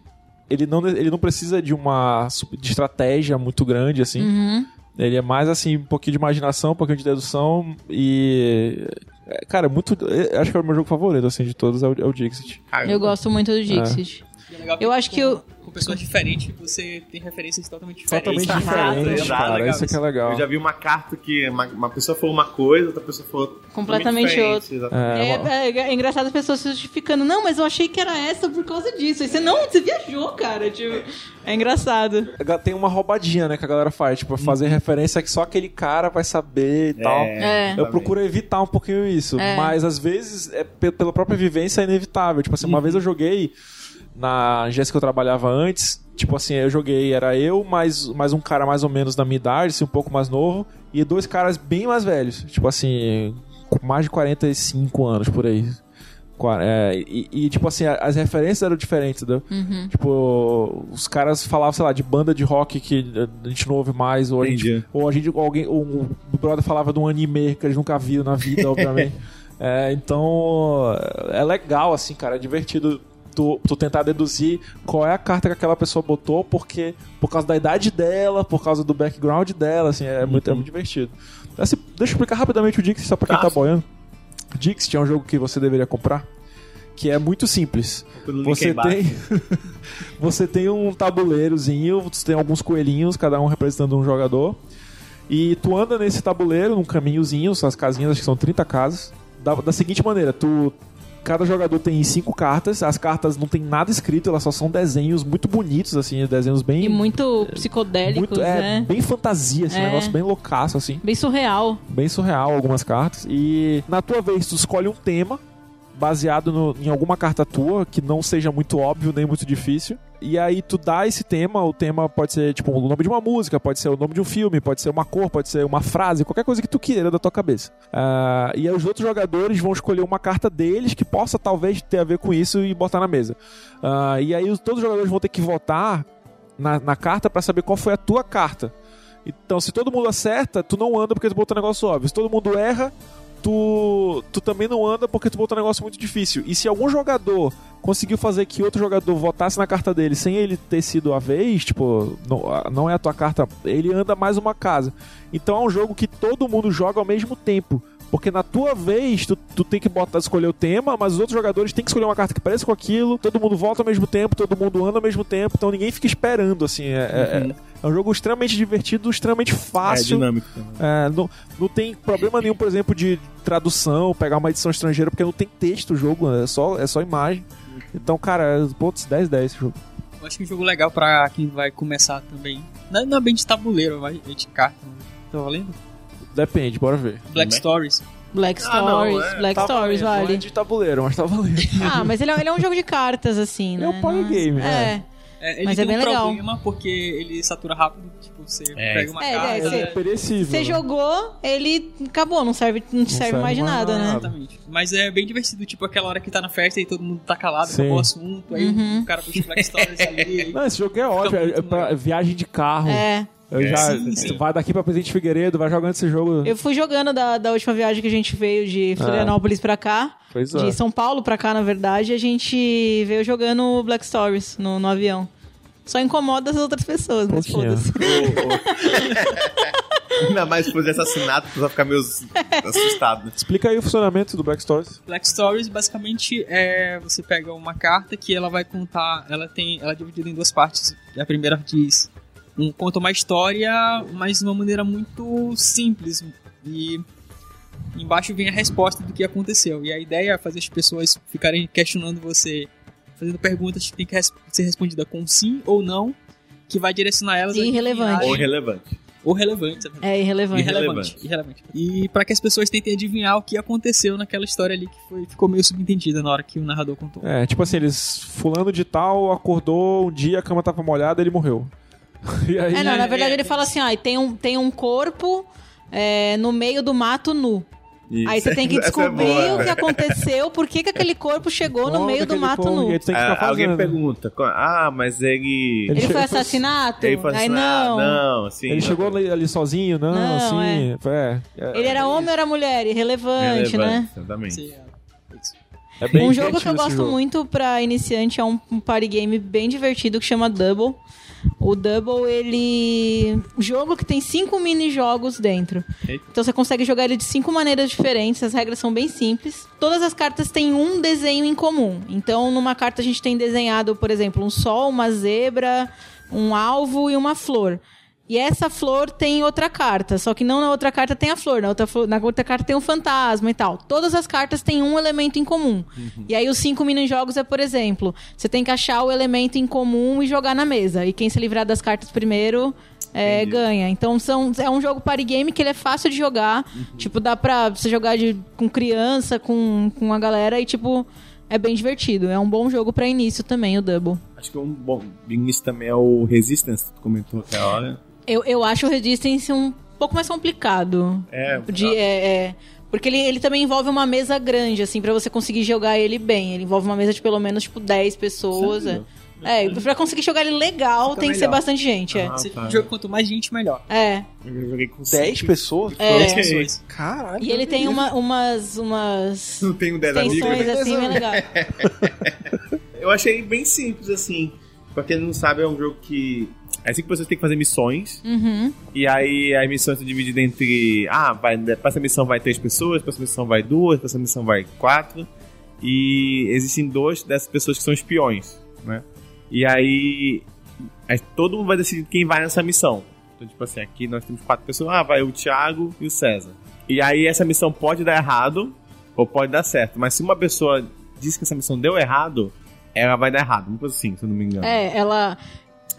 [SPEAKER 2] ele não, ele não precisa de uma sup- de estratégia muito grande, assim.
[SPEAKER 6] Uhum.
[SPEAKER 2] Ele é mais assim, um pouquinho de imaginação, um pouquinho de dedução e. é, Cara, é muito. é, Acho que é o meu jogo favorito, assim, de todos, é o, é o Dixit.
[SPEAKER 1] Cara,
[SPEAKER 6] Eu gosto muito do Dixit.
[SPEAKER 4] E é legal
[SPEAKER 6] Eu acho
[SPEAKER 4] com-
[SPEAKER 6] que eu-
[SPEAKER 4] Com pessoas diferentes, você tem referências totalmente
[SPEAKER 1] é
[SPEAKER 4] diferentes. Tá,
[SPEAKER 2] Totalmente
[SPEAKER 1] Exato,
[SPEAKER 2] diferente,
[SPEAKER 1] exato,
[SPEAKER 2] cara.
[SPEAKER 1] legal
[SPEAKER 2] isso que é legal.
[SPEAKER 1] Eu já vi uma carta que uma, uma pessoa falou uma coisa, outra pessoa falou. totalmente
[SPEAKER 6] Completamente
[SPEAKER 1] diferente,
[SPEAKER 6] outra.
[SPEAKER 1] exatamente.
[SPEAKER 2] É,
[SPEAKER 6] É,
[SPEAKER 2] uma-
[SPEAKER 6] é, é engraçado as pessoas se justificando. Não, mas eu achei que era essa por causa disso. Aí você não, você viajou, cara. Tipo, é engraçado.
[SPEAKER 2] Tem uma roubadinha, né, que a galera faz, tipo, fazer referência que só aquele cara vai saber e tal.
[SPEAKER 6] É.
[SPEAKER 2] Eu procuro evitar um pouquinho isso,
[SPEAKER 6] É.
[SPEAKER 2] mas às vezes, é, pe- pela própria vivência, é inevitável. Tipo assim,
[SPEAKER 6] Uhum.
[SPEAKER 2] uma vez eu joguei na agência que eu trabalhava antes, tipo assim, eu joguei, era eu, mais, mais um cara mais ou menos da minha idade, assim, um pouco mais novo, e dois caras bem mais velhos, tipo assim, com mais de 45 anos por aí. Qua- é, e, e, tipo assim, a- as referências eram diferentes, entendeu?
[SPEAKER 6] Uhum.
[SPEAKER 2] Tipo, os caras falavam, sei lá, de banda de rock que a gente não ouve mais, ou a gente
[SPEAKER 1] Entendi.
[SPEAKER 2] ou a gente, ou alguém, ou um- o brother falava de um anime que eles nunca viram na vida, obviamente. É, então, é legal, assim, cara, é divertido tu, tu tentar deduzir qual é a carta que aquela pessoa botou, porque por causa da idade dela, por causa do background dela, assim, é, muito, é muito divertido. Assim, deixa eu explicar rapidamente o Dixit, só pra quem
[SPEAKER 1] Tá.
[SPEAKER 2] tá boiando. Dixit é um jogo que você deveria comprar, que é muito simples.
[SPEAKER 1] Pelo link aí
[SPEAKER 2] Você
[SPEAKER 1] embaixo.
[SPEAKER 2] tem, você tem um tabuleirozinho, você tem alguns coelhinhos, cada um representando um jogador. E tu anda nesse tabuleiro, num caminhozinho, as casinhas, acho que são 30 casas. Da, da seguinte maneira, tu. Cada jogador tem cinco cartas, as cartas não tem nada escrito, elas só são desenhos muito bonitos, assim, desenhos bem.
[SPEAKER 6] E muito psicodélicos,
[SPEAKER 2] muito- é,
[SPEAKER 6] né?
[SPEAKER 2] bem fantasia, assim, um
[SPEAKER 6] É.
[SPEAKER 2] negócio bem loucaço, assim
[SPEAKER 6] Bem surreal.
[SPEAKER 2] bem surreal algumas cartas. E na tua vez, tu escolhe um tema baseado no- em alguma carta tua, que não seja muito óbvio nem muito difícil. E aí tu dá esse tema, o tema pode ser tipo o nome de uma música, pode ser o nome de um filme, pode ser uma cor, pode ser uma frase, qualquer coisa que tu queira da tua cabeça. Ah, e aí os outros jogadores vão escolher uma carta deles que possa talvez ter a ver com isso e botar na mesa. Ah, e aí os- todos os jogadores vão ter que votar na, na carta pra saber qual foi a tua carta. Então, se todo mundo acerta, tu não anda porque tu botou um negócio óbvio. Se todo mundo erra, tu, tu também não anda porque tu botou um negócio muito difícil. E se algum jogador conseguiu fazer que outro jogador votasse na carta dele sem ele ter sido a vez, tipo, não, a- não é a tua carta, ele anda mais uma casa. Então é um jogo que todo mundo joga ao mesmo tempo. Porque na tua vez, tu, tu tem que botar, escolher o tema, mas os outros jogadores têm que escolher uma carta que pareça com aquilo, todo mundo volta ao mesmo tempo, todo mundo anda ao mesmo tempo, então ninguém fica esperando, assim. É, é- é um jogo extremamente divertido, extremamente
[SPEAKER 8] É
[SPEAKER 2] fácil.
[SPEAKER 8] dinâmico também.
[SPEAKER 2] É, não, não tem problema nenhum, por exemplo, de tradução, pegar uma edição estrangeira, porque não tem texto o jogo, é só, é só imagem. Então, cara, pontos 10 10 esse jogo.
[SPEAKER 4] Eu acho que é um jogo legal pra quem vai começar também. Não, não é bem de tabuleiro, mas é de carta. Tá valendo?
[SPEAKER 2] Depende, bora ver.
[SPEAKER 4] Black Stories.
[SPEAKER 6] Black
[SPEAKER 1] Ah, não,
[SPEAKER 6] Stories,
[SPEAKER 1] é,
[SPEAKER 6] Black Stories,
[SPEAKER 2] valendo, não
[SPEAKER 6] vale.
[SPEAKER 2] é de tabuleiro, mas tá valendo.
[SPEAKER 6] Ah, mas ele é, ele é um jogo de cartas, assim, né?
[SPEAKER 2] É um party
[SPEAKER 6] Não
[SPEAKER 2] game,
[SPEAKER 6] é.
[SPEAKER 4] É, ele
[SPEAKER 6] Mas
[SPEAKER 4] tem
[SPEAKER 6] é bem
[SPEAKER 4] um
[SPEAKER 6] legal.
[SPEAKER 4] problema porque ele satura rápido. Tipo, você
[SPEAKER 8] É.
[SPEAKER 4] pega uma
[SPEAKER 6] É,
[SPEAKER 4] carta.
[SPEAKER 6] é, você-
[SPEAKER 2] perecível.
[SPEAKER 6] Você
[SPEAKER 2] né?
[SPEAKER 6] jogou, ele acabou, não serve, não te serve
[SPEAKER 2] serve
[SPEAKER 6] mais de
[SPEAKER 2] mais
[SPEAKER 6] nada, né?
[SPEAKER 2] nada.
[SPEAKER 4] Exatamente. Mas é bem divertido, tipo aquela hora que tá na festa e todo mundo tá calado,
[SPEAKER 2] Sim.
[SPEAKER 4] acabou o assunto, aí
[SPEAKER 6] Uhum.
[SPEAKER 4] o cara puxa o Black Stories ali.
[SPEAKER 2] Não, esse jogo é ótimo, é, é
[SPEAKER 4] muito
[SPEAKER 2] pra viagem de carro.
[SPEAKER 6] É.
[SPEAKER 2] Eu já,
[SPEAKER 4] Sim, sim.
[SPEAKER 2] Vai daqui pra Presidente Figueiredo, vai jogando esse jogo.
[SPEAKER 6] Eu fui jogando da, da última viagem que a gente veio de Florianópolis pra cá,
[SPEAKER 2] Pois é.
[SPEAKER 6] de São Paulo pra cá, na verdade, a gente veio jogando Black Stories no, no avião. Só incomoda as outras pessoas, mas
[SPEAKER 2] Pouquinho.
[SPEAKER 6] foda-se.
[SPEAKER 1] Ainda mais se fosse assassinato, tu vai ficar meio assustado. né?
[SPEAKER 2] Explica aí o funcionamento do Black Stories.
[SPEAKER 4] Black Stories basicamente é você pega uma carta que ela vai contar, ela tem, ela é dividida em duas partes. A primeira diz um conta uma história, mas de uma maneira muito simples e embaixo vem a resposta do que aconteceu. E a ideia é fazer as pessoas ficarem questionando você, fazendo perguntas que tem que res- ser respondida com sim ou não, que vai direcionar elas a
[SPEAKER 6] Irrelevante.
[SPEAKER 1] Ou
[SPEAKER 4] adivinharem-
[SPEAKER 1] relevante.
[SPEAKER 4] ou relevante, sabe?
[SPEAKER 6] É irrelevante.
[SPEAKER 1] Irrelevante.
[SPEAKER 4] Irrelevante. E pra que as pessoas tentem adivinhar o que aconteceu naquela história ali que foi, ficou meio subentendida na hora que o narrador contou.
[SPEAKER 2] É, tipo assim, eles. Fulano de tal acordou um dia, a cama tava molhada, ele morreu. E aí.
[SPEAKER 6] É, não, na verdade
[SPEAKER 4] é,
[SPEAKER 6] ele fala assim, ah, e tem um, tem um corpo é, no meio do mato nu. Aí você tem que
[SPEAKER 1] Essa é
[SPEAKER 6] descobrir
[SPEAKER 1] boa,
[SPEAKER 6] o que aconteceu, por que, que aquele corpo chegou no
[SPEAKER 2] Como
[SPEAKER 6] meio do
[SPEAKER 2] aquele
[SPEAKER 6] mato
[SPEAKER 2] povo,
[SPEAKER 6] nu.
[SPEAKER 2] e aí tu tem que ficar
[SPEAKER 1] Ah, alguém
[SPEAKER 2] fazendo.
[SPEAKER 1] pergunta, ah, mas ele...
[SPEAKER 2] Ele
[SPEAKER 6] Ele
[SPEAKER 2] chegou-
[SPEAKER 6] foi assassinato?
[SPEAKER 1] Ele fala
[SPEAKER 6] Aí
[SPEAKER 1] assim,
[SPEAKER 6] não.
[SPEAKER 1] ah, não, assim...
[SPEAKER 2] Ele
[SPEAKER 1] não.
[SPEAKER 2] chegou ali, ali sozinho? Não,
[SPEAKER 6] Não,
[SPEAKER 2] assim. É. é,
[SPEAKER 6] Ele era homem ou era mulher? Irrelevante,
[SPEAKER 1] relevante,
[SPEAKER 6] né?
[SPEAKER 1] Exatamente.
[SPEAKER 4] Sim, é. Isso.
[SPEAKER 2] é bem
[SPEAKER 6] um jogo que
[SPEAKER 2] divertido
[SPEAKER 6] eu
[SPEAKER 2] esse
[SPEAKER 6] gosto
[SPEAKER 2] jogo.
[SPEAKER 6] muito pra iniciante é um, um party game bem divertido que chama Double. O Double, ele. Jogo que tem cinco mini-jogos dentro.
[SPEAKER 1] Eita.
[SPEAKER 6] Então você consegue jogar ele de cinco maneiras diferentes, as regras são bem simples. Todas as cartas têm um desenho em comum. Então, numa carta a gente tem desenhado, por exemplo, um sol, uma zebra, um alvo e uma flor. E essa flor tem outra carta, só que não na outra carta tem a flor, na outra, flor- na outra carta tem um fantasma e tal. Todas as cartas têm um elemento em comum. E aí os cinco mini-jogos é, por exemplo, você tem que achar o elemento em comum e jogar na mesa. E quem se livrar das cartas primeiro é, ganha. Então são, é um jogo party game que ele é fácil de jogar. Tipo, dá pra você jogar de- com criança, com, com a galera e, tipo, é bem divertido. É um bom jogo pra início também, o Double.
[SPEAKER 8] Acho que um bom início também é o Resistance, que tu comentou
[SPEAKER 1] É,
[SPEAKER 8] aquela hora.
[SPEAKER 6] Eu, eu acho o Resistance um pouco mais complicado.
[SPEAKER 8] É,
[SPEAKER 6] De,
[SPEAKER 1] Tá.
[SPEAKER 6] é, é. porque ele, ele também envolve uma mesa grande, assim, pra você conseguir jogar ele bem. Ele envolve uma mesa de pelo menos, tipo, 10 pessoas. É, É, e pra conseguir jogar ele legal,
[SPEAKER 4] Fica
[SPEAKER 6] tem que ser
[SPEAKER 4] melhor.
[SPEAKER 6] bastante gente, é.
[SPEAKER 8] Ah,
[SPEAKER 4] Esse
[SPEAKER 8] tá.
[SPEAKER 4] jogo, quanto mais gente, melhor.
[SPEAKER 6] É.
[SPEAKER 8] eu joguei com
[SPEAKER 2] 10
[SPEAKER 8] cinco.
[SPEAKER 2] pessoas?
[SPEAKER 6] é.
[SPEAKER 4] pessoas.
[SPEAKER 2] Caralho.
[SPEAKER 6] E ele tem uma- umas, umas
[SPEAKER 1] Não tem um 10 amigos,
[SPEAKER 6] tensões,
[SPEAKER 1] né?
[SPEAKER 6] assim, bem legal. é.
[SPEAKER 1] Eu achei bem simples, assim. Pra quem não sabe, é um jogo que... É assim que você tem que fazer missões.
[SPEAKER 6] Uhum.
[SPEAKER 1] E aí a missão está dividida entre. Ah, vai, pra essa missão vai três pessoas, pra essa missão vai duas, pra essa missão vai quatro. E existem dois dessas pessoas que são espiões, né? E aí, aí todo mundo vai decidir quem vai nessa missão. Então, tipo assim, aqui nós temos quatro pessoas. Ah, vai o Thiago e o César. E aí essa missão pode dar errado ou pode dar certo. Mas se uma pessoa diz que essa missão deu errado, ela vai dar errado. Uma coisa assim, se eu não me engano.
[SPEAKER 6] É, ela.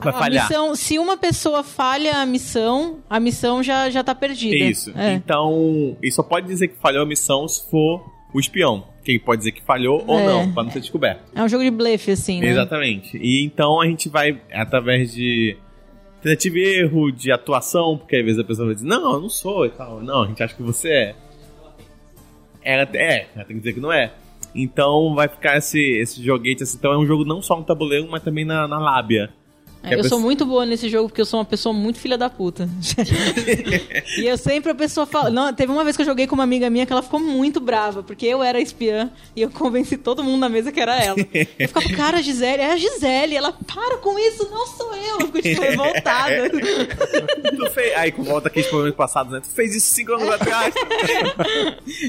[SPEAKER 1] Vai
[SPEAKER 6] a
[SPEAKER 1] falhar.
[SPEAKER 6] missão- se uma pessoa falha a missão, a missão já, já tá perdida.
[SPEAKER 1] Isso.
[SPEAKER 6] É.
[SPEAKER 1] Então, ele só pode dizer que falhou a missão se for o espião. Quem pode dizer que falhou ou
[SPEAKER 6] É.
[SPEAKER 1] não, pra não ser descoberto.
[SPEAKER 6] É um jogo de blefe, assim, né?
[SPEAKER 1] Exatamente. E então a gente vai através de tentativa e erro, de atuação, porque às vezes a pessoa vai dizer, não, eu não sou e tal. Não, a gente acha que você é. Ela é, ela tem que dizer que não é. Então vai ficar esse, esse joguete assim. Então é um jogo não só no tabuleiro, mas também na, na lábia.
[SPEAKER 6] É, eu sou muito boa nesse jogo porque eu sou uma pessoa muito filha da puta. e eu sempre a pessoa fala. Não, teve uma vez que eu joguei com uma amiga minha que ela ficou muito brava, porque eu era espiã e eu convenci todo mundo na mesa que era ela. Eu ficava, cara, a Gisele, é a Gisele. Ela, para com isso, não sou eu. Eu fico tipo, revoltada.
[SPEAKER 1] Tu fez... Aí, com volta aqui os problemas passados, né? Tu fez isso cinco
[SPEAKER 6] É.
[SPEAKER 1] anos atrás.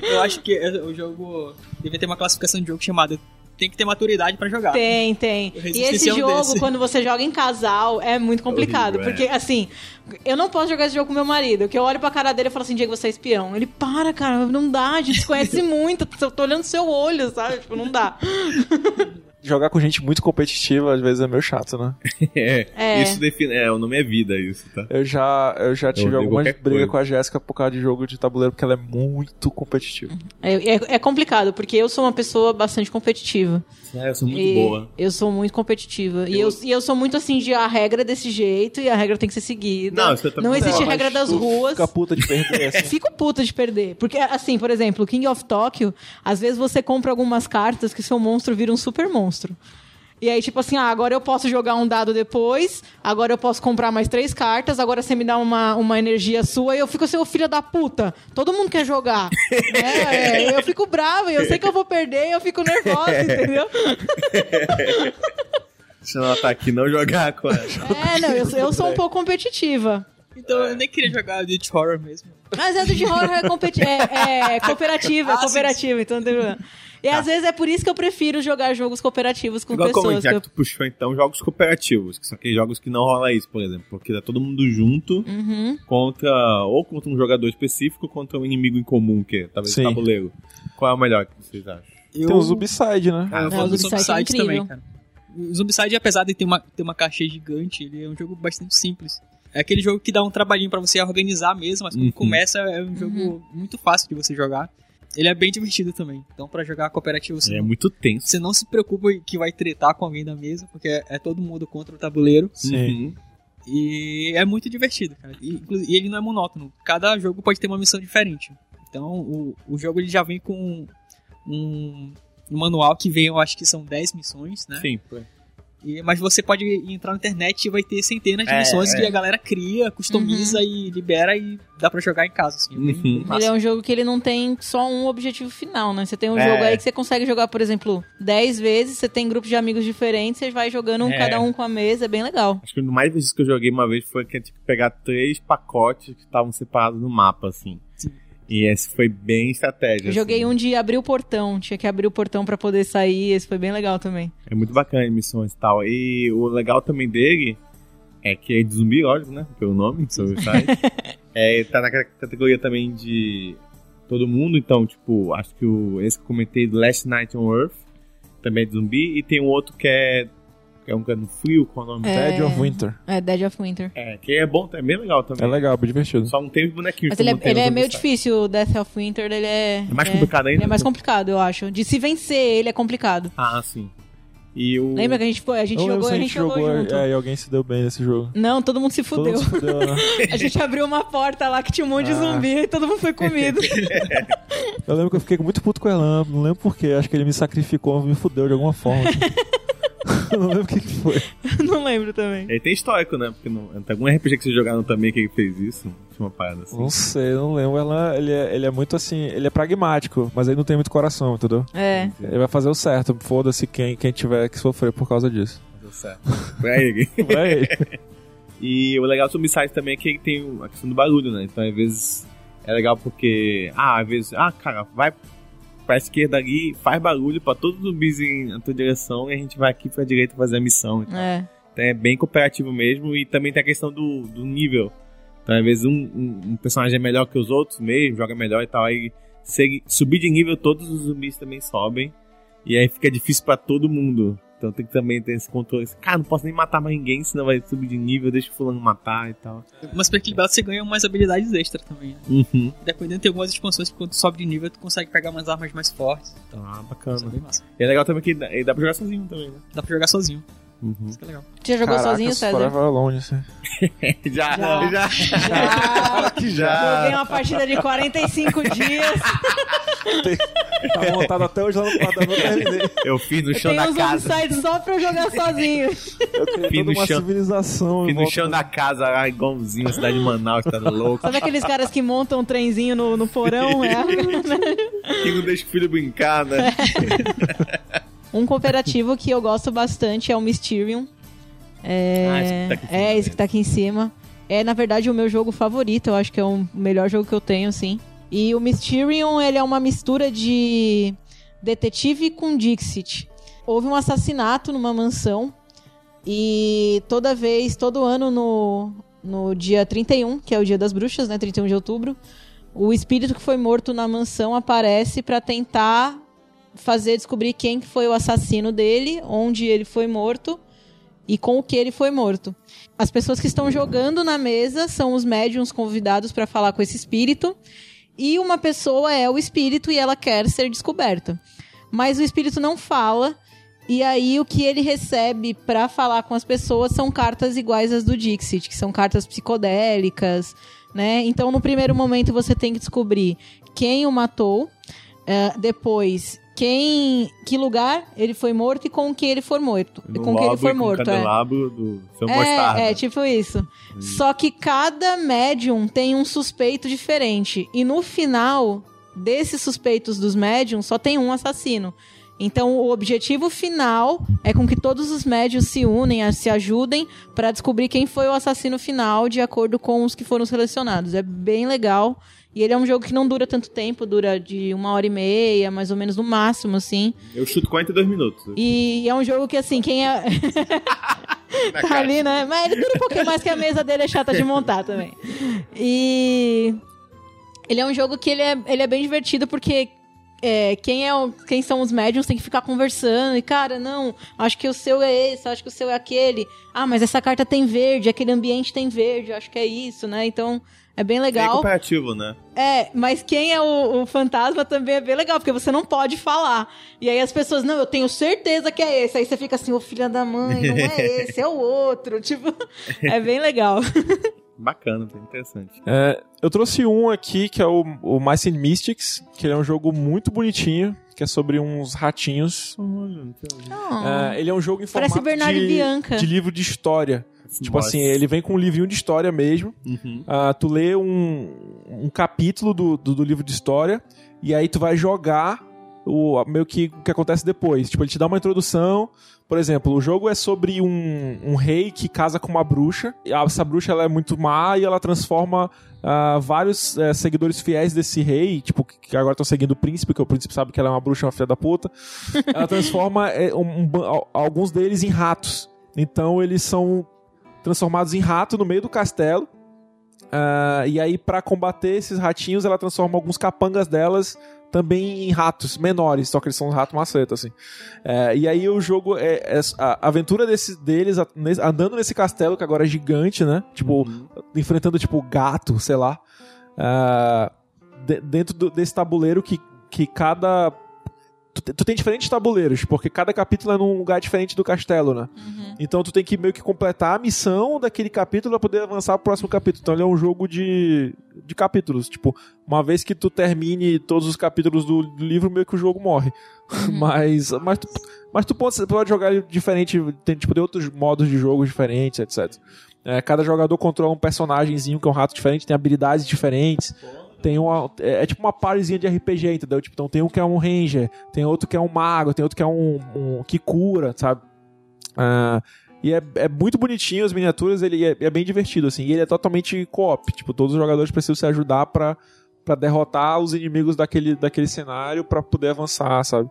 [SPEAKER 4] Eu acho que é, o jogo devia ter uma classificação de jogo chamada tem que ter maturidade pra jogar.
[SPEAKER 6] Tem, tem. E
[SPEAKER 4] Resistência
[SPEAKER 6] esse
[SPEAKER 4] é um
[SPEAKER 6] jogo,
[SPEAKER 4] desse.
[SPEAKER 6] quando você joga em casal, é muito complicado.
[SPEAKER 1] Horrível, é.
[SPEAKER 6] porque, assim, eu não posso jogar esse jogo com meu marido. Que eu olho pra cara dele e falo assim, Diego, você é espião. Ele, para, cara, não dá, a gente se conhece muito. Eu tô olhando seu olho, sabe? Tipo, não dá.
[SPEAKER 2] Jogar com gente muito competitiva às vezes é meio chato, né?
[SPEAKER 1] É, Isso define. É, o nome é vida, isso, tá?
[SPEAKER 2] Eu já, eu já tive
[SPEAKER 1] odeio
[SPEAKER 2] algumas
[SPEAKER 1] qualquer
[SPEAKER 2] brigas
[SPEAKER 1] coisa.
[SPEAKER 2] com a Jéssica por causa de jogo de tabuleiro, porque ela é muito competitiva.
[SPEAKER 6] É, é- é complicado, porque eu sou uma pessoa bastante competitiva.
[SPEAKER 1] É, eu sou muito
[SPEAKER 6] E
[SPEAKER 1] boa.
[SPEAKER 6] Eu sou muito competitiva. E, eu, e eu sou muito assim, de a regra é desse jeito e a regra tem que ser seguida.
[SPEAKER 1] Não, isso eu também
[SPEAKER 6] não
[SPEAKER 1] sou.
[SPEAKER 6] existe
[SPEAKER 1] Mas
[SPEAKER 6] regra das ruas.
[SPEAKER 2] Fica puta de perder, assim.
[SPEAKER 6] Fico puta de perder. Porque, assim, por exemplo, King of Tokyo, às vezes você compra algumas cartas que seu monstro vira um super monstro. E aí, tipo assim, ah, agora eu posso jogar um dado depois, agora eu posso comprar mais três cartas, agora você me dá uma, uma energia sua e eu fico assim, ô filho da puta, todo mundo quer jogar. né? É, eu fico brava, eu sei que eu vou perder, eu fico nervosa, entendeu?
[SPEAKER 1] Se ela tá aqui, não jogar com ela.
[SPEAKER 6] É, não, eu, sou- eu sou um pouco competitiva.
[SPEAKER 4] Então eu nem queria jogar de horror mesmo.
[SPEAKER 6] Mas é do de horror é, competi- é, é cooperativa, é
[SPEAKER 4] Ah, sim,
[SPEAKER 6] cooperativa, então não tem problema. E às vezes é por isso que eu prefiro jogar jogos cooperativos com
[SPEAKER 1] Tá. Igual como
[SPEAKER 6] pessoas.
[SPEAKER 1] já
[SPEAKER 6] que
[SPEAKER 1] que
[SPEAKER 6] eu-
[SPEAKER 1] tu puxou então jogos cooperativos, que são aqueles jogos que não rola isso, por exemplo, porque tá todo mundo junto
[SPEAKER 6] Uhum.
[SPEAKER 1] contra ou contra um jogador específico, ou contra um inimigo em comum, que é talvez
[SPEAKER 2] Sim.
[SPEAKER 1] o tabuleiro. Qual é o melhor que vocês acham?
[SPEAKER 4] Eu...
[SPEAKER 2] Tem o Zubside, né?
[SPEAKER 4] Ah, eu
[SPEAKER 6] Não,
[SPEAKER 4] falo
[SPEAKER 6] o
[SPEAKER 4] do
[SPEAKER 6] Zombicide é
[SPEAKER 4] Zombicide
[SPEAKER 6] incrível.
[SPEAKER 4] também, cara. O Zombicide, apesar de ter uma, ter uma caixa gigante, ele é um jogo bastante simples. É aquele jogo que dá um trabalhinho pra você organizar mesmo, mas quando
[SPEAKER 1] Uhum.
[SPEAKER 4] começa é um jogo
[SPEAKER 6] Uhum.
[SPEAKER 4] muito fácil de você jogar. Ele é bem divertido também. Então, pra jogar cooperativo, você,
[SPEAKER 1] É
[SPEAKER 4] não,
[SPEAKER 1] muito tenso.
[SPEAKER 4] você não se preocupa que vai tretar com alguém da mesa, porque é, é todo mundo contra o tabuleiro.
[SPEAKER 1] Sim. Uhum.
[SPEAKER 4] E é muito divertido, cara. E, inclu- e ele não é monótono. Cada jogo pode ter uma missão diferente. Então, o, o jogo ele já vem com um, um manual que vem, eu acho que são 10 missões, né?
[SPEAKER 1] Sim.
[SPEAKER 4] E- mas você pode entrar na internet e vai ter centenas de
[SPEAKER 1] É,
[SPEAKER 4] missões
[SPEAKER 1] é.
[SPEAKER 4] que a galera cria, customiza e libera e dá pra jogar em casa, assim. É bem-
[SPEAKER 1] Uhum.
[SPEAKER 4] bem
[SPEAKER 1] Ele
[SPEAKER 6] Ele
[SPEAKER 4] massa.
[SPEAKER 6] é um jogo que ele não tem só um objetivo final, né? Você tem um
[SPEAKER 1] É.
[SPEAKER 6] jogo aí que você consegue jogar, por exemplo, 10 vezes, você tem grupos de amigos diferentes, você vai jogando um
[SPEAKER 1] É.
[SPEAKER 6] cada um com a mesa, é bem legal.
[SPEAKER 1] Acho que o mais vezes que eu joguei uma vez foi que eu tinha que pegar três pacotes que estavam separados no mapa, assim.
[SPEAKER 4] Sim.
[SPEAKER 1] E esse foi bem estratégia.
[SPEAKER 6] Eu joguei
[SPEAKER 1] assim.
[SPEAKER 6] um de abrir o portão, tinha que abrir o portão pra poder sair, esse foi bem legal também.
[SPEAKER 1] É muito bacana as missões e tal. E o legal também dele é que é de zumbi, lógico, né? Pelo nome, sobre o site. é, ele tá na categoria também de todo mundo, então, tipo, acho que o, esse que eu comentei, do Last Night on Earth, também é de zumbi. E tem um outro que é, que é um que é no frio, qual é o nome?
[SPEAKER 6] É.
[SPEAKER 2] Dead of Winter.
[SPEAKER 6] É, Dead of Winter.
[SPEAKER 1] É, que é bom, é bem legal também.
[SPEAKER 2] É legal, bem divertido.
[SPEAKER 1] Só não tem os bonequinhos.
[SPEAKER 6] Mas ele
[SPEAKER 1] como
[SPEAKER 6] é,
[SPEAKER 1] tem
[SPEAKER 6] ele
[SPEAKER 1] no
[SPEAKER 6] é meio
[SPEAKER 1] Zombicide.
[SPEAKER 6] difícil, o Death of Winter, ele é...
[SPEAKER 1] É mais complicado ainda?
[SPEAKER 6] Ele é mais complicado, eu acho. De se vencer ele é complicado.
[SPEAKER 1] Ah, sim. E o...
[SPEAKER 6] Lembra que a gente foi, a gente
[SPEAKER 2] Eu lembro
[SPEAKER 6] jogou,
[SPEAKER 2] se
[SPEAKER 6] a gente jogou, junto.
[SPEAKER 2] É, e alguém se deu bem nesse jogo.
[SPEAKER 6] Não, todo mundo se
[SPEAKER 2] Todo
[SPEAKER 6] fudeu.
[SPEAKER 2] mundo se fudeu, né?
[SPEAKER 6] A gente abriu uma porta lá que tinha um monte de
[SPEAKER 2] Ah.
[SPEAKER 6] zumbi e todo mundo foi comido.
[SPEAKER 2] Eu lembro que eu fiquei muito puto com o Elan, não lembro porquê. Acho que ele me sacrificou, me fudeu de alguma forma. Eu não lembro o que, que foi.
[SPEAKER 6] Não lembro também.
[SPEAKER 1] Ele tem histórico, né? Porque não... tem algum RPG que vocês jogaram também que ele fez isso. Tinha uma parada assim.
[SPEAKER 2] Não sei, eu não lembro. O Elan, ele é, ele é muito assim, ele é pragmático, mas ele não tem muito coração, entendeu?
[SPEAKER 6] É.
[SPEAKER 2] Ele vai fazer o certo, foda-se quem, quem tiver que sofrer por causa disso.
[SPEAKER 1] Deu certo. Pra ele.
[SPEAKER 2] Vai ele.
[SPEAKER 1] E o legal do Subside também é que ele tem a questão do barulho, né? Então, às vezes, é legal porque... Ah, às vezes... Ah, cara, vai pra esquerda ali, faz barulho pra todos os zumbis em na tua direção e a gente vai aqui pra direita fazer a missão. Então,
[SPEAKER 6] É.
[SPEAKER 1] Então, é bem cooperativo mesmo e também tem a questão do, do nível. Então, às vezes, um, um- um personagem é melhor que os outros mesmo, joga melhor e tal. Aí, se ele subir de nível, todos os zumbis também sobem. E aí fica difícil pra todo mundo. Então tem que também ter esse controle. Esse, Cara, não posso nem matar mais ninguém, senão vai subir de nível, deixa o fulano matar e tal.
[SPEAKER 4] Mas pra equilibrar você ganha umas habilidades extra também. né?
[SPEAKER 1] Uhum.
[SPEAKER 4] Dependendo, tem algumas expansões que quando tu sobe de nível tu consegue pegar umas armas mais fortes. Então,
[SPEAKER 1] Ah,
[SPEAKER 4] isso é
[SPEAKER 1] bacana.
[SPEAKER 4] bem massa.
[SPEAKER 1] E é legal também que ele dá, ele dá pra jogar sozinho também, né?
[SPEAKER 4] Dá pra jogar sozinho.
[SPEAKER 1] Uhum.
[SPEAKER 4] Isso que é legal.
[SPEAKER 6] Já jogou
[SPEAKER 2] Caraca,
[SPEAKER 6] sozinho, César?
[SPEAKER 2] Forever Alone, assim.
[SPEAKER 1] Já,
[SPEAKER 6] Já.
[SPEAKER 1] já.
[SPEAKER 6] Já.
[SPEAKER 1] que
[SPEAKER 6] Joguei uma partida de 45 dias.
[SPEAKER 2] Tá montado até hoje lá no quadro, eu não terminei.
[SPEAKER 1] Eu fiz no
[SPEAKER 6] Eu
[SPEAKER 1] chão
[SPEAKER 6] tenho
[SPEAKER 1] da
[SPEAKER 6] uns
[SPEAKER 1] casa.
[SPEAKER 6] websites só pra eu jogar sozinho.
[SPEAKER 2] Eu criei
[SPEAKER 1] Fim no
[SPEAKER 2] toda uma
[SPEAKER 1] chão.
[SPEAKER 2] civilização.
[SPEAKER 1] Fiz
[SPEAKER 2] em
[SPEAKER 1] no
[SPEAKER 2] volta
[SPEAKER 1] chão da casa, lá, igualzinho, cidade de Manaus, tá louco.
[SPEAKER 6] Sabe aqueles caras que montam um trenzinho no, no porão? É?
[SPEAKER 1] E não deixa o filho brincar, né?
[SPEAKER 6] Um cooperativo que eu gosto bastante é o Mysterium. É,
[SPEAKER 1] Ah, esse que tá aqui em cima,
[SPEAKER 6] é, esse
[SPEAKER 1] né?
[SPEAKER 6] que tá aqui em cima. É, na verdade, o meu jogo favorito. Eu acho que é o melhor jogo que eu tenho, sim. E o Mysterium, ele é uma mistura de detetive com Dixit. Houve um assassinato numa mansão. E toda vez, todo ano no, no dia 31, que é o dia das bruxas, né? 31 de outubro. O espírito que foi morto na mansão aparece pra tentar fazer descobrir quem que foi o assassino dele, onde ele foi morto e com o que ele foi morto. As pessoas que estão jogando na mesa são os médiums convidados para falar com esse espírito e uma pessoa é o espírito e ela quer ser descoberta. Mas o espírito não fala e aí o que ele recebe para falar com as pessoas são cartas iguais às do Dixit, que são cartas psicodélicas, né? Então no primeiro momento você tem que descobrir quem o matou, é, depois quem, que lugar ele foi morto e com que ele foi morto, com que ele foi morto, é.
[SPEAKER 1] candelabro do seu mostarda.
[SPEAKER 6] É, é, tipo isso. Só que cada médium tem um suspeito diferente. E no final, desses suspeitos dos médiums, só tem um assassino. Então, o objetivo final é com que todos os médiums se unem, a- se ajudem pra descobrir quem foi o assassino final, de acordo com os que foram selecionados. É bem legal. E ele é um jogo que não dura tanto tempo, dura de uma hora e meia, mais ou menos no máximo, assim.
[SPEAKER 1] Eu chuto 42 minutos.
[SPEAKER 6] E é um jogo que, assim, quem é.
[SPEAKER 1] Na
[SPEAKER 6] tá
[SPEAKER 1] cara.
[SPEAKER 6] ali, né? Mas ele dura um pouquinho mais que a mesa dele é chata de montar também. E ele é um jogo que ele é, ele é bem divertido porque é, quem, é o- quem são os médiums tem que ficar conversando e, cara, não, acho que o seu é esse, acho que o seu é aquele. Ah, mas essa carta tem verde, aquele ambiente tem verde, acho que é isso, né? Então é bem
[SPEAKER 1] É
[SPEAKER 6] legal.
[SPEAKER 1] comparativo, né?
[SPEAKER 6] É, mas quem é o, o fantasma também é bem legal, porque você não pode falar. E aí as pessoas, não, eu tenho certeza que é esse. Aí você fica assim, ô filha da mãe, não é esse, é o outro. Tipo, é bem legal.
[SPEAKER 1] Bacana, tá interessante.
[SPEAKER 2] É, eu trouxe um aqui que é o, o Mice and Mystics, que ele é um jogo muito bonitinho, que é sobre uns ratinhos. É, ele é um jogo em
[SPEAKER 6] Ah. Parece
[SPEAKER 2] formato
[SPEAKER 6] Bernardo e
[SPEAKER 2] de,
[SPEAKER 6] Bianca.
[SPEAKER 2] de livro de história. Tipo assim, ele vem com um livrinho de história mesmo.
[SPEAKER 1] Uhum.
[SPEAKER 2] Ah, tu lê um, um capítulo do, do, do livro de história e aí tu vai jogar o meio que o que acontece depois. Tipo, ele te dá uma introdução. Por exemplo, o jogo é sobre um, um rei que casa com uma bruxa. E a- essa bruxa ela é muito má e ela transforma ah, vários eh, seguidores fiéis desse rei, tipo, que que agora estão seguindo o príncipe, porque o príncipe sabe que ela é uma bruxa, uma filha da puta. Ela transforma eh, um- um ba- al- alguns deles em ratos. Então eles são transformados em rato no meio do castelo. Ah, e aí, pra combater esses ratinhos, ela transforma alguns capangas delas também em ratos menores, só que eles são um rato maceta, assim. É, e aí o jogo é, é a aventura desse, deles a- nes- andando nesse castelo, que agora é gigante, né? Tipo, enfrentando, tipo, gato, sei lá. Ah, de- dentro do- desse tabuleiro que, que cada... Tu, te- tu tem diferentes tabuleiros, porque cada capítulo é num lugar diferente do castelo, né? Então tu tem que meio que completar a missão daquele capítulo pra poder avançar pro próximo capítulo. Então ele é um jogo de, de capítulos. Tipo, uma vez que tu termine todos os capítulos do, do livro, meio que o jogo morre. mas, mas, tu, mas tu pode, pode jogar ele diferente, tem tipo, tem outros modos de jogo diferentes, etc. É, cada jogador controla um personagemzinho que é um rato diferente, tem habilidades diferentes. Tem uma, é, é tipo uma partezinha de RPG, entendeu? Tipo, então tem um que é um ranger, tem outro que é um mago, tem outro que é um, um que cura, sabe? Ah, e é, é muito bonitinho as miniaturas, ele é, é bem divertido, assim. E ele é totalmente co-op. Tipo, todos os jogadores precisam se ajudar pra, pra derrotar os inimigos daquele, daquele cenário pra poder avançar, sabe?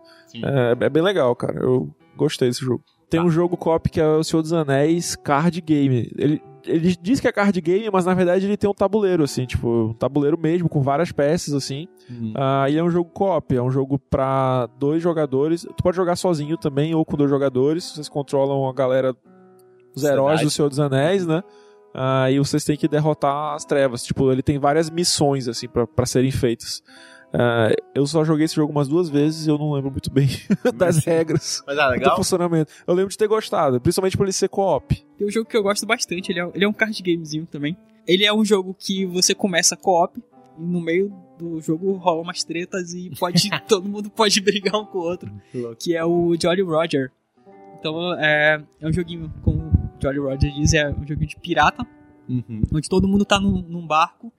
[SPEAKER 2] É, é bem legal, cara. Eu gostei desse jogo. Tem um jogo co-op que é o Senhor dos Anéis Card Game. Ele, ele diz que é card game, mas na verdade ele tem um tabuleiro, assim. Tipo, um tabuleiro mesmo, com várias peças, assim.
[SPEAKER 1] Uhum.
[SPEAKER 2] Ah, e é um jogo co-op, é um jogo pra dois jogadores. Tu pode jogar sozinho também ou com dois jogadores. Vocês controlam a galera, os heróis do Senhor dos Anéis, né? Ah, e vocês têm que derrotar as trevas. Tipo, ele tem várias missões, assim, pra pra serem feitas. Ah, eu só joguei esse jogo umas duas vezes e eu não lembro muito bem das regras.
[SPEAKER 1] Mas ah,
[SPEAKER 2] Do
[SPEAKER 1] legal.
[SPEAKER 2] funcionamento. Eu lembro de ter gostado, principalmente por ele ser co-op.
[SPEAKER 4] Tem um jogo que eu gosto bastante, ele é, ele é um card gamezinho também. Ele é um jogo que você começa co-op, e no meio do jogo rola umas tretas e pode todo mundo pode brigar um com o outro. Que é o Jolly Roger. Então é, é um joguinho, como o Jolly Roger diz, é um joguinho de pirata, onde todo mundo tá num, num barco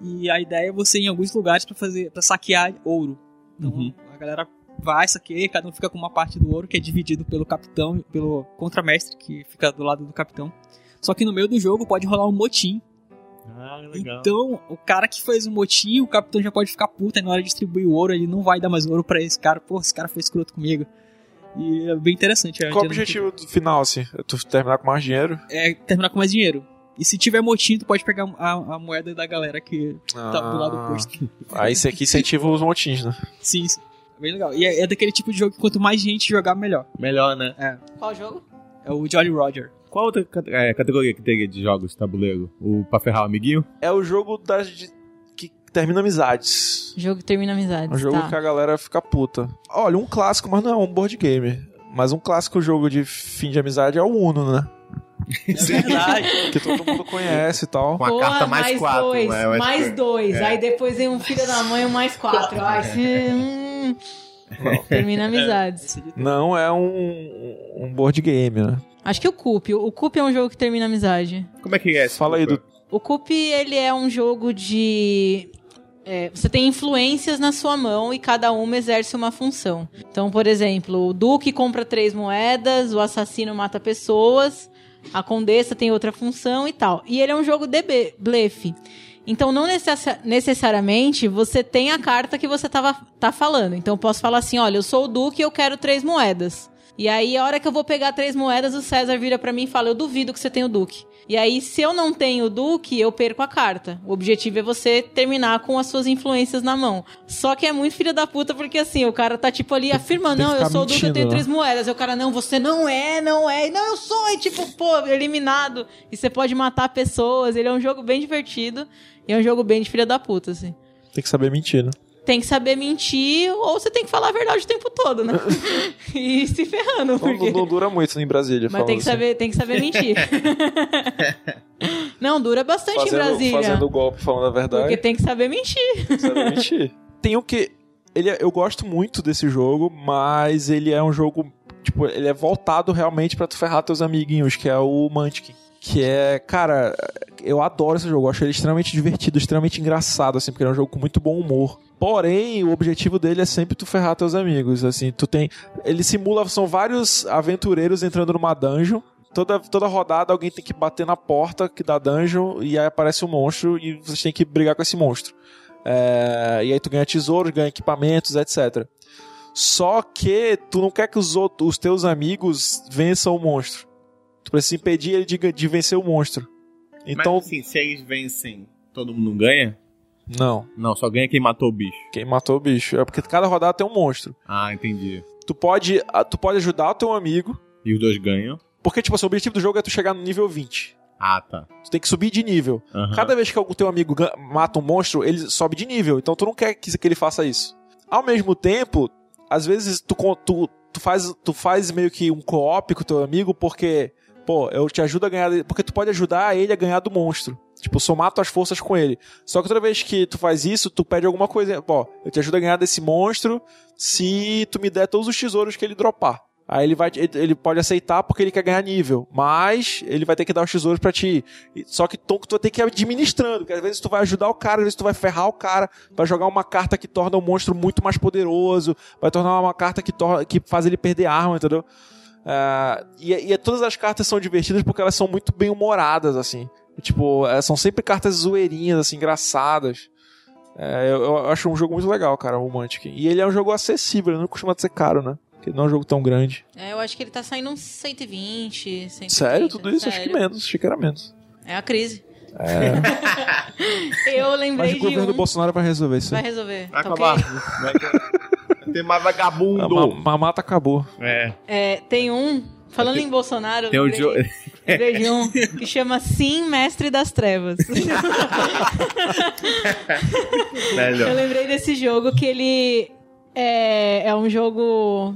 [SPEAKER 4] e a ideia é você ir em alguns lugares pra fazer para saquear ouro. Então a galera vai saqueia, cada um fica com uma parte do ouro que é dividido pelo capitão, pelo contramestre que fica do lado do capitão. Só que no meio do jogo pode rolar um motim.
[SPEAKER 1] Ah,
[SPEAKER 4] Então, o cara que fez o motim, o capitão já pode ficar puto, aí na hora de distribuir o ouro, ele não vai dar mais ouro pra esse cara. Pô, esse cara foi escroto comigo. E é bem interessante. é
[SPEAKER 2] Qual o
[SPEAKER 4] dinâmica-
[SPEAKER 2] objetivo do final, assim? É tu terminar com mais dinheiro?
[SPEAKER 4] É terminar com mais dinheiro. E se tiver motim, tu pode pegar a, a moeda da galera que tá do lado
[SPEAKER 2] Ah,
[SPEAKER 4] oposto.
[SPEAKER 2] Aí isso aqui incentiva os motins, né?
[SPEAKER 4] Sim, sim. É Bem legal. E é, é daquele tipo de jogo que quanto mais gente jogar, melhor.
[SPEAKER 1] Melhor, né?
[SPEAKER 6] Qual jogo?
[SPEAKER 4] É o Jolly Roger.
[SPEAKER 1] Qual outra cate- é, categoria que teria de jogos tabuleiro? O pra ferrar o amiguinho?
[SPEAKER 2] É o jogo das de- que termina amizades.
[SPEAKER 6] Jogo que termina
[SPEAKER 2] É
[SPEAKER 6] amizades.
[SPEAKER 2] um jogo
[SPEAKER 6] tá.
[SPEAKER 2] que a galera fica puta. Olha, um clássico, mas não é um board game. Mas um clássico jogo de fim de amizade é o Uno, né?
[SPEAKER 4] É verdade.
[SPEAKER 2] Que todo mundo conhece e tal.
[SPEAKER 1] Com a
[SPEAKER 6] Porra,
[SPEAKER 1] carta mais quatro,
[SPEAKER 6] dois,
[SPEAKER 1] né? Eu acho
[SPEAKER 6] mais
[SPEAKER 1] que-
[SPEAKER 6] dois.
[SPEAKER 2] é.
[SPEAKER 6] Aí depois vem um filho da mãe, um mais quatro. Ai, se... hum, termina amizades.
[SPEAKER 2] Não é um, um board game, né?
[SPEAKER 6] Acho que o Coop. O Coop é um jogo que termina amizade.
[SPEAKER 1] Como é que é? esse
[SPEAKER 2] Fala aí,
[SPEAKER 1] jogo?
[SPEAKER 6] O Coop, ele é um jogo de... é, você tem influências na sua mão e cada uma exerce uma função. Então, por exemplo, o Duque compra três moedas, o assassino mata pessoas, a Condessa tem outra função e tal. E ele é um jogo de be- blefe. Então, não necessa- necessariamente você tem a carta que você tava, tá falando. Então, eu posso falar assim: olha, eu sou o Duque e eu quero três moedas. E aí, a hora que eu vou pegar três moedas, o César vira pra mim e fala: Eu duvido que você tenha o Duque. E aí, se eu não tenho o Duque, eu perco a carta. O objetivo é você terminar com as suas influências na mão. Só que é muito filha da puta, porque assim, o cara tá tipo ali afirmando:
[SPEAKER 2] tem que
[SPEAKER 6] Não, eu
[SPEAKER 2] ficar
[SPEAKER 6] sou o Duque, eu
[SPEAKER 2] mentindo,
[SPEAKER 6] tenho
[SPEAKER 2] né?
[SPEAKER 6] três as moedas. E o cara, não, você não é, não é. E, Não, eu sou. E tipo, pô, eliminado. E você pode matar pessoas. Ele é um jogo bem divertido. E é um jogo bem de filha da puta, assim.
[SPEAKER 2] Tem que saber mentir, né?
[SPEAKER 6] Tem que saber mentir ou você tem que falar a verdade o tempo todo, né? e se ferrando,
[SPEAKER 2] Não,
[SPEAKER 6] porque...
[SPEAKER 2] não dura muito em Brasília.
[SPEAKER 6] Mas tem que,
[SPEAKER 2] falando
[SPEAKER 6] saber, tem que saber mentir. não, dura bastante
[SPEAKER 2] assim.
[SPEAKER 6] em
[SPEAKER 2] fazendo,
[SPEAKER 6] Brasília.
[SPEAKER 2] fazendo o golpe, falando a
[SPEAKER 6] Porque
[SPEAKER 2] verdade.
[SPEAKER 6] tem que saber mentir.
[SPEAKER 2] Tem que saber mentir. Tem o que... Ele é- eu gosto muito desse jogo, mas ele é um jogo... Tipo, ele é voltado realmente pra tu ferrar teus amiguinhos, que é o Munchkin. Que é, cara, eu adoro esse jogo. Eu acho ele extremamente divertido, extremamente engraçado, assim, porque ele é um jogo com muito bom humor. Porém, o objetivo dele é sempre tu ferrar teus amigos, assim, tu tem... Ele simula, são vários aventureiros entrando numa dungeon, toda, toda rodada alguém tem que bater na porta que dá dungeon e aí aparece um monstro e vocês têm que brigar com esse monstro. É, e aí tu ganha tesouros, ganha equipamentos, etc. Só que tu não quer que os, outros, os teus amigos vençam o monstro. Tu precisa impedir ele de, gan- de vencer o monstro. Então,
[SPEAKER 1] Mas, assim, se eles vencem, todo mundo ganha?
[SPEAKER 2] não.
[SPEAKER 1] Não, só ganha quem matou o bicho.
[SPEAKER 2] Quem matou o bicho. É porque cada rodada tem um monstro.
[SPEAKER 1] Ah, entendi.
[SPEAKER 2] Tu pode, ah, tu pode ajudar o teu amigo,
[SPEAKER 1] E os dois ganham?
[SPEAKER 2] porque tipo assim, o objetivo do jogo é tu chegar no nível 20.
[SPEAKER 1] Ah, tá.
[SPEAKER 2] Tu tem que subir de nível.
[SPEAKER 1] Aham.
[SPEAKER 2] Cada vez que o teu amigo gan- mata um monstro, ele sobe de nível. Então tu não quer que que ele faça isso. Ao mesmo tempo, às vezes tu, con- tu, tu, faz, tu faz meio que um co-op com o teu amigo porque, pô, eu te ajudo a ganhar. Porque tu pode ajudar ele a ganhar do monstro. Tipo, somar tuas forças com ele. Só que toda vez que tu faz isso, tu pede alguma coisa. Pô, eu te ajudo a ganhar desse monstro se tu me der todos os tesouros que ele dropar. Aí ele vai, ele- ele pode aceitar porque ele quer ganhar nível, mas ele vai ter que dar os tesouros pra ti. E- Só que então, que tu vai ter que ir administrando, porque às vezes tu vai ajudar o cara, às vezes tu vai ferrar o cara, vai jogar uma carta que torna o monstro muito mais poderoso, vai tornar uma carta que, torna, que faz ele perder arma, entendeu? Ah, e, e todas as cartas são divertidas porque elas são muito bem humoradas, assim. Tipo, elas são sempre cartas zoeirinhas, assim, engraçadas. É, eu, eu acho um jogo muito legal, cara, o Mantic. E ele é um jogo acessível, ele não costuma ser caro, né? Porque não é um jogo tão grande.
[SPEAKER 6] É, eu acho que ele tá saindo uns 120, 130.
[SPEAKER 2] Sério, tudo isso? Acho que menos, achei que era menos.
[SPEAKER 6] É a crise.
[SPEAKER 2] É.
[SPEAKER 6] É. Eu
[SPEAKER 2] Mas
[SPEAKER 6] lembrei
[SPEAKER 2] o
[SPEAKER 6] de
[SPEAKER 2] governo
[SPEAKER 6] um.
[SPEAKER 2] do Bolsonaro vai resolver isso.
[SPEAKER 6] Vai
[SPEAKER 2] aí.
[SPEAKER 6] resolver.
[SPEAKER 1] Vai
[SPEAKER 6] tá
[SPEAKER 1] acabar.
[SPEAKER 6] ok?
[SPEAKER 1] Vai ter- vai ter mais
[SPEAKER 2] A
[SPEAKER 1] Tá vagabundo.
[SPEAKER 2] ma- mamata acabou.
[SPEAKER 1] É.
[SPEAKER 6] É, tem um Falando em Bolsonaro,
[SPEAKER 1] Tem o
[SPEAKER 6] lembrei-
[SPEAKER 1] Jo-
[SPEAKER 6] lembrei de um que chama Sim, Mestre das Trevas. Eu
[SPEAKER 7] Melhor.
[SPEAKER 6] lembrei desse jogo que ele é, é um jogo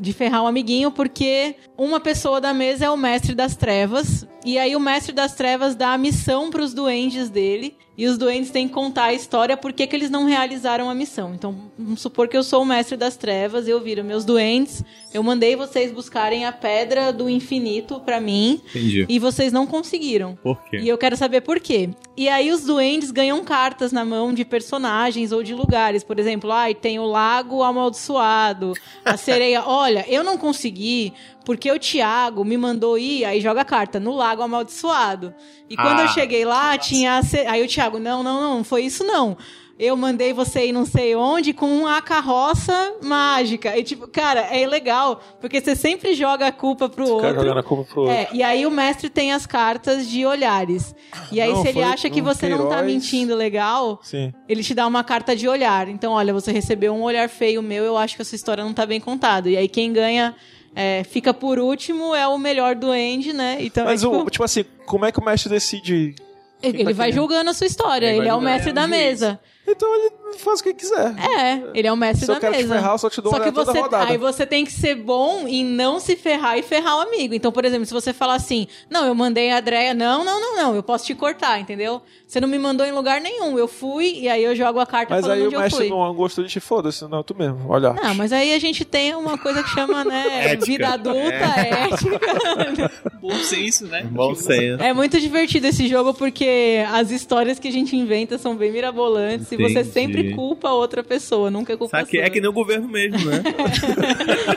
[SPEAKER 6] de ferrar um amiguinho, porque uma pessoa da mesa é o mestre das trevas, e aí o mestre das trevas dá a missão pros duendes dele, e os duendes têm que contar a história por que que eles não realizaram a missão. Então, vamos supor que eu sou o mestre das trevas, eu viro meus duendes, eu mandei vocês buscarem a pedra do infinito pra mim,
[SPEAKER 1] Entendi.
[SPEAKER 6] e vocês não conseguiram.
[SPEAKER 1] Por quê?
[SPEAKER 6] E eu quero saber por quê. E aí os duendes ganham cartas na mão de personagens ou de lugares. Por exemplo, ai, tem o lago amaldiçoado, a sereia. Olha, eu não consegui porque o Tiago me mandou ir, aí joga a carta no lago amaldiçoado. E quando
[SPEAKER 1] Ah.
[SPEAKER 6] eu cheguei lá, tinha a se... aí o Tiago, não, não, não, não foi isso não. Eu mandei você ir não sei onde com a carroça mágica. E tipo, cara, é legal, porque você sempre joga a culpa pro
[SPEAKER 2] O cara
[SPEAKER 6] outro.
[SPEAKER 2] jogando a culpa pro outro.
[SPEAKER 6] É, e aí o mestre tem as cartas de olhares. E aí,
[SPEAKER 2] Não,
[SPEAKER 6] se ele
[SPEAKER 2] foi
[SPEAKER 6] acha que
[SPEAKER 2] um
[SPEAKER 6] você não tá
[SPEAKER 2] Queiroz.
[SPEAKER 6] mentindo legal,
[SPEAKER 2] Sim.
[SPEAKER 6] ele te dá uma carta de olhar. Então, olha, você recebeu um olhar feio meu, eu acho que essa história não tá bem contada. E aí quem ganha. é, fica por último, é o melhor duende, né? Então, é
[SPEAKER 2] Mas,
[SPEAKER 6] tipo,
[SPEAKER 2] o, tipo assim, como é que o mestre decide?
[SPEAKER 6] ele ele vai julgando a sua história, ele,
[SPEAKER 1] vai
[SPEAKER 6] é o
[SPEAKER 1] julgando.
[SPEAKER 6] mestre da mesa.
[SPEAKER 2] Então ele faz o que quiser.
[SPEAKER 6] É, ele é o mestre
[SPEAKER 2] Se eu
[SPEAKER 6] da
[SPEAKER 2] quero te
[SPEAKER 6] mesa.
[SPEAKER 2] ferrar, eu só te dou
[SPEAKER 6] Só
[SPEAKER 2] uma
[SPEAKER 6] que
[SPEAKER 2] olhada toda
[SPEAKER 6] você, tá
[SPEAKER 2] rodada.
[SPEAKER 6] aí você tem que ser bom em não se ferrar e ferrar o amigo. Então, por exemplo, se você falar assim, não, eu mandei a Andréia, não, não, não, não, eu posso te cortar, entendeu? Você não me mandou em lugar nenhum, eu fui e aí eu jogo a carta
[SPEAKER 2] Mas
[SPEAKER 6] tá falando
[SPEAKER 2] aí
[SPEAKER 6] onde
[SPEAKER 2] o
[SPEAKER 6] eu
[SPEAKER 2] mestre
[SPEAKER 6] fui.
[SPEAKER 2] não gostou de ti, foda-se, não, tu mesmo. Olha.
[SPEAKER 6] Não, mas aí a gente tem uma coisa que chama, né,
[SPEAKER 1] Ética. É.
[SPEAKER 6] vida adulta, ética.
[SPEAKER 4] Bom senso, né?
[SPEAKER 1] Bom senso.
[SPEAKER 6] É muito divertido esse jogo porque as histórias que a gente inventa são bem mirabolantes e você
[SPEAKER 1] Entendi.
[SPEAKER 6] sempre culpa a outra pessoa, nunca culpa
[SPEAKER 1] Sabe que
[SPEAKER 6] a sua.
[SPEAKER 1] é que nem o governo mesmo, né?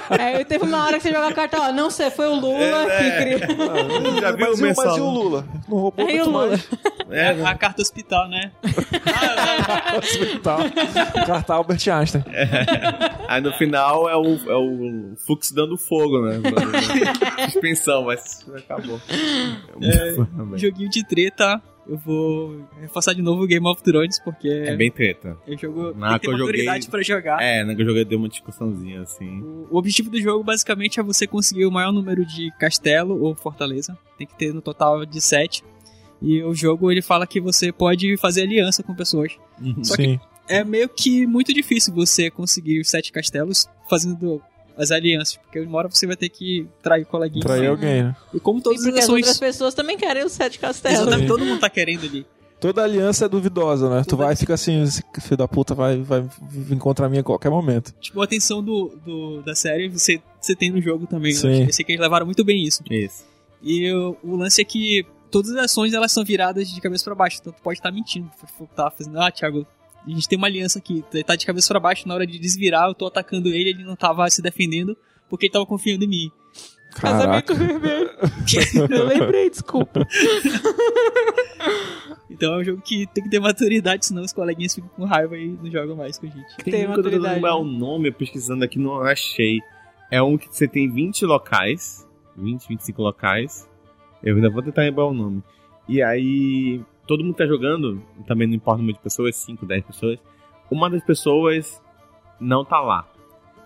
[SPEAKER 6] Aí teve uma hora que você joga a carta, ó, não sei, foi o Lula
[SPEAKER 1] É,
[SPEAKER 6] que criou.
[SPEAKER 1] Já viu o
[SPEAKER 2] mas, e, o- mas e o
[SPEAKER 1] mensalão?
[SPEAKER 2] Lula? Não roubou
[SPEAKER 6] Aí
[SPEAKER 2] muito
[SPEAKER 6] o Lula.
[SPEAKER 2] mais.
[SPEAKER 1] É,
[SPEAKER 4] A, a carta hospital, né?
[SPEAKER 2] hospital. Carta Albert Einstein.
[SPEAKER 1] Aí no final é o, é o Fux dando fogo, né? Suspensão, mas acabou.
[SPEAKER 4] Um
[SPEAKER 1] É,
[SPEAKER 4] joguinho de treta. Eu vou reforçar de novo o Game of Thrones, porque
[SPEAKER 1] é bem treta.
[SPEAKER 4] eu jogo.
[SPEAKER 1] Na
[SPEAKER 4] tem
[SPEAKER 1] que
[SPEAKER 4] que
[SPEAKER 1] eu joguei-
[SPEAKER 4] ter maturidade pra jogar.
[SPEAKER 1] É, né? Que eu joguei deu uma discussãozinha assim.
[SPEAKER 4] O o objetivo do jogo basicamente é você conseguir o maior número de castelo ou fortaleza. Tem que ter no total de 7. E o jogo ele fala que você pode fazer aliança com pessoas. Só que-
[SPEAKER 2] Sim.
[SPEAKER 4] É meio que muito difícil você conseguir os sete castelos fazendo as alianças, porque uma hora você vai ter que trair coleguinhas.
[SPEAKER 2] Trair
[SPEAKER 4] Assim.
[SPEAKER 2] alguém, né?
[SPEAKER 4] E como todas
[SPEAKER 6] E
[SPEAKER 4] as
[SPEAKER 6] porque as outras
[SPEAKER 4] ações.
[SPEAKER 6] pessoas também querem os sete castelos.
[SPEAKER 4] Exatamente, todo mundo tá querendo ali.
[SPEAKER 2] Toda aliança é duvidosa, né? Tu
[SPEAKER 4] Toda-
[SPEAKER 2] vai e fica assim, esse filho da puta vai, vai vir contra mim a qualquer momento.
[SPEAKER 4] Tipo, a atenção do, do- da série você, você tem no jogo também.
[SPEAKER 2] Sim.
[SPEAKER 4] Eu achei- eu sei que eles levaram muito bem isso.
[SPEAKER 1] Isso.
[SPEAKER 4] E o, o lance é que todas as ações elas são viradas de cabeça pra baixo, então tu pode estar mentindo. Tu Tá fazendo, ah, Thiago, a gente tem uma aliança aqui, tu tá de cabeça pra baixo, na hora de desvirar, eu tô atacando ele, ele não tava se defendendo, porque ele tava confiando em mim.
[SPEAKER 2] Caraca.
[SPEAKER 6] vermelho. Eu lembrei, desculpa.
[SPEAKER 4] Então é um jogo que tem que ter maturidade, senão os coleguinhas ficam com raiva e não jogam mais com a gente.
[SPEAKER 6] Tem
[SPEAKER 1] Tem um que eu tô tentando
[SPEAKER 6] maturidade,
[SPEAKER 1] lembrar
[SPEAKER 6] né?
[SPEAKER 1] o nome, eu pesquisando aqui, não achei. É um que você tem 20 locais. 20, 25 locais. Eu ainda vou tentar lembrar o nome. E aí, todo mundo tá jogando, também não importa o número de pessoas, 5, 10 pessoas. Uma das pessoas não tá lá.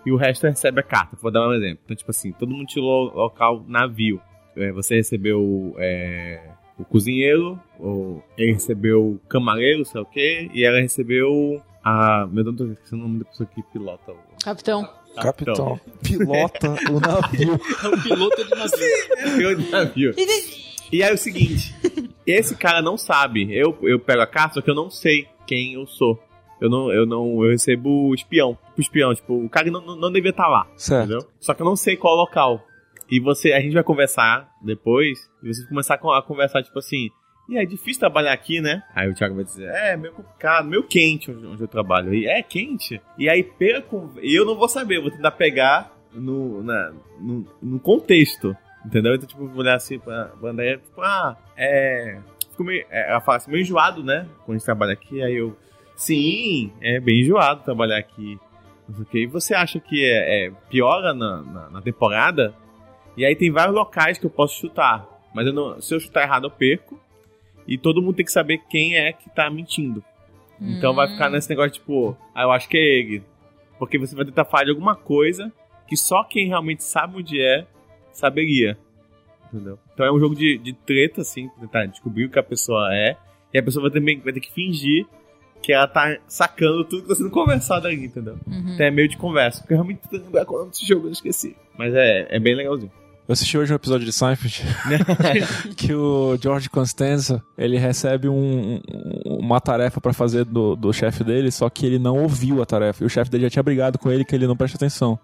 [SPEAKER 1] E o resto recebe a carta. Vou dar um exemplo. Então, tipo assim, todo mundo tirou o local navio. É, Você recebeu é, o cozinheiro, ou ele recebeu o camareiro, sei lá o quê, e ela recebeu a. Ah, Meu Deus, tô esquecendo o nome da pessoa que pilota o.
[SPEAKER 6] Capitão.
[SPEAKER 2] Capitão,
[SPEAKER 1] Então.
[SPEAKER 2] pilota o navio.
[SPEAKER 4] É o piloto de navio.
[SPEAKER 1] Eu já vi. E aí é o seguinte: esse cara não sabe. Eu, eu pego a carta, só que eu não sei quem eu sou. Eu não, eu não, eu recebo o espião. Tipo, espião, tipo, o cara não, não, não devia estar lá,
[SPEAKER 2] Certo.
[SPEAKER 1] entendeu? Só que eu não sei qual local. E você, a gente vai conversar depois, e vocês começar a conversar, tipo assim, e é difícil trabalhar aqui, né? Aí o Thiago vai dizer, é, meio complicado, meio quente onde onde eu trabalho. E é quente. E aí pela con- e eu não vou saber, eu vou tentar pegar no, na, no, no contexto, entendeu? Então, tipo, vou olhar assim pra pra Andréia, tipo, ah, é... Fico meio, é, ela fala assim, meio enjoado, né? Quando a gente trabalha aqui, aí eu, sim, é bem enjoado trabalhar aqui. Não sei o quê. E você acha que é, é, piora na, na, na temporada? E aí tem vários locais que eu posso chutar. Mas eu não- se eu chutar errado, eu perco. E todo mundo tem que saber quem é que tá mentindo. Então vai ficar nesse negócio tipo, ah, eu acho que é ele. Porque você vai tentar falar de alguma coisa que só quem realmente sabe onde é saberia. Entendeu? Então é um jogo de, de treta, assim, pra tentar descobrir o que a pessoa é. E a pessoa vai, também, vai ter que fingir que ela tá sacando tudo que tá sendo conversado ali, entendeu?
[SPEAKER 6] Uhum.
[SPEAKER 1] Então é meio de conversa. Porque eu realmente tô tentando lembrar qual é o nome desse jogo, eu esqueci. Mas é, é bem legalzinho.
[SPEAKER 2] Eu assisti hoje um episódio de Seinfeld que o George Costanza ele recebe um- um- uma tarefa pra fazer do, do chefe dele, só que ele não ouviu a tarefa. E o chefe dele já tinha brigado com ele que ele não presta atenção.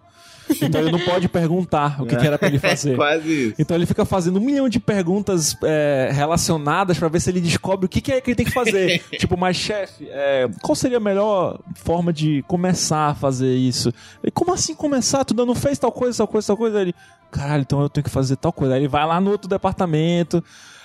[SPEAKER 2] Então ele não pode perguntar o que, que era pra ele fazer.
[SPEAKER 1] É. Quase isso.
[SPEAKER 2] Então ele fica fazendo um milhão de perguntas é, relacionadas pra ver se ele descobre o que, que é que ele tem que fazer. tipo, mas chefe, é, qual seria a melhor forma de começar a fazer isso? Ele, como assim começar? Tu ainda não fez tal coisa, tal coisa, tal coisa? Aí Ele, caralho, então eu tenho que fazer tal coisa. Aí ele vai lá no outro departamento.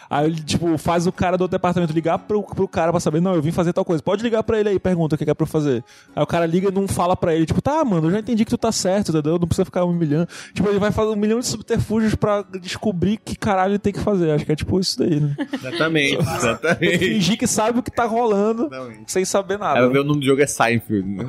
[SPEAKER 2] Aí ele, tipo, faz o cara do outro departamento ligar pro, pro cara pra saber, não, eu vim fazer tal coisa. Pode ligar pra ele aí, pergunta o que que é pra eu fazer. Aí o cara liga e não fala pra ele, tipo, tá, mano, eu já entendi que tu tá certo, entendeu? Não precisa ficar humilhando. Tipo, ele vai fazer um milhão de subterfúgios pra descobrir que caralho ele tem que fazer. Acho que é tipo isso daí, né?
[SPEAKER 1] Exatamente.
[SPEAKER 2] Ele
[SPEAKER 1] Exatamente.
[SPEAKER 2] Fingir que sabe o que tá rolando
[SPEAKER 1] Exatamente.
[SPEAKER 2] sem saber nada. né?
[SPEAKER 1] Ela vê o nome do jogo é Seinfeld. Né?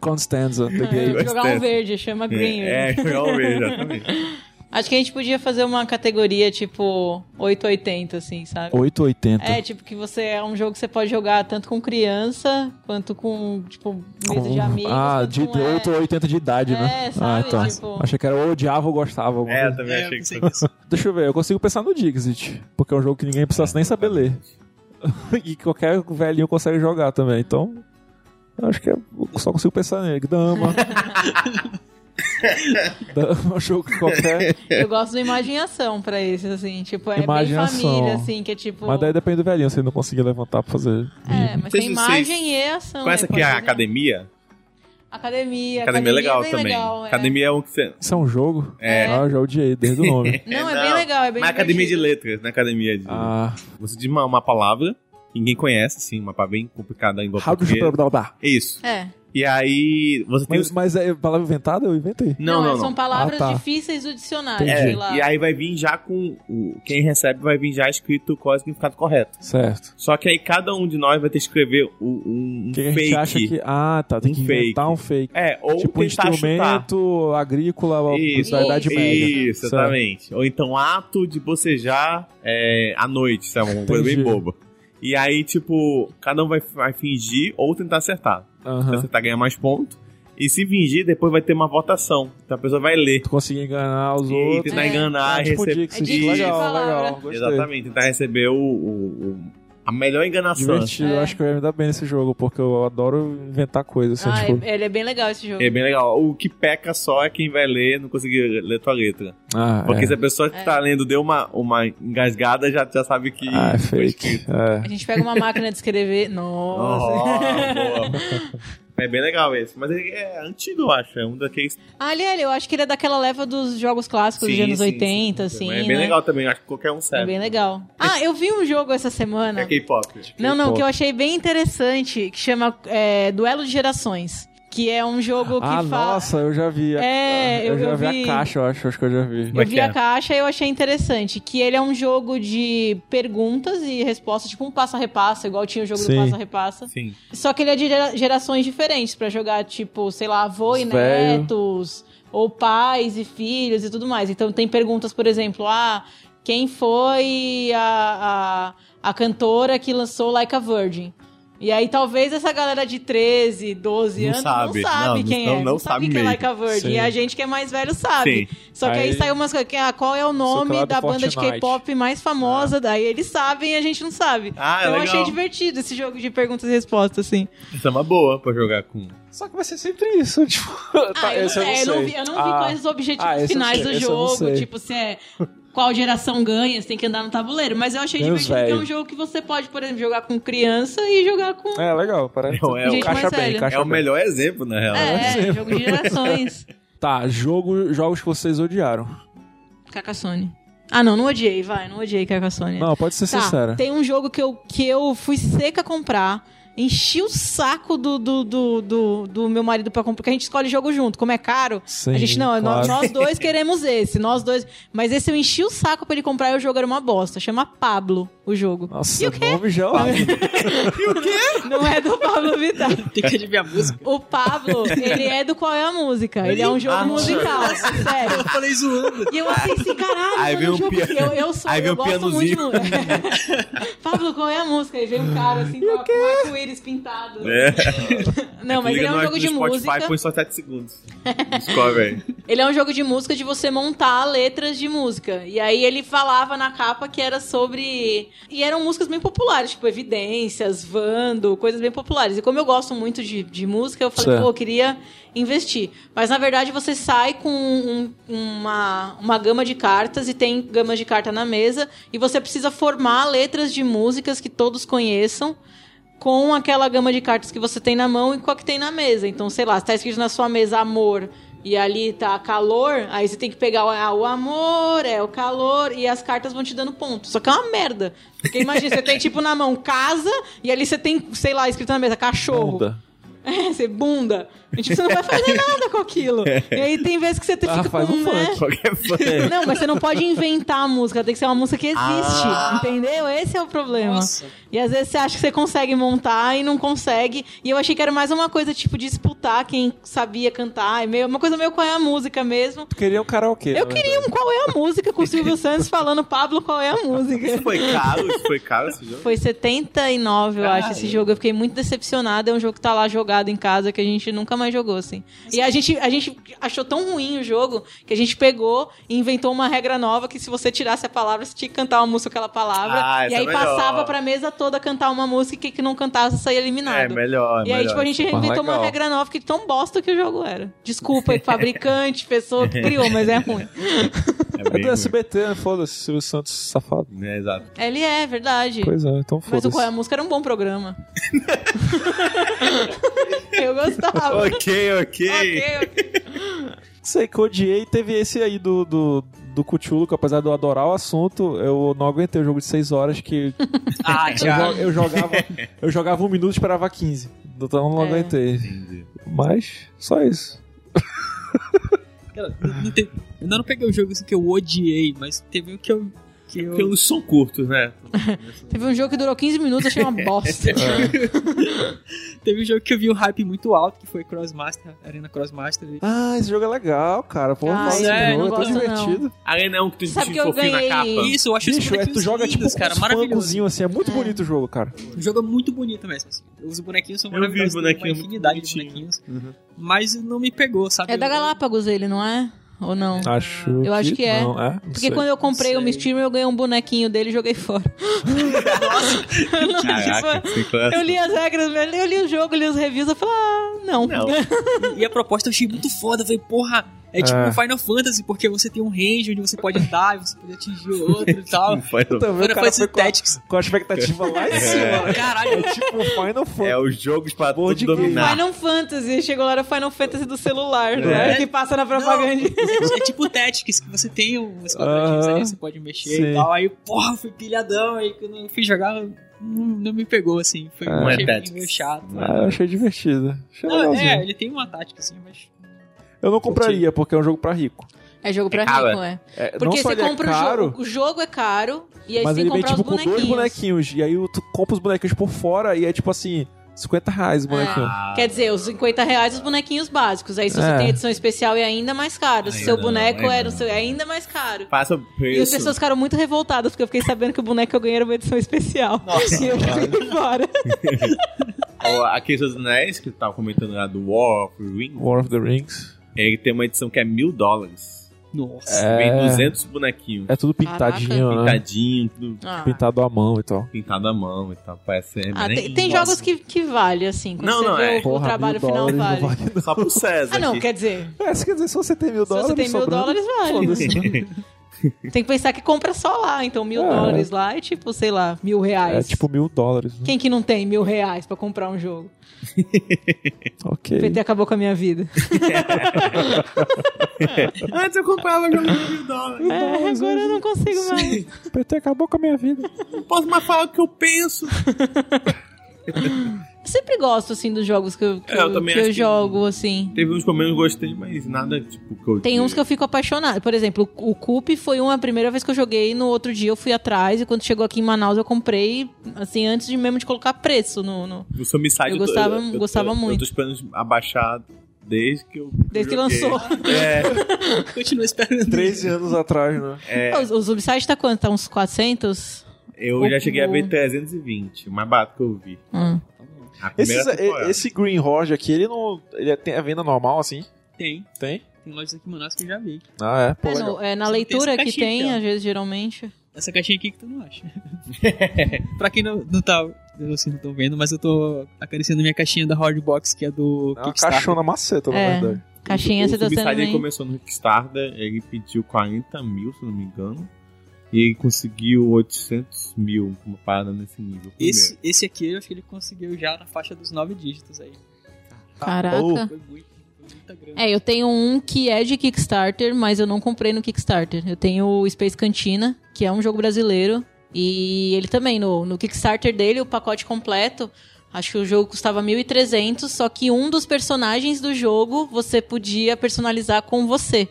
[SPEAKER 2] Constanza, the
[SPEAKER 6] É,
[SPEAKER 2] game.
[SPEAKER 6] jogar um verde, chama Green.
[SPEAKER 1] É, é, realmente, exatamente.
[SPEAKER 6] Acho que a gente podia fazer uma categoria tipo 880, assim, sabe?
[SPEAKER 2] 880.
[SPEAKER 6] É, tipo, que você é um jogo que você pode jogar tanto com criança, quanto com, tipo, mesa de amigos.
[SPEAKER 2] ah,
[SPEAKER 6] quanto
[SPEAKER 2] de
[SPEAKER 6] com, é,
[SPEAKER 2] 8 ou 80 de idade,
[SPEAKER 6] É,
[SPEAKER 2] né?
[SPEAKER 6] sabe,
[SPEAKER 2] ah, tá.
[SPEAKER 6] tipo-
[SPEAKER 2] Achei que era ou odiava ou gostava. alguma
[SPEAKER 1] É,
[SPEAKER 2] coisa.
[SPEAKER 1] eu
[SPEAKER 2] assim.
[SPEAKER 1] também
[SPEAKER 4] É, eu
[SPEAKER 1] achei que
[SPEAKER 4] pensei
[SPEAKER 1] foi.
[SPEAKER 4] nisso.
[SPEAKER 2] Deixa eu ver, eu consigo pensar no Dixit, porque é um jogo que ninguém precisasse nem saber ler. e qualquer velhinho consegue jogar também, então. eu acho que é, eu só consigo pensar nele. Dama. Dama é um jogo que qualquer.
[SPEAKER 6] Eu gosto do imaginação pra esses, assim, tipo, é bem
[SPEAKER 2] Imaginação.
[SPEAKER 6] família, assim, que é tipo.
[SPEAKER 2] Mas daí depende do velhinho, se ele não conseguir levantar pra fazer.
[SPEAKER 6] É, mas
[SPEAKER 1] Vocês-
[SPEAKER 6] tem imagem e ação.
[SPEAKER 1] Conhece
[SPEAKER 6] né?
[SPEAKER 1] aqui a
[SPEAKER 6] Pode-
[SPEAKER 1] academia?
[SPEAKER 6] Academia.
[SPEAKER 1] Academia é legal
[SPEAKER 6] bem
[SPEAKER 1] também.
[SPEAKER 6] legal, é.
[SPEAKER 1] Academia é um que você.
[SPEAKER 2] Isso é um jogo?
[SPEAKER 6] É.
[SPEAKER 2] Ah, eu já odiei desde o nome.
[SPEAKER 6] Não, é,
[SPEAKER 1] É,
[SPEAKER 6] bem
[SPEAKER 1] não.
[SPEAKER 6] legal, é bem
[SPEAKER 1] Mas academia de
[SPEAKER 6] divertido.
[SPEAKER 1] letras, na academia de.
[SPEAKER 2] ah.
[SPEAKER 1] Você diz uma, uma palavra, que ninguém conhece, assim, uma palavra bem complicada em
[SPEAKER 2] How do you
[SPEAKER 1] português. É isso.
[SPEAKER 6] É.
[SPEAKER 1] E aí você tem um
[SPEAKER 2] Mas,
[SPEAKER 1] os.
[SPEAKER 2] mas é palavra inventada? Eu inventei.
[SPEAKER 1] Não, não,
[SPEAKER 6] é, São
[SPEAKER 1] não.
[SPEAKER 6] palavras
[SPEAKER 2] Ah, tá.
[SPEAKER 6] difíceis do dicionário,
[SPEAKER 2] Entendi.
[SPEAKER 6] sei
[SPEAKER 1] É,
[SPEAKER 6] lá.
[SPEAKER 1] e aí vai vir já com. O, quem recebe vai vir já escrito qual é o significado correto.
[SPEAKER 2] Certo.
[SPEAKER 1] Só que aí cada um de nós vai ter que escrever o- um, um
[SPEAKER 2] Que a gente
[SPEAKER 1] fake.
[SPEAKER 2] acha que. Ah, tá. Tem
[SPEAKER 1] Um
[SPEAKER 2] que inventar
[SPEAKER 1] fake.
[SPEAKER 2] um fake.
[SPEAKER 1] É, ou
[SPEAKER 2] tipo
[SPEAKER 1] tentar chutar.
[SPEAKER 2] instrumento agrícola
[SPEAKER 1] Isso,
[SPEAKER 2] da Idade
[SPEAKER 6] isso,
[SPEAKER 2] Média.
[SPEAKER 1] Isso, exatamente. Ou então ato de bocejar é, à noite, sabe? Uma coisa bem
[SPEAKER 2] Entendi.
[SPEAKER 1] boba. E aí, tipo, cada um vai, vai fingir ou tentar acertar.
[SPEAKER 2] Aham.
[SPEAKER 1] Se acertar, ganha mais ponto. E se fingir, depois vai ter uma votação. Então a pessoa vai ler.
[SPEAKER 2] Tu conseguir enganar os
[SPEAKER 1] E
[SPEAKER 2] outros.
[SPEAKER 1] tentar
[SPEAKER 6] É.
[SPEAKER 1] né, enganar,
[SPEAKER 2] Ah, tipo
[SPEAKER 1] receber.
[SPEAKER 2] Dixit.
[SPEAKER 6] É Dixit,
[SPEAKER 2] legal,
[SPEAKER 6] palavra.
[SPEAKER 2] legal. Gostei.
[SPEAKER 1] Exatamente, tentar receber o, o- o- a melhor enganação.
[SPEAKER 2] Divertido,
[SPEAKER 6] É.
[SPEAKER 2] eu acho que eu ia me dar bem nesse jogo, porque eu adoro inventar coisas. Assim,
[SPEAKER 6] Ah,
[SPEAKER 2] tipo,
[SPEAKER 6] é- ele é bem legal esse jogo.
[SPEAKER 1] É bem legal. O que peca só é quem vai ler e não conseguir ler tua letra.
[SPEAKER 2] ah,
[SPEAKER 1] Porque
[SPEAKER 2] é.
[SPEAKER 1] se a pessoa que tá lendo deu uma, uma engasgada, já, já sabe que.
[SPEAKER 2] Ah, é
[SPEAKER 1] foi
[SPEAKER 2] fake. É.
[SPEAKER 6] A gente pega uma máquina de escrever. Nossa.
[SPEAKER 1] Oh, boa. É bem legal esse. Mas ele é antigo, eu acho. É um daqueles.
[SPEAKER 6] Ah, ele, ele, eu acho que ele é daquela leva dos jogos clássicos dos
[SPEAKER 1] Sim,
[SPEAKER 6] anos
[SPEAKER 1] sim,
[SPEAKER 6] 80,
[SPEAKER 1] sim.
[SPEAKER 6] assim.
[SPEAKER 1] Mas é
[SPEAKER 6] né?
[SPEAKER 1] bem legal também. eu Acho que qualquer um
[SPEAKER 6] É
[SPEAKER 1] serve.
[SPEAKER 6] bem legal. né? Ah, eu vi um jogo essa semana.
[SPEAKER 1] É K-pop.
[SPEAKER 6] Não, não,
[SPEAKER 2] K-pop.
[SPEAKER 6] que eu achei bem interessante, que chama é, Duelo de Gerações. Que é um jogo que
[SPEAKER 2] Ah,
[SPEAKER 6] fala.
[SPEAKER 2] nossa, eu já vi. a-
[SPEAKER 6] É,
[SPEAKER 2] eu
[SPEAKER 6] eu-
[SPEAKER 2] já
[SPEAKER 6] eu
[SPEAKER 2] vi,
[SPEAKER 6] vi-
[SPEAKER 2] a caixa, eu acho, acho que eu já vi.
[SPEAKER 1] Como é
[SPEAKER 6] Eu
[SPEAKER 1] que
[SPEAKER 6] vi
[SPEAKER 1] é?
[SPEAKER 6] a caixa e eu achei interessante. Que ele é um jogo de perguntas e respostas, tipo um passa-repassa, igual tinha o jogo
[SPEAKER 2] Sim.
[SPEAKER 6] do passa-repassa.
[SPEAKER 1] Sim.
[SPEAKER 6] Só que ele é de gera- gerações diferentes pra jogar, tipo, sei lá, avô e
[SPEAKER 2] Os velho.
[SPEAKER 6] netos, ou pais e filhos e tudo mais. Então tem perguntas, por exemplo, ah, quem foi a, a, a cantora que lançou Like a Virgin? E aí talvez essa galera de 13, 12
[SPEAKER 1] Não
[SPEAKER 6] anos
[SPEAKER 1] sabe.
[SPEAKER 6] não sabe
[SPEAKER 1] Não,
[SPEAKER 6] quem
[SPEAKER 1] não-
[SPEAKER 6] é.
[SPEAKER 1] não
[SPEAKER 6] sabe
[SPEAKER 1] sabe
[SPEAKER 6] quem é
[SPEAKER 1] mesmo.
[SPEAKER 6] Like a Virgin.
[SPEAKER 2] Sim.
[SPEAKER 6] E a gente que é mais velho sabe. Só que aí,
[SPEAKER 2] Aí-
[SPEAKER 6] saiu umas coisas, que, ah, qual é o nome
[SPEAKER 2] Socorro
[SPEAKER 6] da banda de
[SPEAKER 2] Fortnite. É.
[SPEAKER 6] K-pop mais famosa? Daí eles sabem e a gente não sabe.
[SPEAKER 1] Ah, é
[SPEAKER 6] Então eu
[SPEAKER 1] legal.
[SPEAKER 6] achei divertido esse jogo de perguntas e respostas, assim.
[SPEAKER 1] Isso é uma boa pra jogar com.
[SPEAKER 2] Só que vai ser sempre isso, tipo. tá,
[SPEAKER 6] eu,
[SPEAKER 2] esse eu não
[SPEAKER 6] é, eu
[SPEAKER 2] sei.
[SPEAKER 6] vi, eu não vi
[SPEAKER 2] Ah,
[SPEAKER 6] quais os objetivos
[SPEAKER 2] ah, esse eu
[SPEAKER 6] finais
[SPEAKER 2] sei,
[SPEAKER 6] do
[SPEAKER 2] esse eu não
[SPEAKER 6] jogo,
[SPEAKER 2] sei.
[SPEAKER 6] tipo, se é qual geração ganha, você tem que andar no tabuleiro. Mas eu achei
[SPEAKER 2] Ganha os
[SPEAKER 6] divertido que é um
[SPEAKER 2] velho.
[SPEAKER 6] jogo que você pode, por exemplo, jogar com criança e jogar com.
[SPEAKER 2] É, legal, parece.
[SPEAKER 1] Não, é o-
[SPEAKER 6] Gente mais
[SPEAKER 2] caixa bem,
[SPEAKER 6] velha.
[SPEAKER 2] caixa
[SPEAKER 1] É o
[SPEAKER 2] bem.
[SPEAKER 1] melhor exemplo, na
[SPEAKER 2] Ah,
[SPEAKER 1] real. né?
[SPEAKER 6] É, é, jogo de gerações.
[SPEAKER 2] Tá, jogo, jogos que vocês odiaram.
[SPEAKER 6] Carcassone. Ah, não, não odiei, vai, não odiei Carcassone.
[SPEAKER 2] Não, pode ser
[SPEAKER 6] É. Tá,
[SPEAKER 2] sincera.
[SPEAKER 6] tem um jogo que eu, que eu fui seca comprar. Enchi o saco do, do, do, do, do meu marido pra comprar, porque a gente escolhe jogo junto. Como é caro,
[SPEAKER 2] Sim,
[SPEAKER 6] a gente não, é nós,
[SPEAKER 2] claro.
[SPEAKER 6] nós dois queremos esse, nós dois. Mas esse eu enchi o saco pra ele comprar e o jogo era uma bosta. Chama Pablo o jogo.
[SPEAKER 2] Nossa,
[SPEAKER 6] E
[SPEAKER 2] o
[SPEAKER 6] o quê?
[SPEAKER 2] nome já é lá.
[SPEAKER 6] Não é do Pablo Vittar.
[SPEAKER 4] Tem que adivinhar a música.
[SPEAKER 6] O Pablo, ele é do Qual é a Música. Ele é um jogo musical, sério.
[SPEAKER 4] Eu falei zoando.
[SPEAKER 6] E eu assim, assim caralho,
[SPEAKER 7] Aí
[SPEAKER 6] mano,
[SPEAKER 7] veio um
[SPEAKER 6] jogo
[SPEAKER 7] pia-
[SPEAKER 6] que eu, eu sou,
[SPEAKER 7] aí veio
[SPEAKER 6] eu
[SPEAKER 7] um
[SPEAKER 6] gosto muito de música. Pablo, qual é a música? Aí veio um cara assim, com, a- com um arco-íris pintado.
[SPEAKER 7] É.
[SPEAKER 1] É.
[SPEAKER 6] Não, mas ele é um jogo de música.
[SPEAKER 7] põe só 7 segundos. Descobre aí.
[SPEAKER 6] Ele é um jogo de música de você montar letras de música. E aí ele falava na capa que era sobre. E eram músicas bem populares, tipo Evidências, Vando, coisas bem populares. E como eu gosto muito de, de música, eu falei,
[SPEAKER 2] Certo.
[SPEAKER 6] pô, eu queria investir. Mas na verdade você sai com um- uma, uma gama de cartas e tem gamas de carta na mesa. E você precisa formar letras de músicas que todos conheçam com aquela gama de cartas que você tem na mão e com a que tem na mesa. Então, sei lá, se tá escrito na sua mesa amor e ali tá calor, aí você tem que pegar o, ah, o amor, é o calor, e as cartas vão te dando ponto. Só que é uma merda. Porque imagina, você tem tipo na mão casa e ali você tem, sei lá, escrito na mesa cachorro.
[SPEAKER 2] Bunda.
[SPEAKER 6] É, você bunda. E, tipo, você não vai fazer nada com aquilo. E aí tem vezes que você fica
[SPEAKER 2] Ah, faz
[SPEAKER 6] com,
[SPEAKER 2] um
[SPEAKER 6] né?
[SPEAKER 2] funk.
[SPEAKER 7] Qualquer fã.
[SPEAKER 6] Não, mas você não pode inventar a música, tem que ser uma música que existe, entendeu? Esse é o problema.
[SPEAKER 4] Nossa.
[SPEAKER 6] E às vezes você acha que você consegue montar e não consegue. E eu achei que era mais uma coisa, tipo, disputar quem sabia cantar. É meio, uma coisa meio qual é a música mesmo.
[SPEAKER 2] Tu queria um karaokê.
[SPEAKER 6] Eu
[SPEAKER 2] né?
[SPEAKER 6] queria um qual é a música com o Silvio Santos falando, Pablo, qual é a música?
[SPEAKER 7] Foi caro, isso foi caro esse jogo.
[SPEAKER 6] Foi 79, eu acho, esse jogo. Eu fiquei muito decepcionada. É um jogo que tá lá jogado em casa que a gente nunca mais jogou, assim. E a gente, a gente achou tão ruim o jogo que a gente pegou e inventou uma regra nova que se você tirasse a palavra, você tinha que cantar uma música aquela palavra.
[SPEAKER 7] Ah,
[SPEAKER 6] e
[SPEAKER 7] essa é
[SPEAKER 6] aí
[SPEAKER 7] melhor.
[SPEAKER 6] passava pra mesa toda cantar uma música e quem que não cantasse saía
[SPEAKER 7] É,
[SPEAKER 6] eliminado.
[SPEAKER 7] melhor.
[SPEAKER 6] E aí,
[SPEAKER 7] melhor.
[SPEAKER 6] tipo, a gente
[SPEAKER 2] Pô,
[SPEAKER 6] inventou uma
[SPEAKER 2] legal.
[SPEAKER 6] regra nova que tão bosta que o jogo era. Desculpa aí, fabricante, pessoa que criou, mas é ruim.
[SPEAKER 7] É
[SPEAKER 2] É
[SPEAKER 7] bem
[SPEAKER 2] do SBT, né? Foda-se, Silvio Santos safado.
[SPEAKER 7] ruim. É, exato.
[SPEAKER 6] Ele é, verdade.
[SPEAKER 2] Pois é, então
[SPEAKER 6] Mas o Qual é a
[SPEAKER 2] foda-se.
[SPEAKER 6] Música era um bom programa. eu gostava.
[SPEAKER 7] Ok, ok.
[SPEAKER 6] Ok, ok.
[SPEAKER 2] Sei que eu odiei. Teve esse aí do, do, do Cthulhu, que apesar de eu adorar o assunto, eu não aguentei o jogo de 6 horas que
[SPEAKER 4] Ah,
[SPEAKER 2] eu,
[SPEAKER 4] Thiago.
[SPEAKER 2] jo- eu jogava eu jogava um minuto e esperava 15. Então eu não
[SPEAKER 6] É.
[SPEAKER 2] aguentei. Mas, só isso.
[SPEAKER 4] Cara, não- não tem- eu ainda não peguei um jogo assim que eu odiei, mas teve um que eu. Que eu...
[SPEAKER 7] Pelos são curtos, né?
[SPEAKER 6] Teve um jogo que durou 15 minutos, achei uma bosta.
[SPEAKER 4] Teve um jogo que eu vi um hype muito alto, que foi Crossmaster, Arena Crossmaster.
[SPEAKER 2] Ah, esse jogo é legal, cara. Pô, fala
[SPEAKER 4] é,
[SPEAKER 6] Ah,
[SPEAKER 2] desse
[SPEAKER 4] eu
[SPEAKER 2] jogo,
[SPEAKER 4] não
[SPEAKER 2] é tão
[SPEAKER 6] gosto, não.
[SPEAKER 2] divertido.
[SPEAKER 7] Arena é um que tem
[SPEAKER 6] Sabe
[SPEAKER 7] bichinho
[SPEAKER 6] que eu
[SPEAKER 7] fofinho na
[SPEAKER 6] ganhei-
[SPEAKER 7] capa.
[SPEAKER 4] Isso, eu acho
[SPEAKER 2] Bicho,
[SPEAKER 4] isso
[SPEAKER 2] é, tu joga
[SPEAKER 4] lindos,
[SPEAKER 2] tipo
[SPEAKER 4] cara,
[SPEAKER 2] um
[SPEAKER 4] maravilhoso.
[SPEAKER 2] fangozinho assim, é muito bonito o jogo, cara.
[SPEAKER 4] O jogo é muito bonito mesmo. assim. Os bonequinhos são
[SPEAKER 7] Eu vi os
[SPEAKER 4] maravilhosos, tem
[SPEAKER 7] bonequinhos
[SPEAKER 4] uma
[SPEAKER 7] muito
[SPEAKER 4] infinidade de
[SPEAKER 7] bonitinhos.
[SPEAKER 4] bonequinhos.
[SPEAKER 2] Uhum.
[SPEAKER 4] Mas não me pegou, sabe?
[SPEAKER 6] É da
[SPEAKER 4] Eu-
[SPEAKER 6] Galápagos ele, não é? Ou não?
[SPEAKER 7] Ah,
[SPEAKER 2] Acho
[SPEAKER 6] Eu acho que é.
[SPEAKER 2] Não, é? Não
[SPEAKER 6] Porque
[SPEAKER 2] sei.
[SPEAKER 6] quando eu comprei
[SPEAKER 4] Não
[SPEAKER 6] o
[SPEAKER 4] sei.
[SPEAKER 6] Mysterium, eu ganhei um bonequinho dele e joguei fora. Eu não-
[SPEAKER 7] Caraca,
[SPEAKER 6] tipo,
[SPEAKER 7] sem classe.
[SPEAKER 6] eu li as regras, eu li o jogo, li os reviews, eu falei, ah, não.
[SPEAKER 7] Não.
[SPEAKER 4] E a proposta eu achei muito foda, eu falei, porra, é tipo
[SPEAKER 2] É.
[SPEAKER 4] um Final Fantasy, porque você tem um range onde você pode andar e você pode atingir o outro e tal.
[SPEAKER 7] Não foi, não.
[SPEAKER 2] Puta, Então, meu,
[SPEAKER 4] Final
[SPEAKER 2] o cara
[SPEAKER 4] Fantasy
[SPEAKER 2] foi com, a,
[SPEAKER 4] Tactics.
[SPEAKER 2] com a expectativa lá em cima.
[SPEAKER 4] Mano,
[SPEAKER 2] É
[SPEAKER 4] Caralho,
[SPEAKER 2] tipo Final Fantasy.
[SPEAKER 7] É os jogos pra
[SPEAKER 2] Boa
[SPEAKER 7] tudo
[SPEAKER 2] de game.
[SPEAKER 7] dominar.
[SPEAKER 6] Final Fantasy, chegou lá, era Final Fantasy do celular, não
[SPEAKER 7] É.
[SPEAKER 6] é? Que passa na propaganda.
[SPEAKER 4] é tipo o Tactics, que você tem uns quadradinhos
[SPEAKER 2] Aham.
[SPEAKER 4] ali, você pode mexer
[SPEAKER 2] Sim.
[SPEAKER 4] e tal. Aí, porra, eu fui pilhadão, aí quando eu fui jogar, não, não me pegou, assim. Foi
[SPEAKER 2] Não
[SPEAKER 7] é
[SPEAKER 4] achei
[SPEAKER 7] Tactics.
[SPEAKER 4] meio chato.
[SPEAKER 2] Ah, eu achei divertido. Achei
[SPEAKER 4] Não,
[SPEAKER 2] legalzinho.
[SPEAKER 4] é, ele tem uma tática, assim, mas...
[SPEAKER 2] Eu não compraria, porque é um jogo pra rico.
[SPEAKER 6] É jogo pra
[SPEAKER 7] É caro,
[SPEAKER 6] rico, é.
[SPEAKER 2] É, não
[SPEAKER 6] Porque
[SPEAKER 2] só
[SPEAKER 6] você
[SPEAKER 2] ele é
[SPEAKER 6] compra
[SPEAKER 2] caro,
[SPEAKER 6] o jogo. O jogo é caro e aí
[SPEAKER 2] mas
[SPEAKER 6] você tem
[SPEAKER 2] ele
[SPEAKER 6] que
[SPEAKER 2] vem
[SPEAKER 6] comprar
[SPEAKER 2] tipo
[SPEAKER 6] os
[SPEAKER 2] com dois
[SPEAKER 6] bonequinhos.
[SPEAKER 2] bonequinhos. E aí tu compra os bonequinhos por fora e é tipo assim, 50 reais
[SPEAKER 6] É.
[SPEAKER 2] o bonequinho.
[SPEAKER 7] Ah,
[SPEAKER 6] Quer dizer, os 50 reais os bonequinhos básicos. Aí se você
[SPEAKER 2] É.
[SPEAKER 6] tem edição especial é ainda mais caro. Se
[SPEAKER 7] Ainda
[SPEAKER 6] seu
[SPEAKER 7] não,
[SPEAKER 6] boneco
[SPEAKER 7] ainda
[SPEAKER 6] era o
[SPEAKER 7] não.
[SPEAKER 6] seu, é ainda mais caro.
[SPEAKER 7] Passa o
[SPEAKER 6] E as
[SPEAKER 7] preço.
[SPEAKER 6] pessoas ficaram muito revoltadas, porque eu fiquei sabendo que o boneco que eu ganhei era uma edição especial.
[SPEAKER 7] Nossa.
[SPEAKER 6] e eu fui embora.
[SPEAKER 7] Ó, Aqueles dos anéis que eu tava comentando lá do War of the Ring,
[SPEAKER 2] War of the Rings.
[SPEAKER 7] ele tem uma edição que é mil dólares.
[SPEAKER 4] Nossa.
[SPEAKER 2] É,
[SPEAKER 7] Vem 200 bonequinhos.
[SPEAKER 2] é tudo pintadinho, né?
[SPEAKER 7] Pintadinho, tudo
[SPEAKER 6] Ah.
[SPEAKER 2] Pintado à mão e tal.
[SPEAKER 7] pintado à mão e tal. Parece é
[SPEAKER 6] Ah,
[SPEAKER 7] bem-
[SPEAKER 6] tem, tem
[SPEAKER 7] Nossa.
[SPEAKER 6] jogos que, que vale, assim. Quando
[SPEAKER 7] Não,
[SPEAKER 6] você
[SPEAKER 7] não,
[SPEAKER 6] vê
[SPEAKER 7] é.
[SPEAKER 6] o- o, trabalho
[SPEAKER 2] mil
[SPEAKER 6] final
[SPEAKER 2] dólares
[SPEAKER 6] vale.
[SPEAKER 2] não vale.
[SPEAKER 7] Só pro César.
[SPEAKER 6] Ah, não,
[SPEAKER 7] aqui.
[SPEAKER 6] quer dizer,
[SPEAKER 2] É, isso quer dizer, se você tem mil
[SPEAKER 6] se
[SPEAKER 2] dólares
[SPEAKER 6] você tem mil
[SPEAKER 2] sobrando,
[SPEAKER 6] dólares, vale.
[SPEAKER 2] foda-se, né?
[SPEAKER 6] Tem que pensar que compra só lá, então mil
[SPEAKER 2] É.
[SPEAKER 6] dólares lá é tipo, sei lá, mil
[SPEAKER 2] É
[SPEAKER 6] reais.
[SPEAKER 2] tipo mil dólares. né?
[SPEAKER 6] Quem que não tem mil reais pra comprar um jogo? O
[SPEAKER 2] Ok.
[SPEAKER 6] PT acabou com a minha vida.
[SPEAKER 7] Antes eu comprava jogo de mil dólares.
[SPEAKER 6] É, agora
[SPEAKER 2] né?
[SPEAKER 6] eu não consigo mais.
[SPEAKER 2] O PT acabou com a minha vida.
[SPEAKER 7] Não posso mais falar o que eu penso.
[SPEAKER 6] sempre gosto, assim, dos jogos que eu, que
[SPEAKER 1] É, eu
[SPEAKER 6] eu-
[SPEAKER 1] também
[SPEAKER 6] que eu
[SPEAKER 1] acho que-
[SPEAKER 6] jogo, assim.
[SPEAKER 1] Teve uns que eu menos gostei, mas nada tipo que eu.
[SPEAKER 6] Tem uns que eu fico apaixonada. Por exemplo, o o Coop foi uma a primeira vez que eu joguei, no outro dia eu fui atrás, e quando chegou aqui em Manaus eu comprei, assim, antes de mesmo de colocar preço no. no-
[SPEAKER 1] O Suicide
[SPEAKER 6] eu gostava- gostava
[SPEAKER 1] eu tô, Eu
[SPEAKER 6] muito.
[SPEAKER 1] tô esperando abaixar desde que eu.
[SPEAKER 6] Desde que
[SPEAKER 1] joguei.
[SPEAKER 6] lançou.
[SPEAKER 1] É,
[SPEAKER 4] Continua esperando.
[SPEAKER 2] 13 anos atrás, né?
[SPEAKER 6] Ah, O, o Subside tá quanto? Tá uns 400?
[SPEAKER 1] eu já cheguei a ver 320, o mais barato que eu vi.
[SPEAKER 6] Hum.
[SPEAKER 1] A primeira
[SPEAKER 2] Esses-
[SPEAKER 1] temporada.
[SPEAKER 2] e- esse Green Horde aqui, ele não. Ele é- tem a venda normal, assim?
[SPEAKER 4] Tem.
[SPEAKER 2] Tem?
[SPEAKER 4] Tem lojas aqui em Manaus que eu já vi.
[SPEAKER 2] Ah, é. Pô,
[SPEAKER 6] É,
[SPEAKER 2] legal.
[SPEAKER 6] no- é na
[SPEAKER 4] Só tem
[SPEAKER 6] leitura
[SPEAKER 4] essa
[SPEAKER 6] que
[SPEAKER 4] caixinha
[SPEAKER 6] tem,
[SPEAKER 4] aqui, ó.
[SPEAKER 6] às vezes, geralmente.
[SPEAKER 4] Essa caixinha aqui que tu não acha. pra quem não, não tá. Eu não sei não estão vendo, mas eu tô acariciando minha caixinha da Horde Box, que é do
[SPEAKER 2] É uma
[SPEAKER 4] Kickstarter.
[SPEAKER 2] caixona maceta, na
[SPEAKER 6] É.
[SPEAKER 2] verdade.
[SPEAKER 6] Caixinha
[SPEAKER 1] o
[SPEAKER 6] você tá
[SPEAKER 1] Suicide
[SPEAKER 6] sendo.
[SPEAKER 1] ele
[SPEAKER 6] bem-
[SPEAKER 1] começou no Kickstarter, ele pediu 40 mil, se eu não me engano. E ele conseguiu 800 mil, uma parada nesse nível.
[SPEAKER 4] Esse, esse aqui eu acho que ele conseguiu já na faixa dos nove dígitos aí.
[SPEAKER 6] Caraca.
[SPEAKER 2] Ou-
[SPEAKER 4] Foi muito, foi muita grana.
[SPEAKER 6] É, eu tenho um que é de Kickstarter, mas eu não comprei no Kickstarter. Eu tenho o Space Cantina, que é um jogo brasileiro. E ele também, no, no Kickstarter dele, o pacote completo, acho que o jogo custava 1.300, só que um dos personagens do jogo você podia personalizar com você.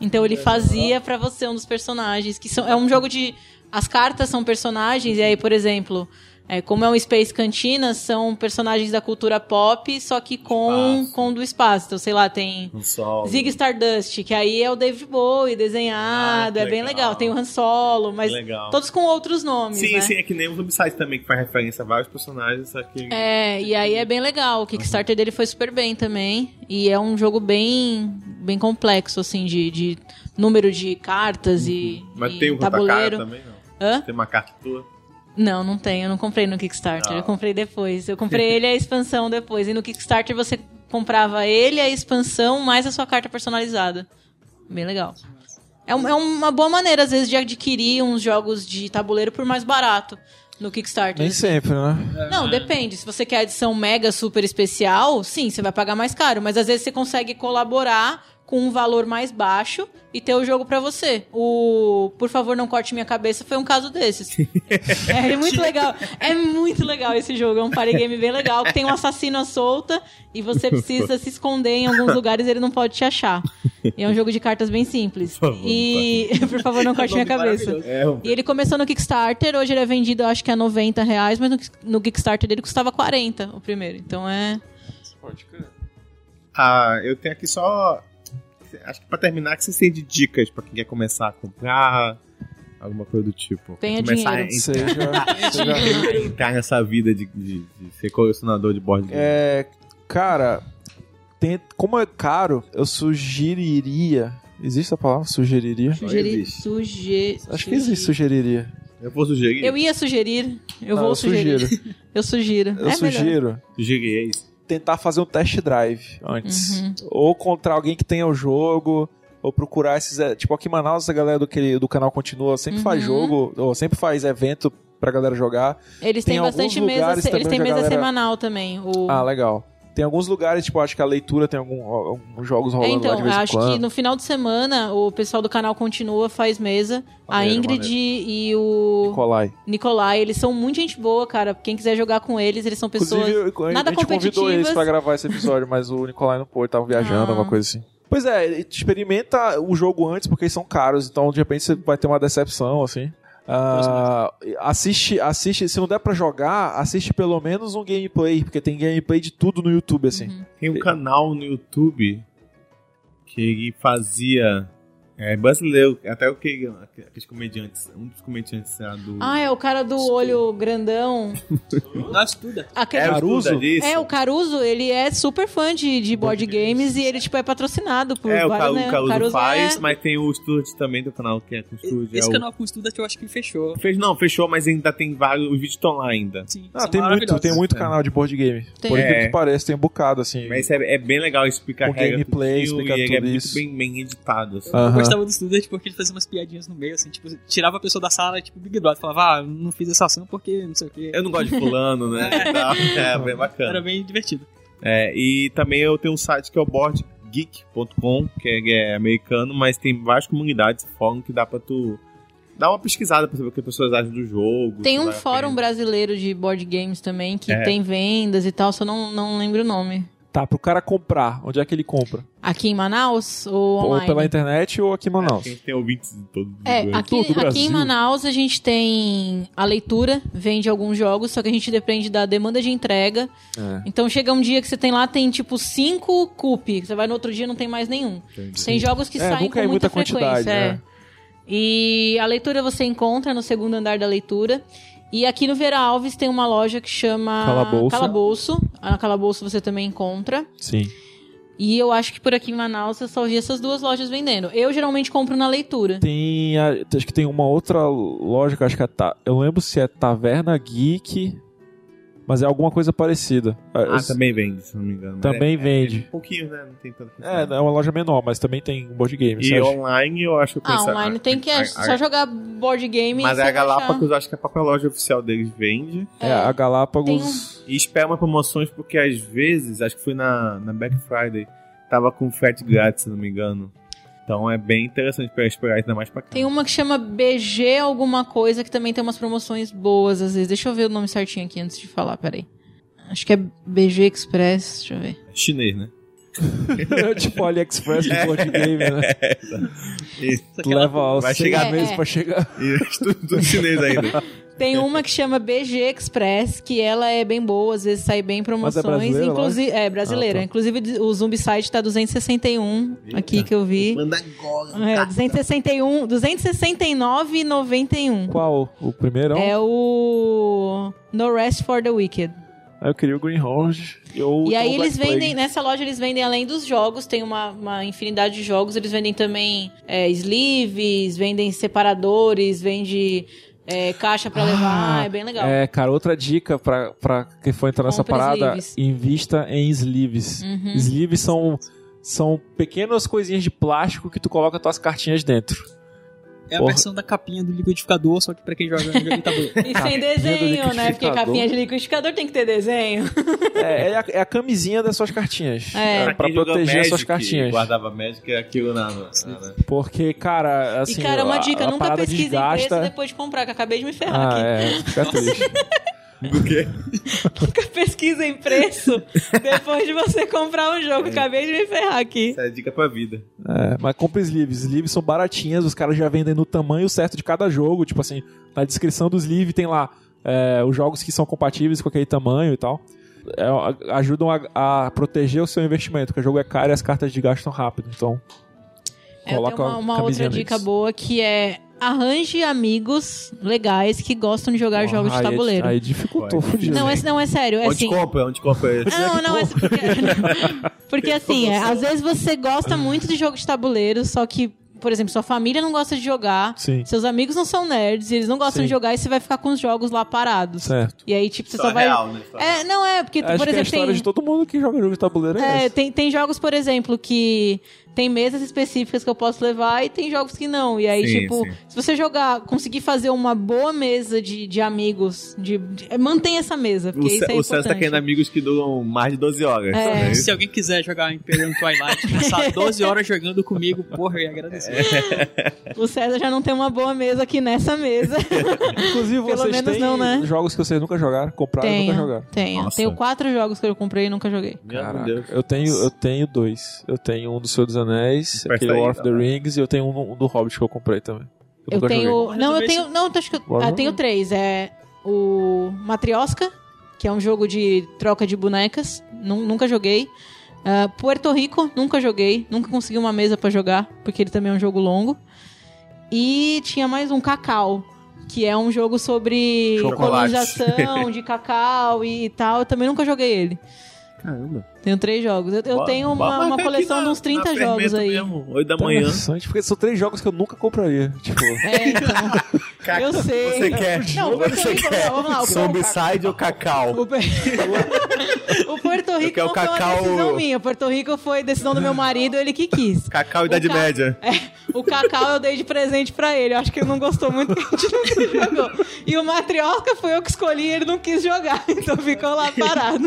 [SPEAKER 6] Então ele fazia pra você um dos personagens, que são, é um jogo de... As cartas são personagens, e aí, por exemplo, é, como é um Space Cantina, são personagens da cultura pop, só que com,
[SPEAKER 1] Espaço.
[SPEAKER 6] com do espaço. Então, sei lá, tem...
[SPEAKER 1] Um sol.
[SPEAKER 6] Zig Stardust, que aí é o David Bowie desenhado,
[SPEAKER 1] Ah,
[SPEAKER 6] é bem
[SPEAKER 1] legal.
[SPEAKER 6] legal. Tem o Han Solo, mas
[SPEAKER 1] Legal.
[SPEAKER 6] todos com outros nomes,
[SPEAKER 1] Sim,
[SPEAKER 6] né?
[SPEAKER 1] sim, é que nem o Zombicide também, que faz referência a vários personagens, só que...
[SPEAKER 6] É, e aí é bem legal. O Kickstarter dele foi super bem também. E é um jogo bem, bem complexo, assim, de, de número de cartas e,
[SPEAKER 1] Mas
[SPEAKER 6] e
[SPEAKER 1] tem o Rutacara
[SPEAKER 6] tabuleiro.
[SPEAKER 1] também, não?
[SPEAKER 6] Hã?
[SPEAKER 1] Tem uma carta tua?
[SPEAKER 6] Não, não tem. Eu não comprei no Kickstarter.
[SPEAKER 1] Ah.
[SPEAKER 6] Eu comprei depois. Eu comprei ele e a expansão depois. E no Kickstarter você comprava ele, a expansão, mais a sua carta personalizada. Bem legal. É, um- é uma boa maneira, às vezes, de adquirir uns jogos de tabuleiro por mais barato no Kickstarter.
[SPEAKER 2] Nem sempre, né?
[SPEAKER 6] Não, depende. Se você quer a edição mega super especial, sim, você vai pagar mais caro. Mas às vezes você consegue colaborar com um valor mais baixo e ter o jogo pra você. O Por favor, não corte minha cabeça foi um caso desses. é, é muito legal. É muito legal esse jogo. É um party game bem legal. que Tem um assassino à solta e você precisa se esconder em alguns lugares e ele não pode te achar. E é um jogo de cartas bem simples.
[SPEAKER 1] Por favor,
[SPEAKER 6] e por favor, não corte minha
[SPEAKER 4] um
[SPEAKER 6] cabeça.
[SPEAKER 1] É,
[SPEAKER 6] E ele começou no Kickstarter, hoje ele é vendido, eu acho que a 90 reais, mas no, no Kickstarter dele custava 40 o primeiro. Então é.
[SPEAKER 1] Ah, eu tenho aqui só. Acho que pra terminar, que vocês têm de dicas pra quem quer começar a comprar, alguma coisa do tipo.
[SPEAKER 6] Tenha
[SPEAKER 1] começar
[SPEAKER 6] dinheiro.
[SPEAKER 1] A,
[SPEAKER 2] Seja. seja
[SPEAKER 1] en- a entrar nessa vida de, de- de ser colecionador de board game.
[SPEAKER 2] É, cara, tem- como é caro, eu sugeriria. Existe a palavra sugeriria?
[SPEAKER 6] Sugerir.
[SPEAKER 1] existe.
[SPEAKER 6] Sugerir.
[SPEAKER 2] Acho que existe sugeriria.
[SPEAKER 1] Eu vou sugerir.
[SPEAKER 6] Eu ia sugerir. Eu
[SPEAKER 2] Não,
[SPEAKER 6] vou
[SPEAKER 2] Ah, eu
[SPEAKER 6] sugerir.
[SPEAKER 2] sugiro.
[SPEAKER 6] Eu sugiro.
[SPEAKER 2] Eu
[SPEAKER 6] é melhor.
[SPEAKER 2] sugiro
[SPEAKER 1] Sugerir é isso.
[SPEAKER 2] tentar fazer um test drive antes.
[SPEAKER 6] Uhum.
[SPEAKER 2] Ou encontrar alguém que tenha o jogo. Ou procurar esses. é, Tipo, aqui em Manaus, a galera do, que- do canal continua, sempre faz
[SPEAKER 6] Uhum.
[SPEAKER 2] jogo, ou sempre faz evento pra galera jogar.
[SPEAKER 6] Eles
[SPEAKER 2] Tem
[SPEAKER 6] têm
[SPEAKER 2] alguns
[SPEAKER 6] bastante mesa.
[SPEAKER 2] lugares
[SPEAKER 6] se- Eles
[SPEAKER 2] também
[SPEAKER 6] têm
[SPEAKER 2] onde a
[SPEAKER 6] mesa
[SPEAKER 2] galera-
[SPEAKER 6] semanal também. O...
[SPEAKER 2] Ah, legal. Tem alguns lugares, tipo, acho que a leitura tem algum- alguns jogos
[SPEAKER 6] É,
[SPEAKER 2] rolando lá
[SPEAKER 6] então,
[SPEAKER 2] de vez em
[SPEAKER 6] acho que
[SPEAKER 2] quando.
[SPEAKER 6] no final de semana o pessoal do canal continua, faz mesa. a
[SPEAKER 2] Maneiro,
[SPEAKER 6] Ingrid e o
[SPEAKER 2] Nicolai.
[SPEAKER 6] Nicolai, eles são muito gente boa, cara. Quem quiser jogar com eles, eles são pessoas.
[SPEAKER 2] Inclusive, a,
[SPEAKER 6] nada
[SPEAKER 2] a gente convidou
[SPEAKER 6] competitivas.
[SPEAKER 2] eles pra gravar esse episódio, mas o Nicolai não pôde, tava viajando,
[SPEAKER 6] Ah.
[SPEAKER 2] alguma coisa assim. Pois é, experimenta o jogo antes, porque eles são caros, então de repente você vai ter uma decepção, assim. Ah, assiste, assiste, se não der pra jogar, assiste pelo menos um gameplay, porque tem gameplay de tudo no YouTube, assim.
[SPEAKER 6] Uhum.
[SPEAKER 1] Tem um canal no YouTube que ele fazia. É brasileiro, até o que aqueles comediantes, um dos comediantes era do.
[SPEAKER 6] Ah, é o cara do olho grandão.
[SPEAKER 4] Não estuda.
[SPEAKER 6] Aquele...
[SPEAKER 1] é, o
[SPEAKER 2] Caruso?
[SPEAKER 1] Duda disso?
[SPEAKER 6] É, o Caruso, ele é super fã de, de board games e ele, tipo, é patrocinado por
[SPEAKER 1] É, o
[SPEAKER 6] várias,
[SPEAKER 1] Calu,
[SPEAKER 6] né?
[SPEAKER 1] Caluso faz,
[SPEAKER 6] é-
[SPEAKER 1] mas tem o Stuart também do canal que é com o Stuart.
[SPEAKER 4] Esse
[SPEAKER 1] é o-
[SPEAKER 4] canal com estuda eu acho que fechou.
[SPEAKER 1] Fez, não, fechou, mas ainda tem vários. Os vídeos estão lá ainda.
[SPEAKER 4] Sim,
[SPEAKER 2] Ah,
[SPEAKER 4] são
[SPEAKER 2] tem muito,
[SPEAKER 4] maravilhosos.
[SPEAKER 2] tem muito
[SPEAKER 1] É.
[SPEAKER 2] canal de board game.
[SPEAKER 6] Tem.
[SPEAKER 2] Por
[SPEAKER 1] É.
[SPEAKER 2] incrível que pareça, tem um bocado, assim.
[SPEAKER 1] Mas é, é bem legal, explica
[SPEAKER 2] Com
[SPEAKER 1] a regra
[SPEAKER 2] gameplay,
[SPEAKER 1] tudinho,
[SPEAKER 2] explica
[SPEAKER 1] e ele
[SPEAKER 2] tudo
[SPEAKER 1] é muito
[SPEAKER 2] isso.
[SPEAKER 1] bem, bem editado. assim.
[SPEAKER 2] Aham.
[SPEAKER 4] Eu gostava do Student porque ele fazia umas piadinhas no meio, assim, tipo, tirava a pessoa da sala, tipo, Big Brother, falava, ah, não fiz essa ação porque não sei o
[SPEAKER 2] É,
[SPEAKER 4] quê.
[SPEAKER 1] Eu não gosto de fulano, né? e tal. É, bem
[SPEAKER 4] Era
[SPEAKER 1] bacana.
[SPEAKER 4] bem divertido.
[SPEAKER 1] É, e também eu tenho um site que é o boardgeek.com, que é, que é americano, mas tem várias comunidades, fórum que dá pra tu dá uma pesquisada pra saber o que as pessoas acham do jogo.
[SPEAKER 6] Tem
[SPEAKER 1] se
[SPEAKER 6] um
[SPEAKER 1] vale a
[SPEAKER 6] fórum
[SPEAKER 1] pena.
[SPEAKER 6] brasileiro de board games também que
[SPEAKER 1] É.
[SPEAKER 6] tem vendas e tal, só não, não lembro o nome.
[SPEAKER 2] Tá, pro cara comprar, onde é que ele compra?
[SPEAKER 6] Aqui em Manaus ou
[SPEAKER 2] Ou
[SPEAKER 6] online?
[SPEAKER 2] pela internet ou aqui em Manaus?
[SPEAKER 1] Tem, tem ouvintes de todo
[SPEAKER 6] É,
[SPEAKER 1] mundo.
[SPEAKER 6] aqui,
[SPEAKER 2] Todo o
[SPEAKER 6] aqui em
[SPEAKER 2] Brasil.
[SPEAKER 6] Manaus a gente tem a leitura, vende alguns jogos, só que a gente depende da demanda de entrega.
[SPEAKER 2] É.
[SPEAKER 6] Então chega um dia que você tem lá, tem tipo cinco cup, você vai no outro dia não tem mais nenhum. Tem jogos que
[SPEAKER 2] É,
[SPEAKER 6] saem
[SPEAKER 2] nunca
[SPEAKER 6] com
[SPEAKER 2] é
[SPEAKER 6] muita,
[SPEAKER 2] muita
[SPEAKER 6] frequência.
[SPEAKER 2] quantidade,
[SPEAKER 6] é.
[SPEAKER 2] né?
[SPEAKER 6] E a leitura você encontra no segundo andar da leitura. E aqui no Vera Alves tem uma loja que chama
[SPEAKER 2] Calabouço.
[SPEAKER 6] Calabouço. A Calabouço você também encontra.
[SPEAKER 2] Sim.
[SPEAKER 6] E eu acho que por aqui em Manaus eu só vi essas duas lojas vendendo. Eu geralmente compro na leitura.
[SPEAKER 2] Tem. a- acho que tem uma outra loja que eu acho que é. Ta, eu lembro se é Taverna Geek, mas é alguma coisa parecida.
[SPEAKER 1] Ah,
[SPEAKER 2] É,
[SPEAKER 1] também vende, se não me engano. mas
[SPEAKER 2] Também
[SPEAKER 1] é-
[SPEAKER 2] vende.
[SPEAKER 1] É, pouquinho, né? Não tem tanta coisa.
[SPEAKER 2] É, é uma loja menor, mas também tem um board game.
[SPEAKER 1] E
[SPEAKER 2] sabe?
[SPEAKER 1] online eu acho que eu
[SPEAKER 6] Ah,
[SPEAKER 1] conheço a-
[SPEAKER 6] online tem que
[SPEAKER 1] a-
[SPEAKER 6] é
[SPEAKER 1] a-
[SPEAKER 6] só jogar board game
[SPEAKER 1] Mas é
[SPEAKER 6] e você
[SPEAKER 1] a
[SPEAKER 6] vai achar.
[SPEAKER 1] Galápagos, eu acho que a própria loja oficial deles vende.
[SPEAKER 2] É, a Galápagos.
[SPEAKER 1] E espera umas promoções, porque às vezes, acho que foi na, na Black Friday, tava com frete grátis, se não me engano. Então é bem interessante pra esperar ainda mais pra cá.
[SPEAKER 6] Tem um- uma que chama BG alguma coisa que também tem umas promoções boas às vezes. Deixa eu ver o nome certinho aqui antes de falar, peraí. Acho que é BG Express, deixa eu ver.
[SPEAKER 1] Chinês, né?
[SPEAKER 6] um-
[SPEAKER 2] tipo AliExpress
[SPEAKER 1] É.
[SPEAKER 2] de board game, né?
[SPEAKER 4] Isso
[SPEAKER 2] Tu
[SPEAKER 4] aqui é
[SPEAKER 2] leva
[SPEAKER 1] vai
[SPEAKER 2] seis
[SPEAKER 6] chegar.
[SPEAKER 2] meses
[SPEAKER 6] É, é.
[SPEAKER 2] pra chegar.
[SPEAKER 1] E tudo, tudo chinês ainda.
[SPEAKER 6] Tem uma que chama BG Express, que ela é bem boa, às vezes sai bem em
[SPEAKER 2] Mas é
[SPEAKER 6] promoções.
[SPEAKER 2] brasileira,
[SPEAKER 6] inclusive, é brasileira.
[SPEAKER 2] Ah, tá.
[SPEAKER 6] Inclusive, o Zumbicide tá 261 aqui que eu vi.
[SPEAKER 1] Manda agora.
[SPEAKER 6] É, 261, 269,91.
[SPEAKER 2] Qual? O primeirão?
[SPEAKER 6] É o No Rest for the Wicked.
[SPEAKER 2] Ah, Eu queria o Green Hornet. ou
[SPEAKER 6] E
[SPEAKER 2] então
[SPEAKER 6] aí
[SPEAKER 2] o Black
[SPEAKER 6] eles vendem, né,
[SPEAKER 2] Plague.
[SPEAKER 6] nessa loja eles vendem além dos jogos, tem uma, uma infinidade de jogos, eles vendem também é, sleeves, vendem separadores, vende é, caixa pra levar,
[SPEAKER 2] Ah,
[SPEAKER 6] é bem legal.
[SPEAKER 2] É, cara, outra dica pra, pra quem for entrar nessa
[SPEAKER 6] Compre
[SPEAKER 2] parada,
[SPEAKER 6] sleeves.
[SPEAKER 2] invista em sleeves.
[SPEAKER 6] Uhum.
[SPEAKER 2] Sleeves são, são pequenas coisinhas de plástico que tu coloca tuas cartinhas dentro.
[SPEAKER 4] É a
[SPEAKER 2] Porra.
[SPEAKER 4] versão da capinha do liquidificador, só que pra quem joga no jogo tá de tabuleiro.
[SPEAKER 6] E sem desenho, né? Porque
[SPEAKER 2] liquidificador.
[SPEAKER 6] capinha de liquidificador tem que ter desenho.
[SPEAKER 2] é, é a, é a camisinha das suas cartinhas.
[SPEAKER 6] É.
[SPEAKER 2] Pra proteger as suas cartinhas.
[SPEAKER 1] Guardava Magic, é aquilo na. na- na-
[SPEAKER 2] Porque, cara, assim.
[SPEAKER 6] e cara, uma
[SPEAKER 2] a-
[SPEAKER 6] dica,
[SPEAKER 2] a
[SPEAKER 6] nunca
[SPEAKER 2] parada
[SPEAKER 6] pesquise em
[SPEAKER 2] desgasta.
[SPEAKER 6] preço depois de comprar, que eu acabei de me ferrar
[SPEAKER 2] Ah,
[SPEAKER 6] aqui.
[SPEAKER 2] é. Fica triste.
[SPEAKER 1] Do quê?
[SPEAKER 6] Nunca pesquise em preço depois de você comprar um jogo, acabei de me ferrar aqui.
[SPEAKER 1] Essa é a dica pra vida.
[SPEAKER 2] É, mas compra sleeves. Sleeves são baratinhas, os caras já vendem no tamanho certo de cada jogo. Tipo assim, na descrição do sleeve tem lá é, os jogos que são compatíveis com aquele tamanho e tal. É, a- ajudam a, a proteger o seu investimento, porque o jogo é caro e as cartas de gastam rápido. Então,
[SPEAKER 6] É, eu
[SPEAKER 2] Coloca
[SPEAKER 6] tenho uma,
[SPEAKER 2] a
[SPEAKER 6] uma
[SPEAKER 2] camisinha
[SPEAKER 6] outra dica
[SPEAKER 2] neles.
[SPEAKER 6] boa que é arranje amigos legais que gostam de jogar jogos de
[SPEAKER 2] aí- é
[SPEAKER 6] tabuleiro.
[SPEAKER 2] Aí dificultou,
[SPEAKER 1] Vai.
[SPEAKER 2] fudido.
[SPEAKER 6] não, é, não, é sério, é
[SPEAKER 1] onde
[SPEAKER 6] assim.
[SPEAKER 1] compra? Onde compra?
[SPEAKER 6] Não, não, é porque, porque assim, é, às vezes você gosta muito de jogo de tabuleiro, só que, por exemplo, sua família não gosta de jogar,
[SPEAKER 2] Sim,
[SPEAKER 6] seus amigos não são nerds, e eles não gostam
[SPEAKER 2] Sim.
[SPEAKER 6] de jogar e você vai ficar com os jogos lá parados.
[SPEAKER 2] certo.
[SPEAKER 6] E aí, tipo, você só,
[SPEAKER 1] Só
[SPEAKER 6] vai.
[SPEAKER 1] real, né? Só
[SPEAKER 6] É, não é, porque,
[SPEAKER 2] É. Acho
[SPEAKER 6] por
[SPEAKER 2] que a
[SPEAKER 6] exemplo,
[SPEAKER 2] história
[SPEAKER 6] tem.
[SPEAKER 2] de todo mundo que joga jogo de tabuleiro é,
[SPEAKER 6] É,
[SPEAKER 2] essa.
[SPEAKER 6] tem, tem jogos, por exemplo, que tem mesas específicas que eu posso levar e tem jogos que não. E aí,
[SPEAKER 1] Sim,
[SPEAKER 6] tipo,
[SPEAKER 1] sim.
[SPEAKER 6] se você jogar, conseguir fazer uma boa mesa de, de amigos, de, de- é, mantém essa mesa,
[SPEAKER 1] O,
[SPEAKER 6] porque isso
[SPEAKER 1] Cé-
[SPEAKER 6] é
[SPEAKER 1] o César
[SPEAKER 6] importante.
[SPEAKER 1] tá querendo amigos que duram mais de 12 horas.
[SPEAKER 6] É.
[SPEAKER 4] Se alguém quiser jogar Imperium Twilight, passar 12 horas jogando comigo, porra, eu ia agradecer.
[SPEAKER 2] É.
[SPEAKER 6] O César já não tem uma boa mesa aqui nessa mesa.
[SPEAKER 2] Inclusive,
[SPEAKER 6] Pelo
[SPEAKER 2] vocês
[SPEAKER 6] menos
[SPEAKER 2] têm
[SPEAKER 6] não, né?
[SPEAKER 2] jogos que vocês nunca jogaram, compraram e nunca jogaram.
[SPEAKER 6] tenho, tenho.
[SPEAKER 1] Nossa.
[SPEAKER 6] Tenho quatro jogos que eu comprei e nunca joguei.
[SPEAKER 1] Meu
[SPEAKER 2] Caraca,
[SPEAKER 1] Deus.
[SPEAKER 2] eu tenho, eu tenho dois. Eu tenho um do Senhor dos Anéis,
[SPEAKER 1] Vai
[SPEAKER 2] aquele
[SPEAKER 1] sair,
[SPEAKER 2] War of
[SPEAKER 1] tá
[SPEAKER 2] the
[SPEAKER 1] lá.
[SPEAKER 2] Rings, e eu tenho um, um do Hobbit que eu comprei também.
[SPEAKER 6] Eu,
[SPEAKER 2] nunca
[SPEAKER 6] tenho.
[SPEAKER 2] joguei.
[SPEAKER 6] Não, eu
[SPEAKER 4] também
[SPEAKER 6] tenho. Não, acho que eu
[SPEAKER 2] Bora
[SPEAKER 6] ah,
[SPEAKER 2] jogar.
[SPEAKER 6] tenho três. É o Matrioska, que é um jogo de troca de bonecas. nu- Nunca joguei. Ah, Puerto Rico, nunca joguei. Nunca consegui uma mesa pra jogar, porque ele também é um jogo longo. E tinha mais um Cacau, que é um jogo sobre
[SPEAKER 1] Chocolate.
[SPEAKER 6] colonização de cacau e tal. Eu também nunca joguei ele.
[SPEAKER 1] Caramba.
[SPEAKER 6] Tenho três jogos. Eu, eu
[SPEAKER 1] Bora- bora
[SPEAKER 6] tenho uma, uma
[SPEAKER 1] marcar aqui
[SPEAKER 6] coleção
[SPEAKER 1] na-
[SPEAKER 6] de uns 30
[SPEAKER 1] na
[SPEAKER 6] jogos
[SPEAKER 1] fermento
[SPEAKER 6] aí. Então,
[SPEAKER 1] Mesmo, 8 da
[SPEAKER 2] Tá
[SPEAKER 1] manhã.
[SPEAKER 2] interessante, porque são três jogos que eu nunca compraria. Tipo,
[SPEAKER 6] É, então.
[SPEAKER 1] Cacau,
[SPEAKER 6] eu sei.
[SPEAKER 1] Você quer?
[SPEAKER 6] Não, Puerto Rico, não, vamos lá. o-
[SPEAKER 1] Zombicide ou cacau?
[SPEAKER 6] O, Pe- o Porto Rico
[SPEAKER 1] quero
[SPEAKER 6] não foi
[SPEAKER 1] cacau-
[SPEAKER 6] uma decisão minha. O Porto Rico foi decisão do meu marido, ele que quis.
[SPEAKER 1] Cacau Idade
[SPEAKER 6] ca-
[SPEAKER 1] Média.
[SPEAKER 6] O cacau eu dei de presente pra ele. Eu acho que ele não gostou muito que a gente nunca jogou. E o Matrioca foi eu que escolhi e ele não quis jogar. Então ficou lá parado.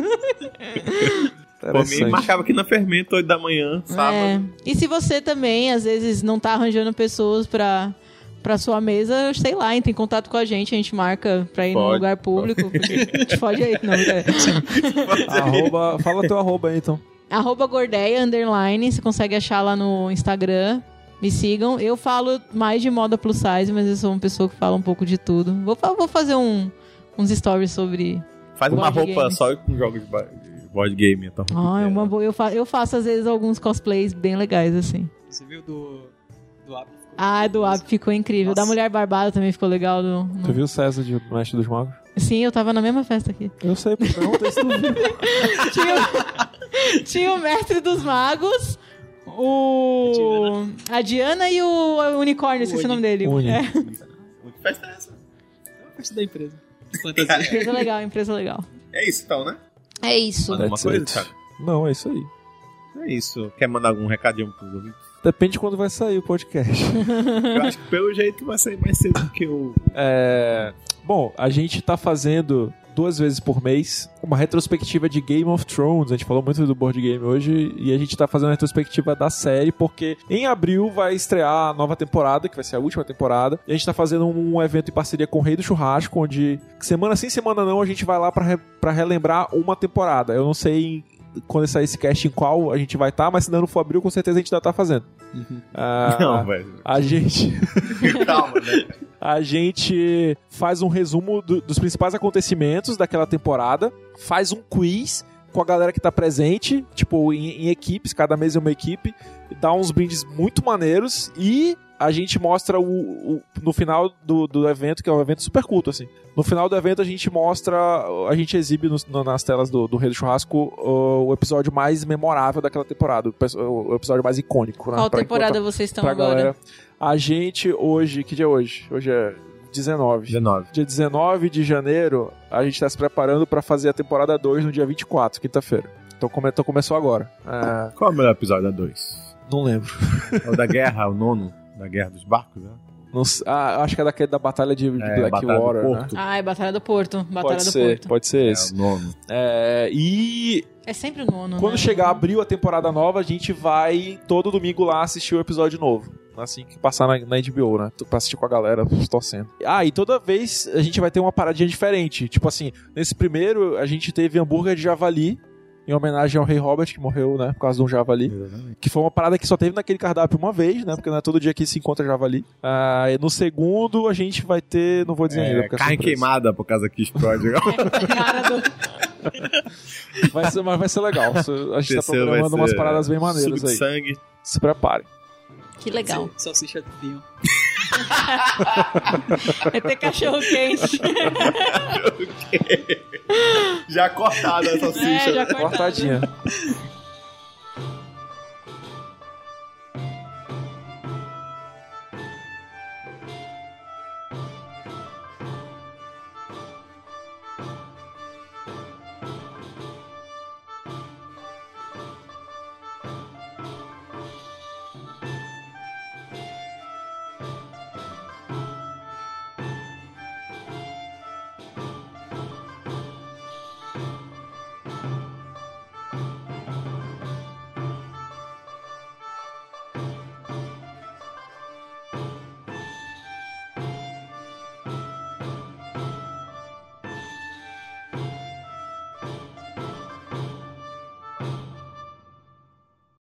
[SPEAKER 1] Por mim,
[SPEAKER 2] interessante.
[SPEAKER 1] marcava aqui na fermento 8 da manhã, sábado.
[SPEAKER 6] É. E se você também, às vezes, não tá arranjando pessoas pra, pra sua mesa, sei lá, entra em contato com a gente, a gente marca pra ir num
[SPEAKER 7] Pode.
[SPEAKER 6] lugar público. A gente pode aí. Não, né? cara.
[SPEAKER 2] Arroba, fala teu arroba aí, então.
[SPEAKER 6] Arroba Gordeia, underline, você consegue achar lá no Instagram. Me sigam. Eu falo mais de moda plus size, mas eu sou uma pessoa que fala um pouco de tudo. Vou, fa- vou fazer um- uns stories sobre
[SPEAKER 7] Faz uma
[SPEAKER 6] Board
[SPEAKER 7] roupa
[SPEAKER 6] games.
[SPEAKER 7] só.
[SPEAKER 1] com jogos de ba- de board game. Então.
[SPEAKER 6] Ah, é uma boa. Eu, fa- eu faço, às vezes, alguns cosplays bem legais, assim.
[SPEAKER 4] Você viu do. do Apple?
[SPEAKER 6] Ah, do Ab ficou incrível. Da
[SPEAKER 4] Nossa.
[SPEAKER 6] Mulher Barbada também ficou legal. do- no-
[SPEAKER 2] Tu viu o César de Mestre dos Magos?
[SPEAKER 6] Sim, eu tava na mesma festa aqui.
[SPEAKER 2] Eu sei, pô, pergunta isso.
[SPEAKER 6] Tinha, o- tinha o Mestre dos Magos, o... A Diana e o Unicórnio, esqueci o nome dele.
[SPEAKER 2] Uni.
[SPEAKER 6] É,
[SPEAKER 7] Que festa é essa?
[SPEAKER 4] Isso da empresa. Fantasia.
[SPEAKER 6] empresa legal, empresa legal.
[SPEAKER 7] É isso então, né?
[SPEAKER 6] É isso.
[SPEAKER 1] Manda uma
[SPEAKER 2] That's
[SPEAKER 1] coisa,
[SPEAKER 2] it.
[SPEAKER 1] cara.
[SPEAKER 2] Não, é isso aí.
[SPEAKER 1] É isso. Quer mandar algum recadinho pros ouvintes?
[SPEAKER 2] Depende de quando vai sair o podcast.
[SPEAKER 1] Eu acho que pelo jeito vai sair mais cedo do que o.
[SPEAKER 2] É, Bom, a gente tá fazendo duas vezes por mês uma retrospectiva de Game of Thrones. A gente falou muito do board game hoje e a gente tá fazendo a retrospectiva da série porque em abril vai estrear a nova temporada, que vai ser a última temporada. E a gente tá fazendo um evento em parceria com o Rei do Churrasco, onde semana sim, semana não, a gente vai lá pra, re- pra relembrar uma temporada. Eu não sei em- quando sair esse cast em qual a gente vai estar, mas se não for abril, com certeza a gente já tá fazendo. Ah,
[SPEAKER 1] Não, velho.
[SPEAKER 2] a gente
[SPEAKER 7] Calma, né?
[SPEAKER 2] a gente faz um resumo do- dos principais acontecimentos daquela temporada, faz um quiz com a galera que tá presente, tipo, em, em equipes, cada mês é uma equipe, dá uns brindes muito maneiros e a gente mostra o, o- no final do, do evento, que é um evento super culto, assim. No final do evento a gente mostra, a gente exibe nos- no- nas telas do, do Rei do Churrasco o, o episódio mais memorável daquela temporada, o, perso- o episódio mais icônico. né,
[SPEAKER 6] Qual
[SPEAKER 2] pra-
[SPEAKER 6] temporada
[SPEAKER 2] pra-
[SPEAKER 6] vocês estão
[SPEAKER 2] pra
[SPEAKER 6] Então agora?
[SPEAKER 2] galera. A gente hoje, que dia é hoje? Hoje é 19.
[SPEAKER 1] 19.
[SPEAKER 2] Dia 19 de janeiro, a gente tá se preparando pra fazer a temporada 2 no dia 24, quinta-feira. Então, come, então começou agora. É,
[SPEAKER 1] Qual é o melhor episódio da 2?
[SPEAKER 2] não lembro.
[SPEAKER 1] É o da guerra, o nono? Da guerra dos barcos, né?
[SPEAKER 2] Não sei- ah, acho que é daquele da batalha de, de
[SPEAKER 1] É, Batalha do
[SPEAKER 2] Blackwater, né?
[SPEAKER 1] Porto.
[SPEAKER 6] Ah, é Batalha do Porto. Batalha
[SPEAKER 2] Pode
[SPEAKER 6] do
[SPEAKER 2] ser,
[SPEAKER 6] Porto.
[SPEAKER 2] pode ser
[SPEAKER 1] É,
[SPEAKER 2] esse.
[SPEAKER 1] o nono.
[SPEAKER 2] É, e
[SPEAKER 6] É sempre o nono,
[SPEAKER 2] quando
[SPEAKER 6] né?
[SPEAKER 2] chegar abril a temporada nova, a gente vai todo domingo lá assistir o episódio novo. Assim que passar na, na HBO, né? Pra assistir com a galera torcendo. Ah, e toda vez a gente vai ter uma paradinha diferente. Tipo assim, nesse primeiro a gente teve hambúrguer de javali, em homenagem ao Rei Robert, que morreu, né? Por causa de um javali. Que foi uma parada que só teve naquele cardápio uma vez, né? Porque não é todo dia que se encontra javali. Ah, e no segundo a gente vai ter. Não vou dizer ainda.
[SPEAKER 1] É,
[SPEAKER 2] porque é
[SPEAKER 1] carne
[SPEAKER 2] surpresa.
[SPEAKER 1] queimada por causa que explode.
[SPEAKER 2] tá
[SPEAKER 6] Cara do-
[SPEAKER 2] Vai ser, mas vai ser legal. A gente tá
[SPEAKER 1] Terceiro vai
[SPEAKER 2] programando umas
[SPEAKER 1] ser
[SPEAKER 2] paradas bem maneiras
[SPEAKER 1] suco de
[SPEAKER 2] aí.
[SPEAKER 1] sangue.
[SPEAKER 2] Se prepare.
[SPEAKER 6] Que legal.
[SPEAKER 4] Salsicha do Leon.
[SPEAKER 6] É ter cachorro quente.
[SPEAKER 7] Já cortada a salsicha.
[SPEAKER 6] é, já cortado.
[SPEAKER 2] Cortadinha.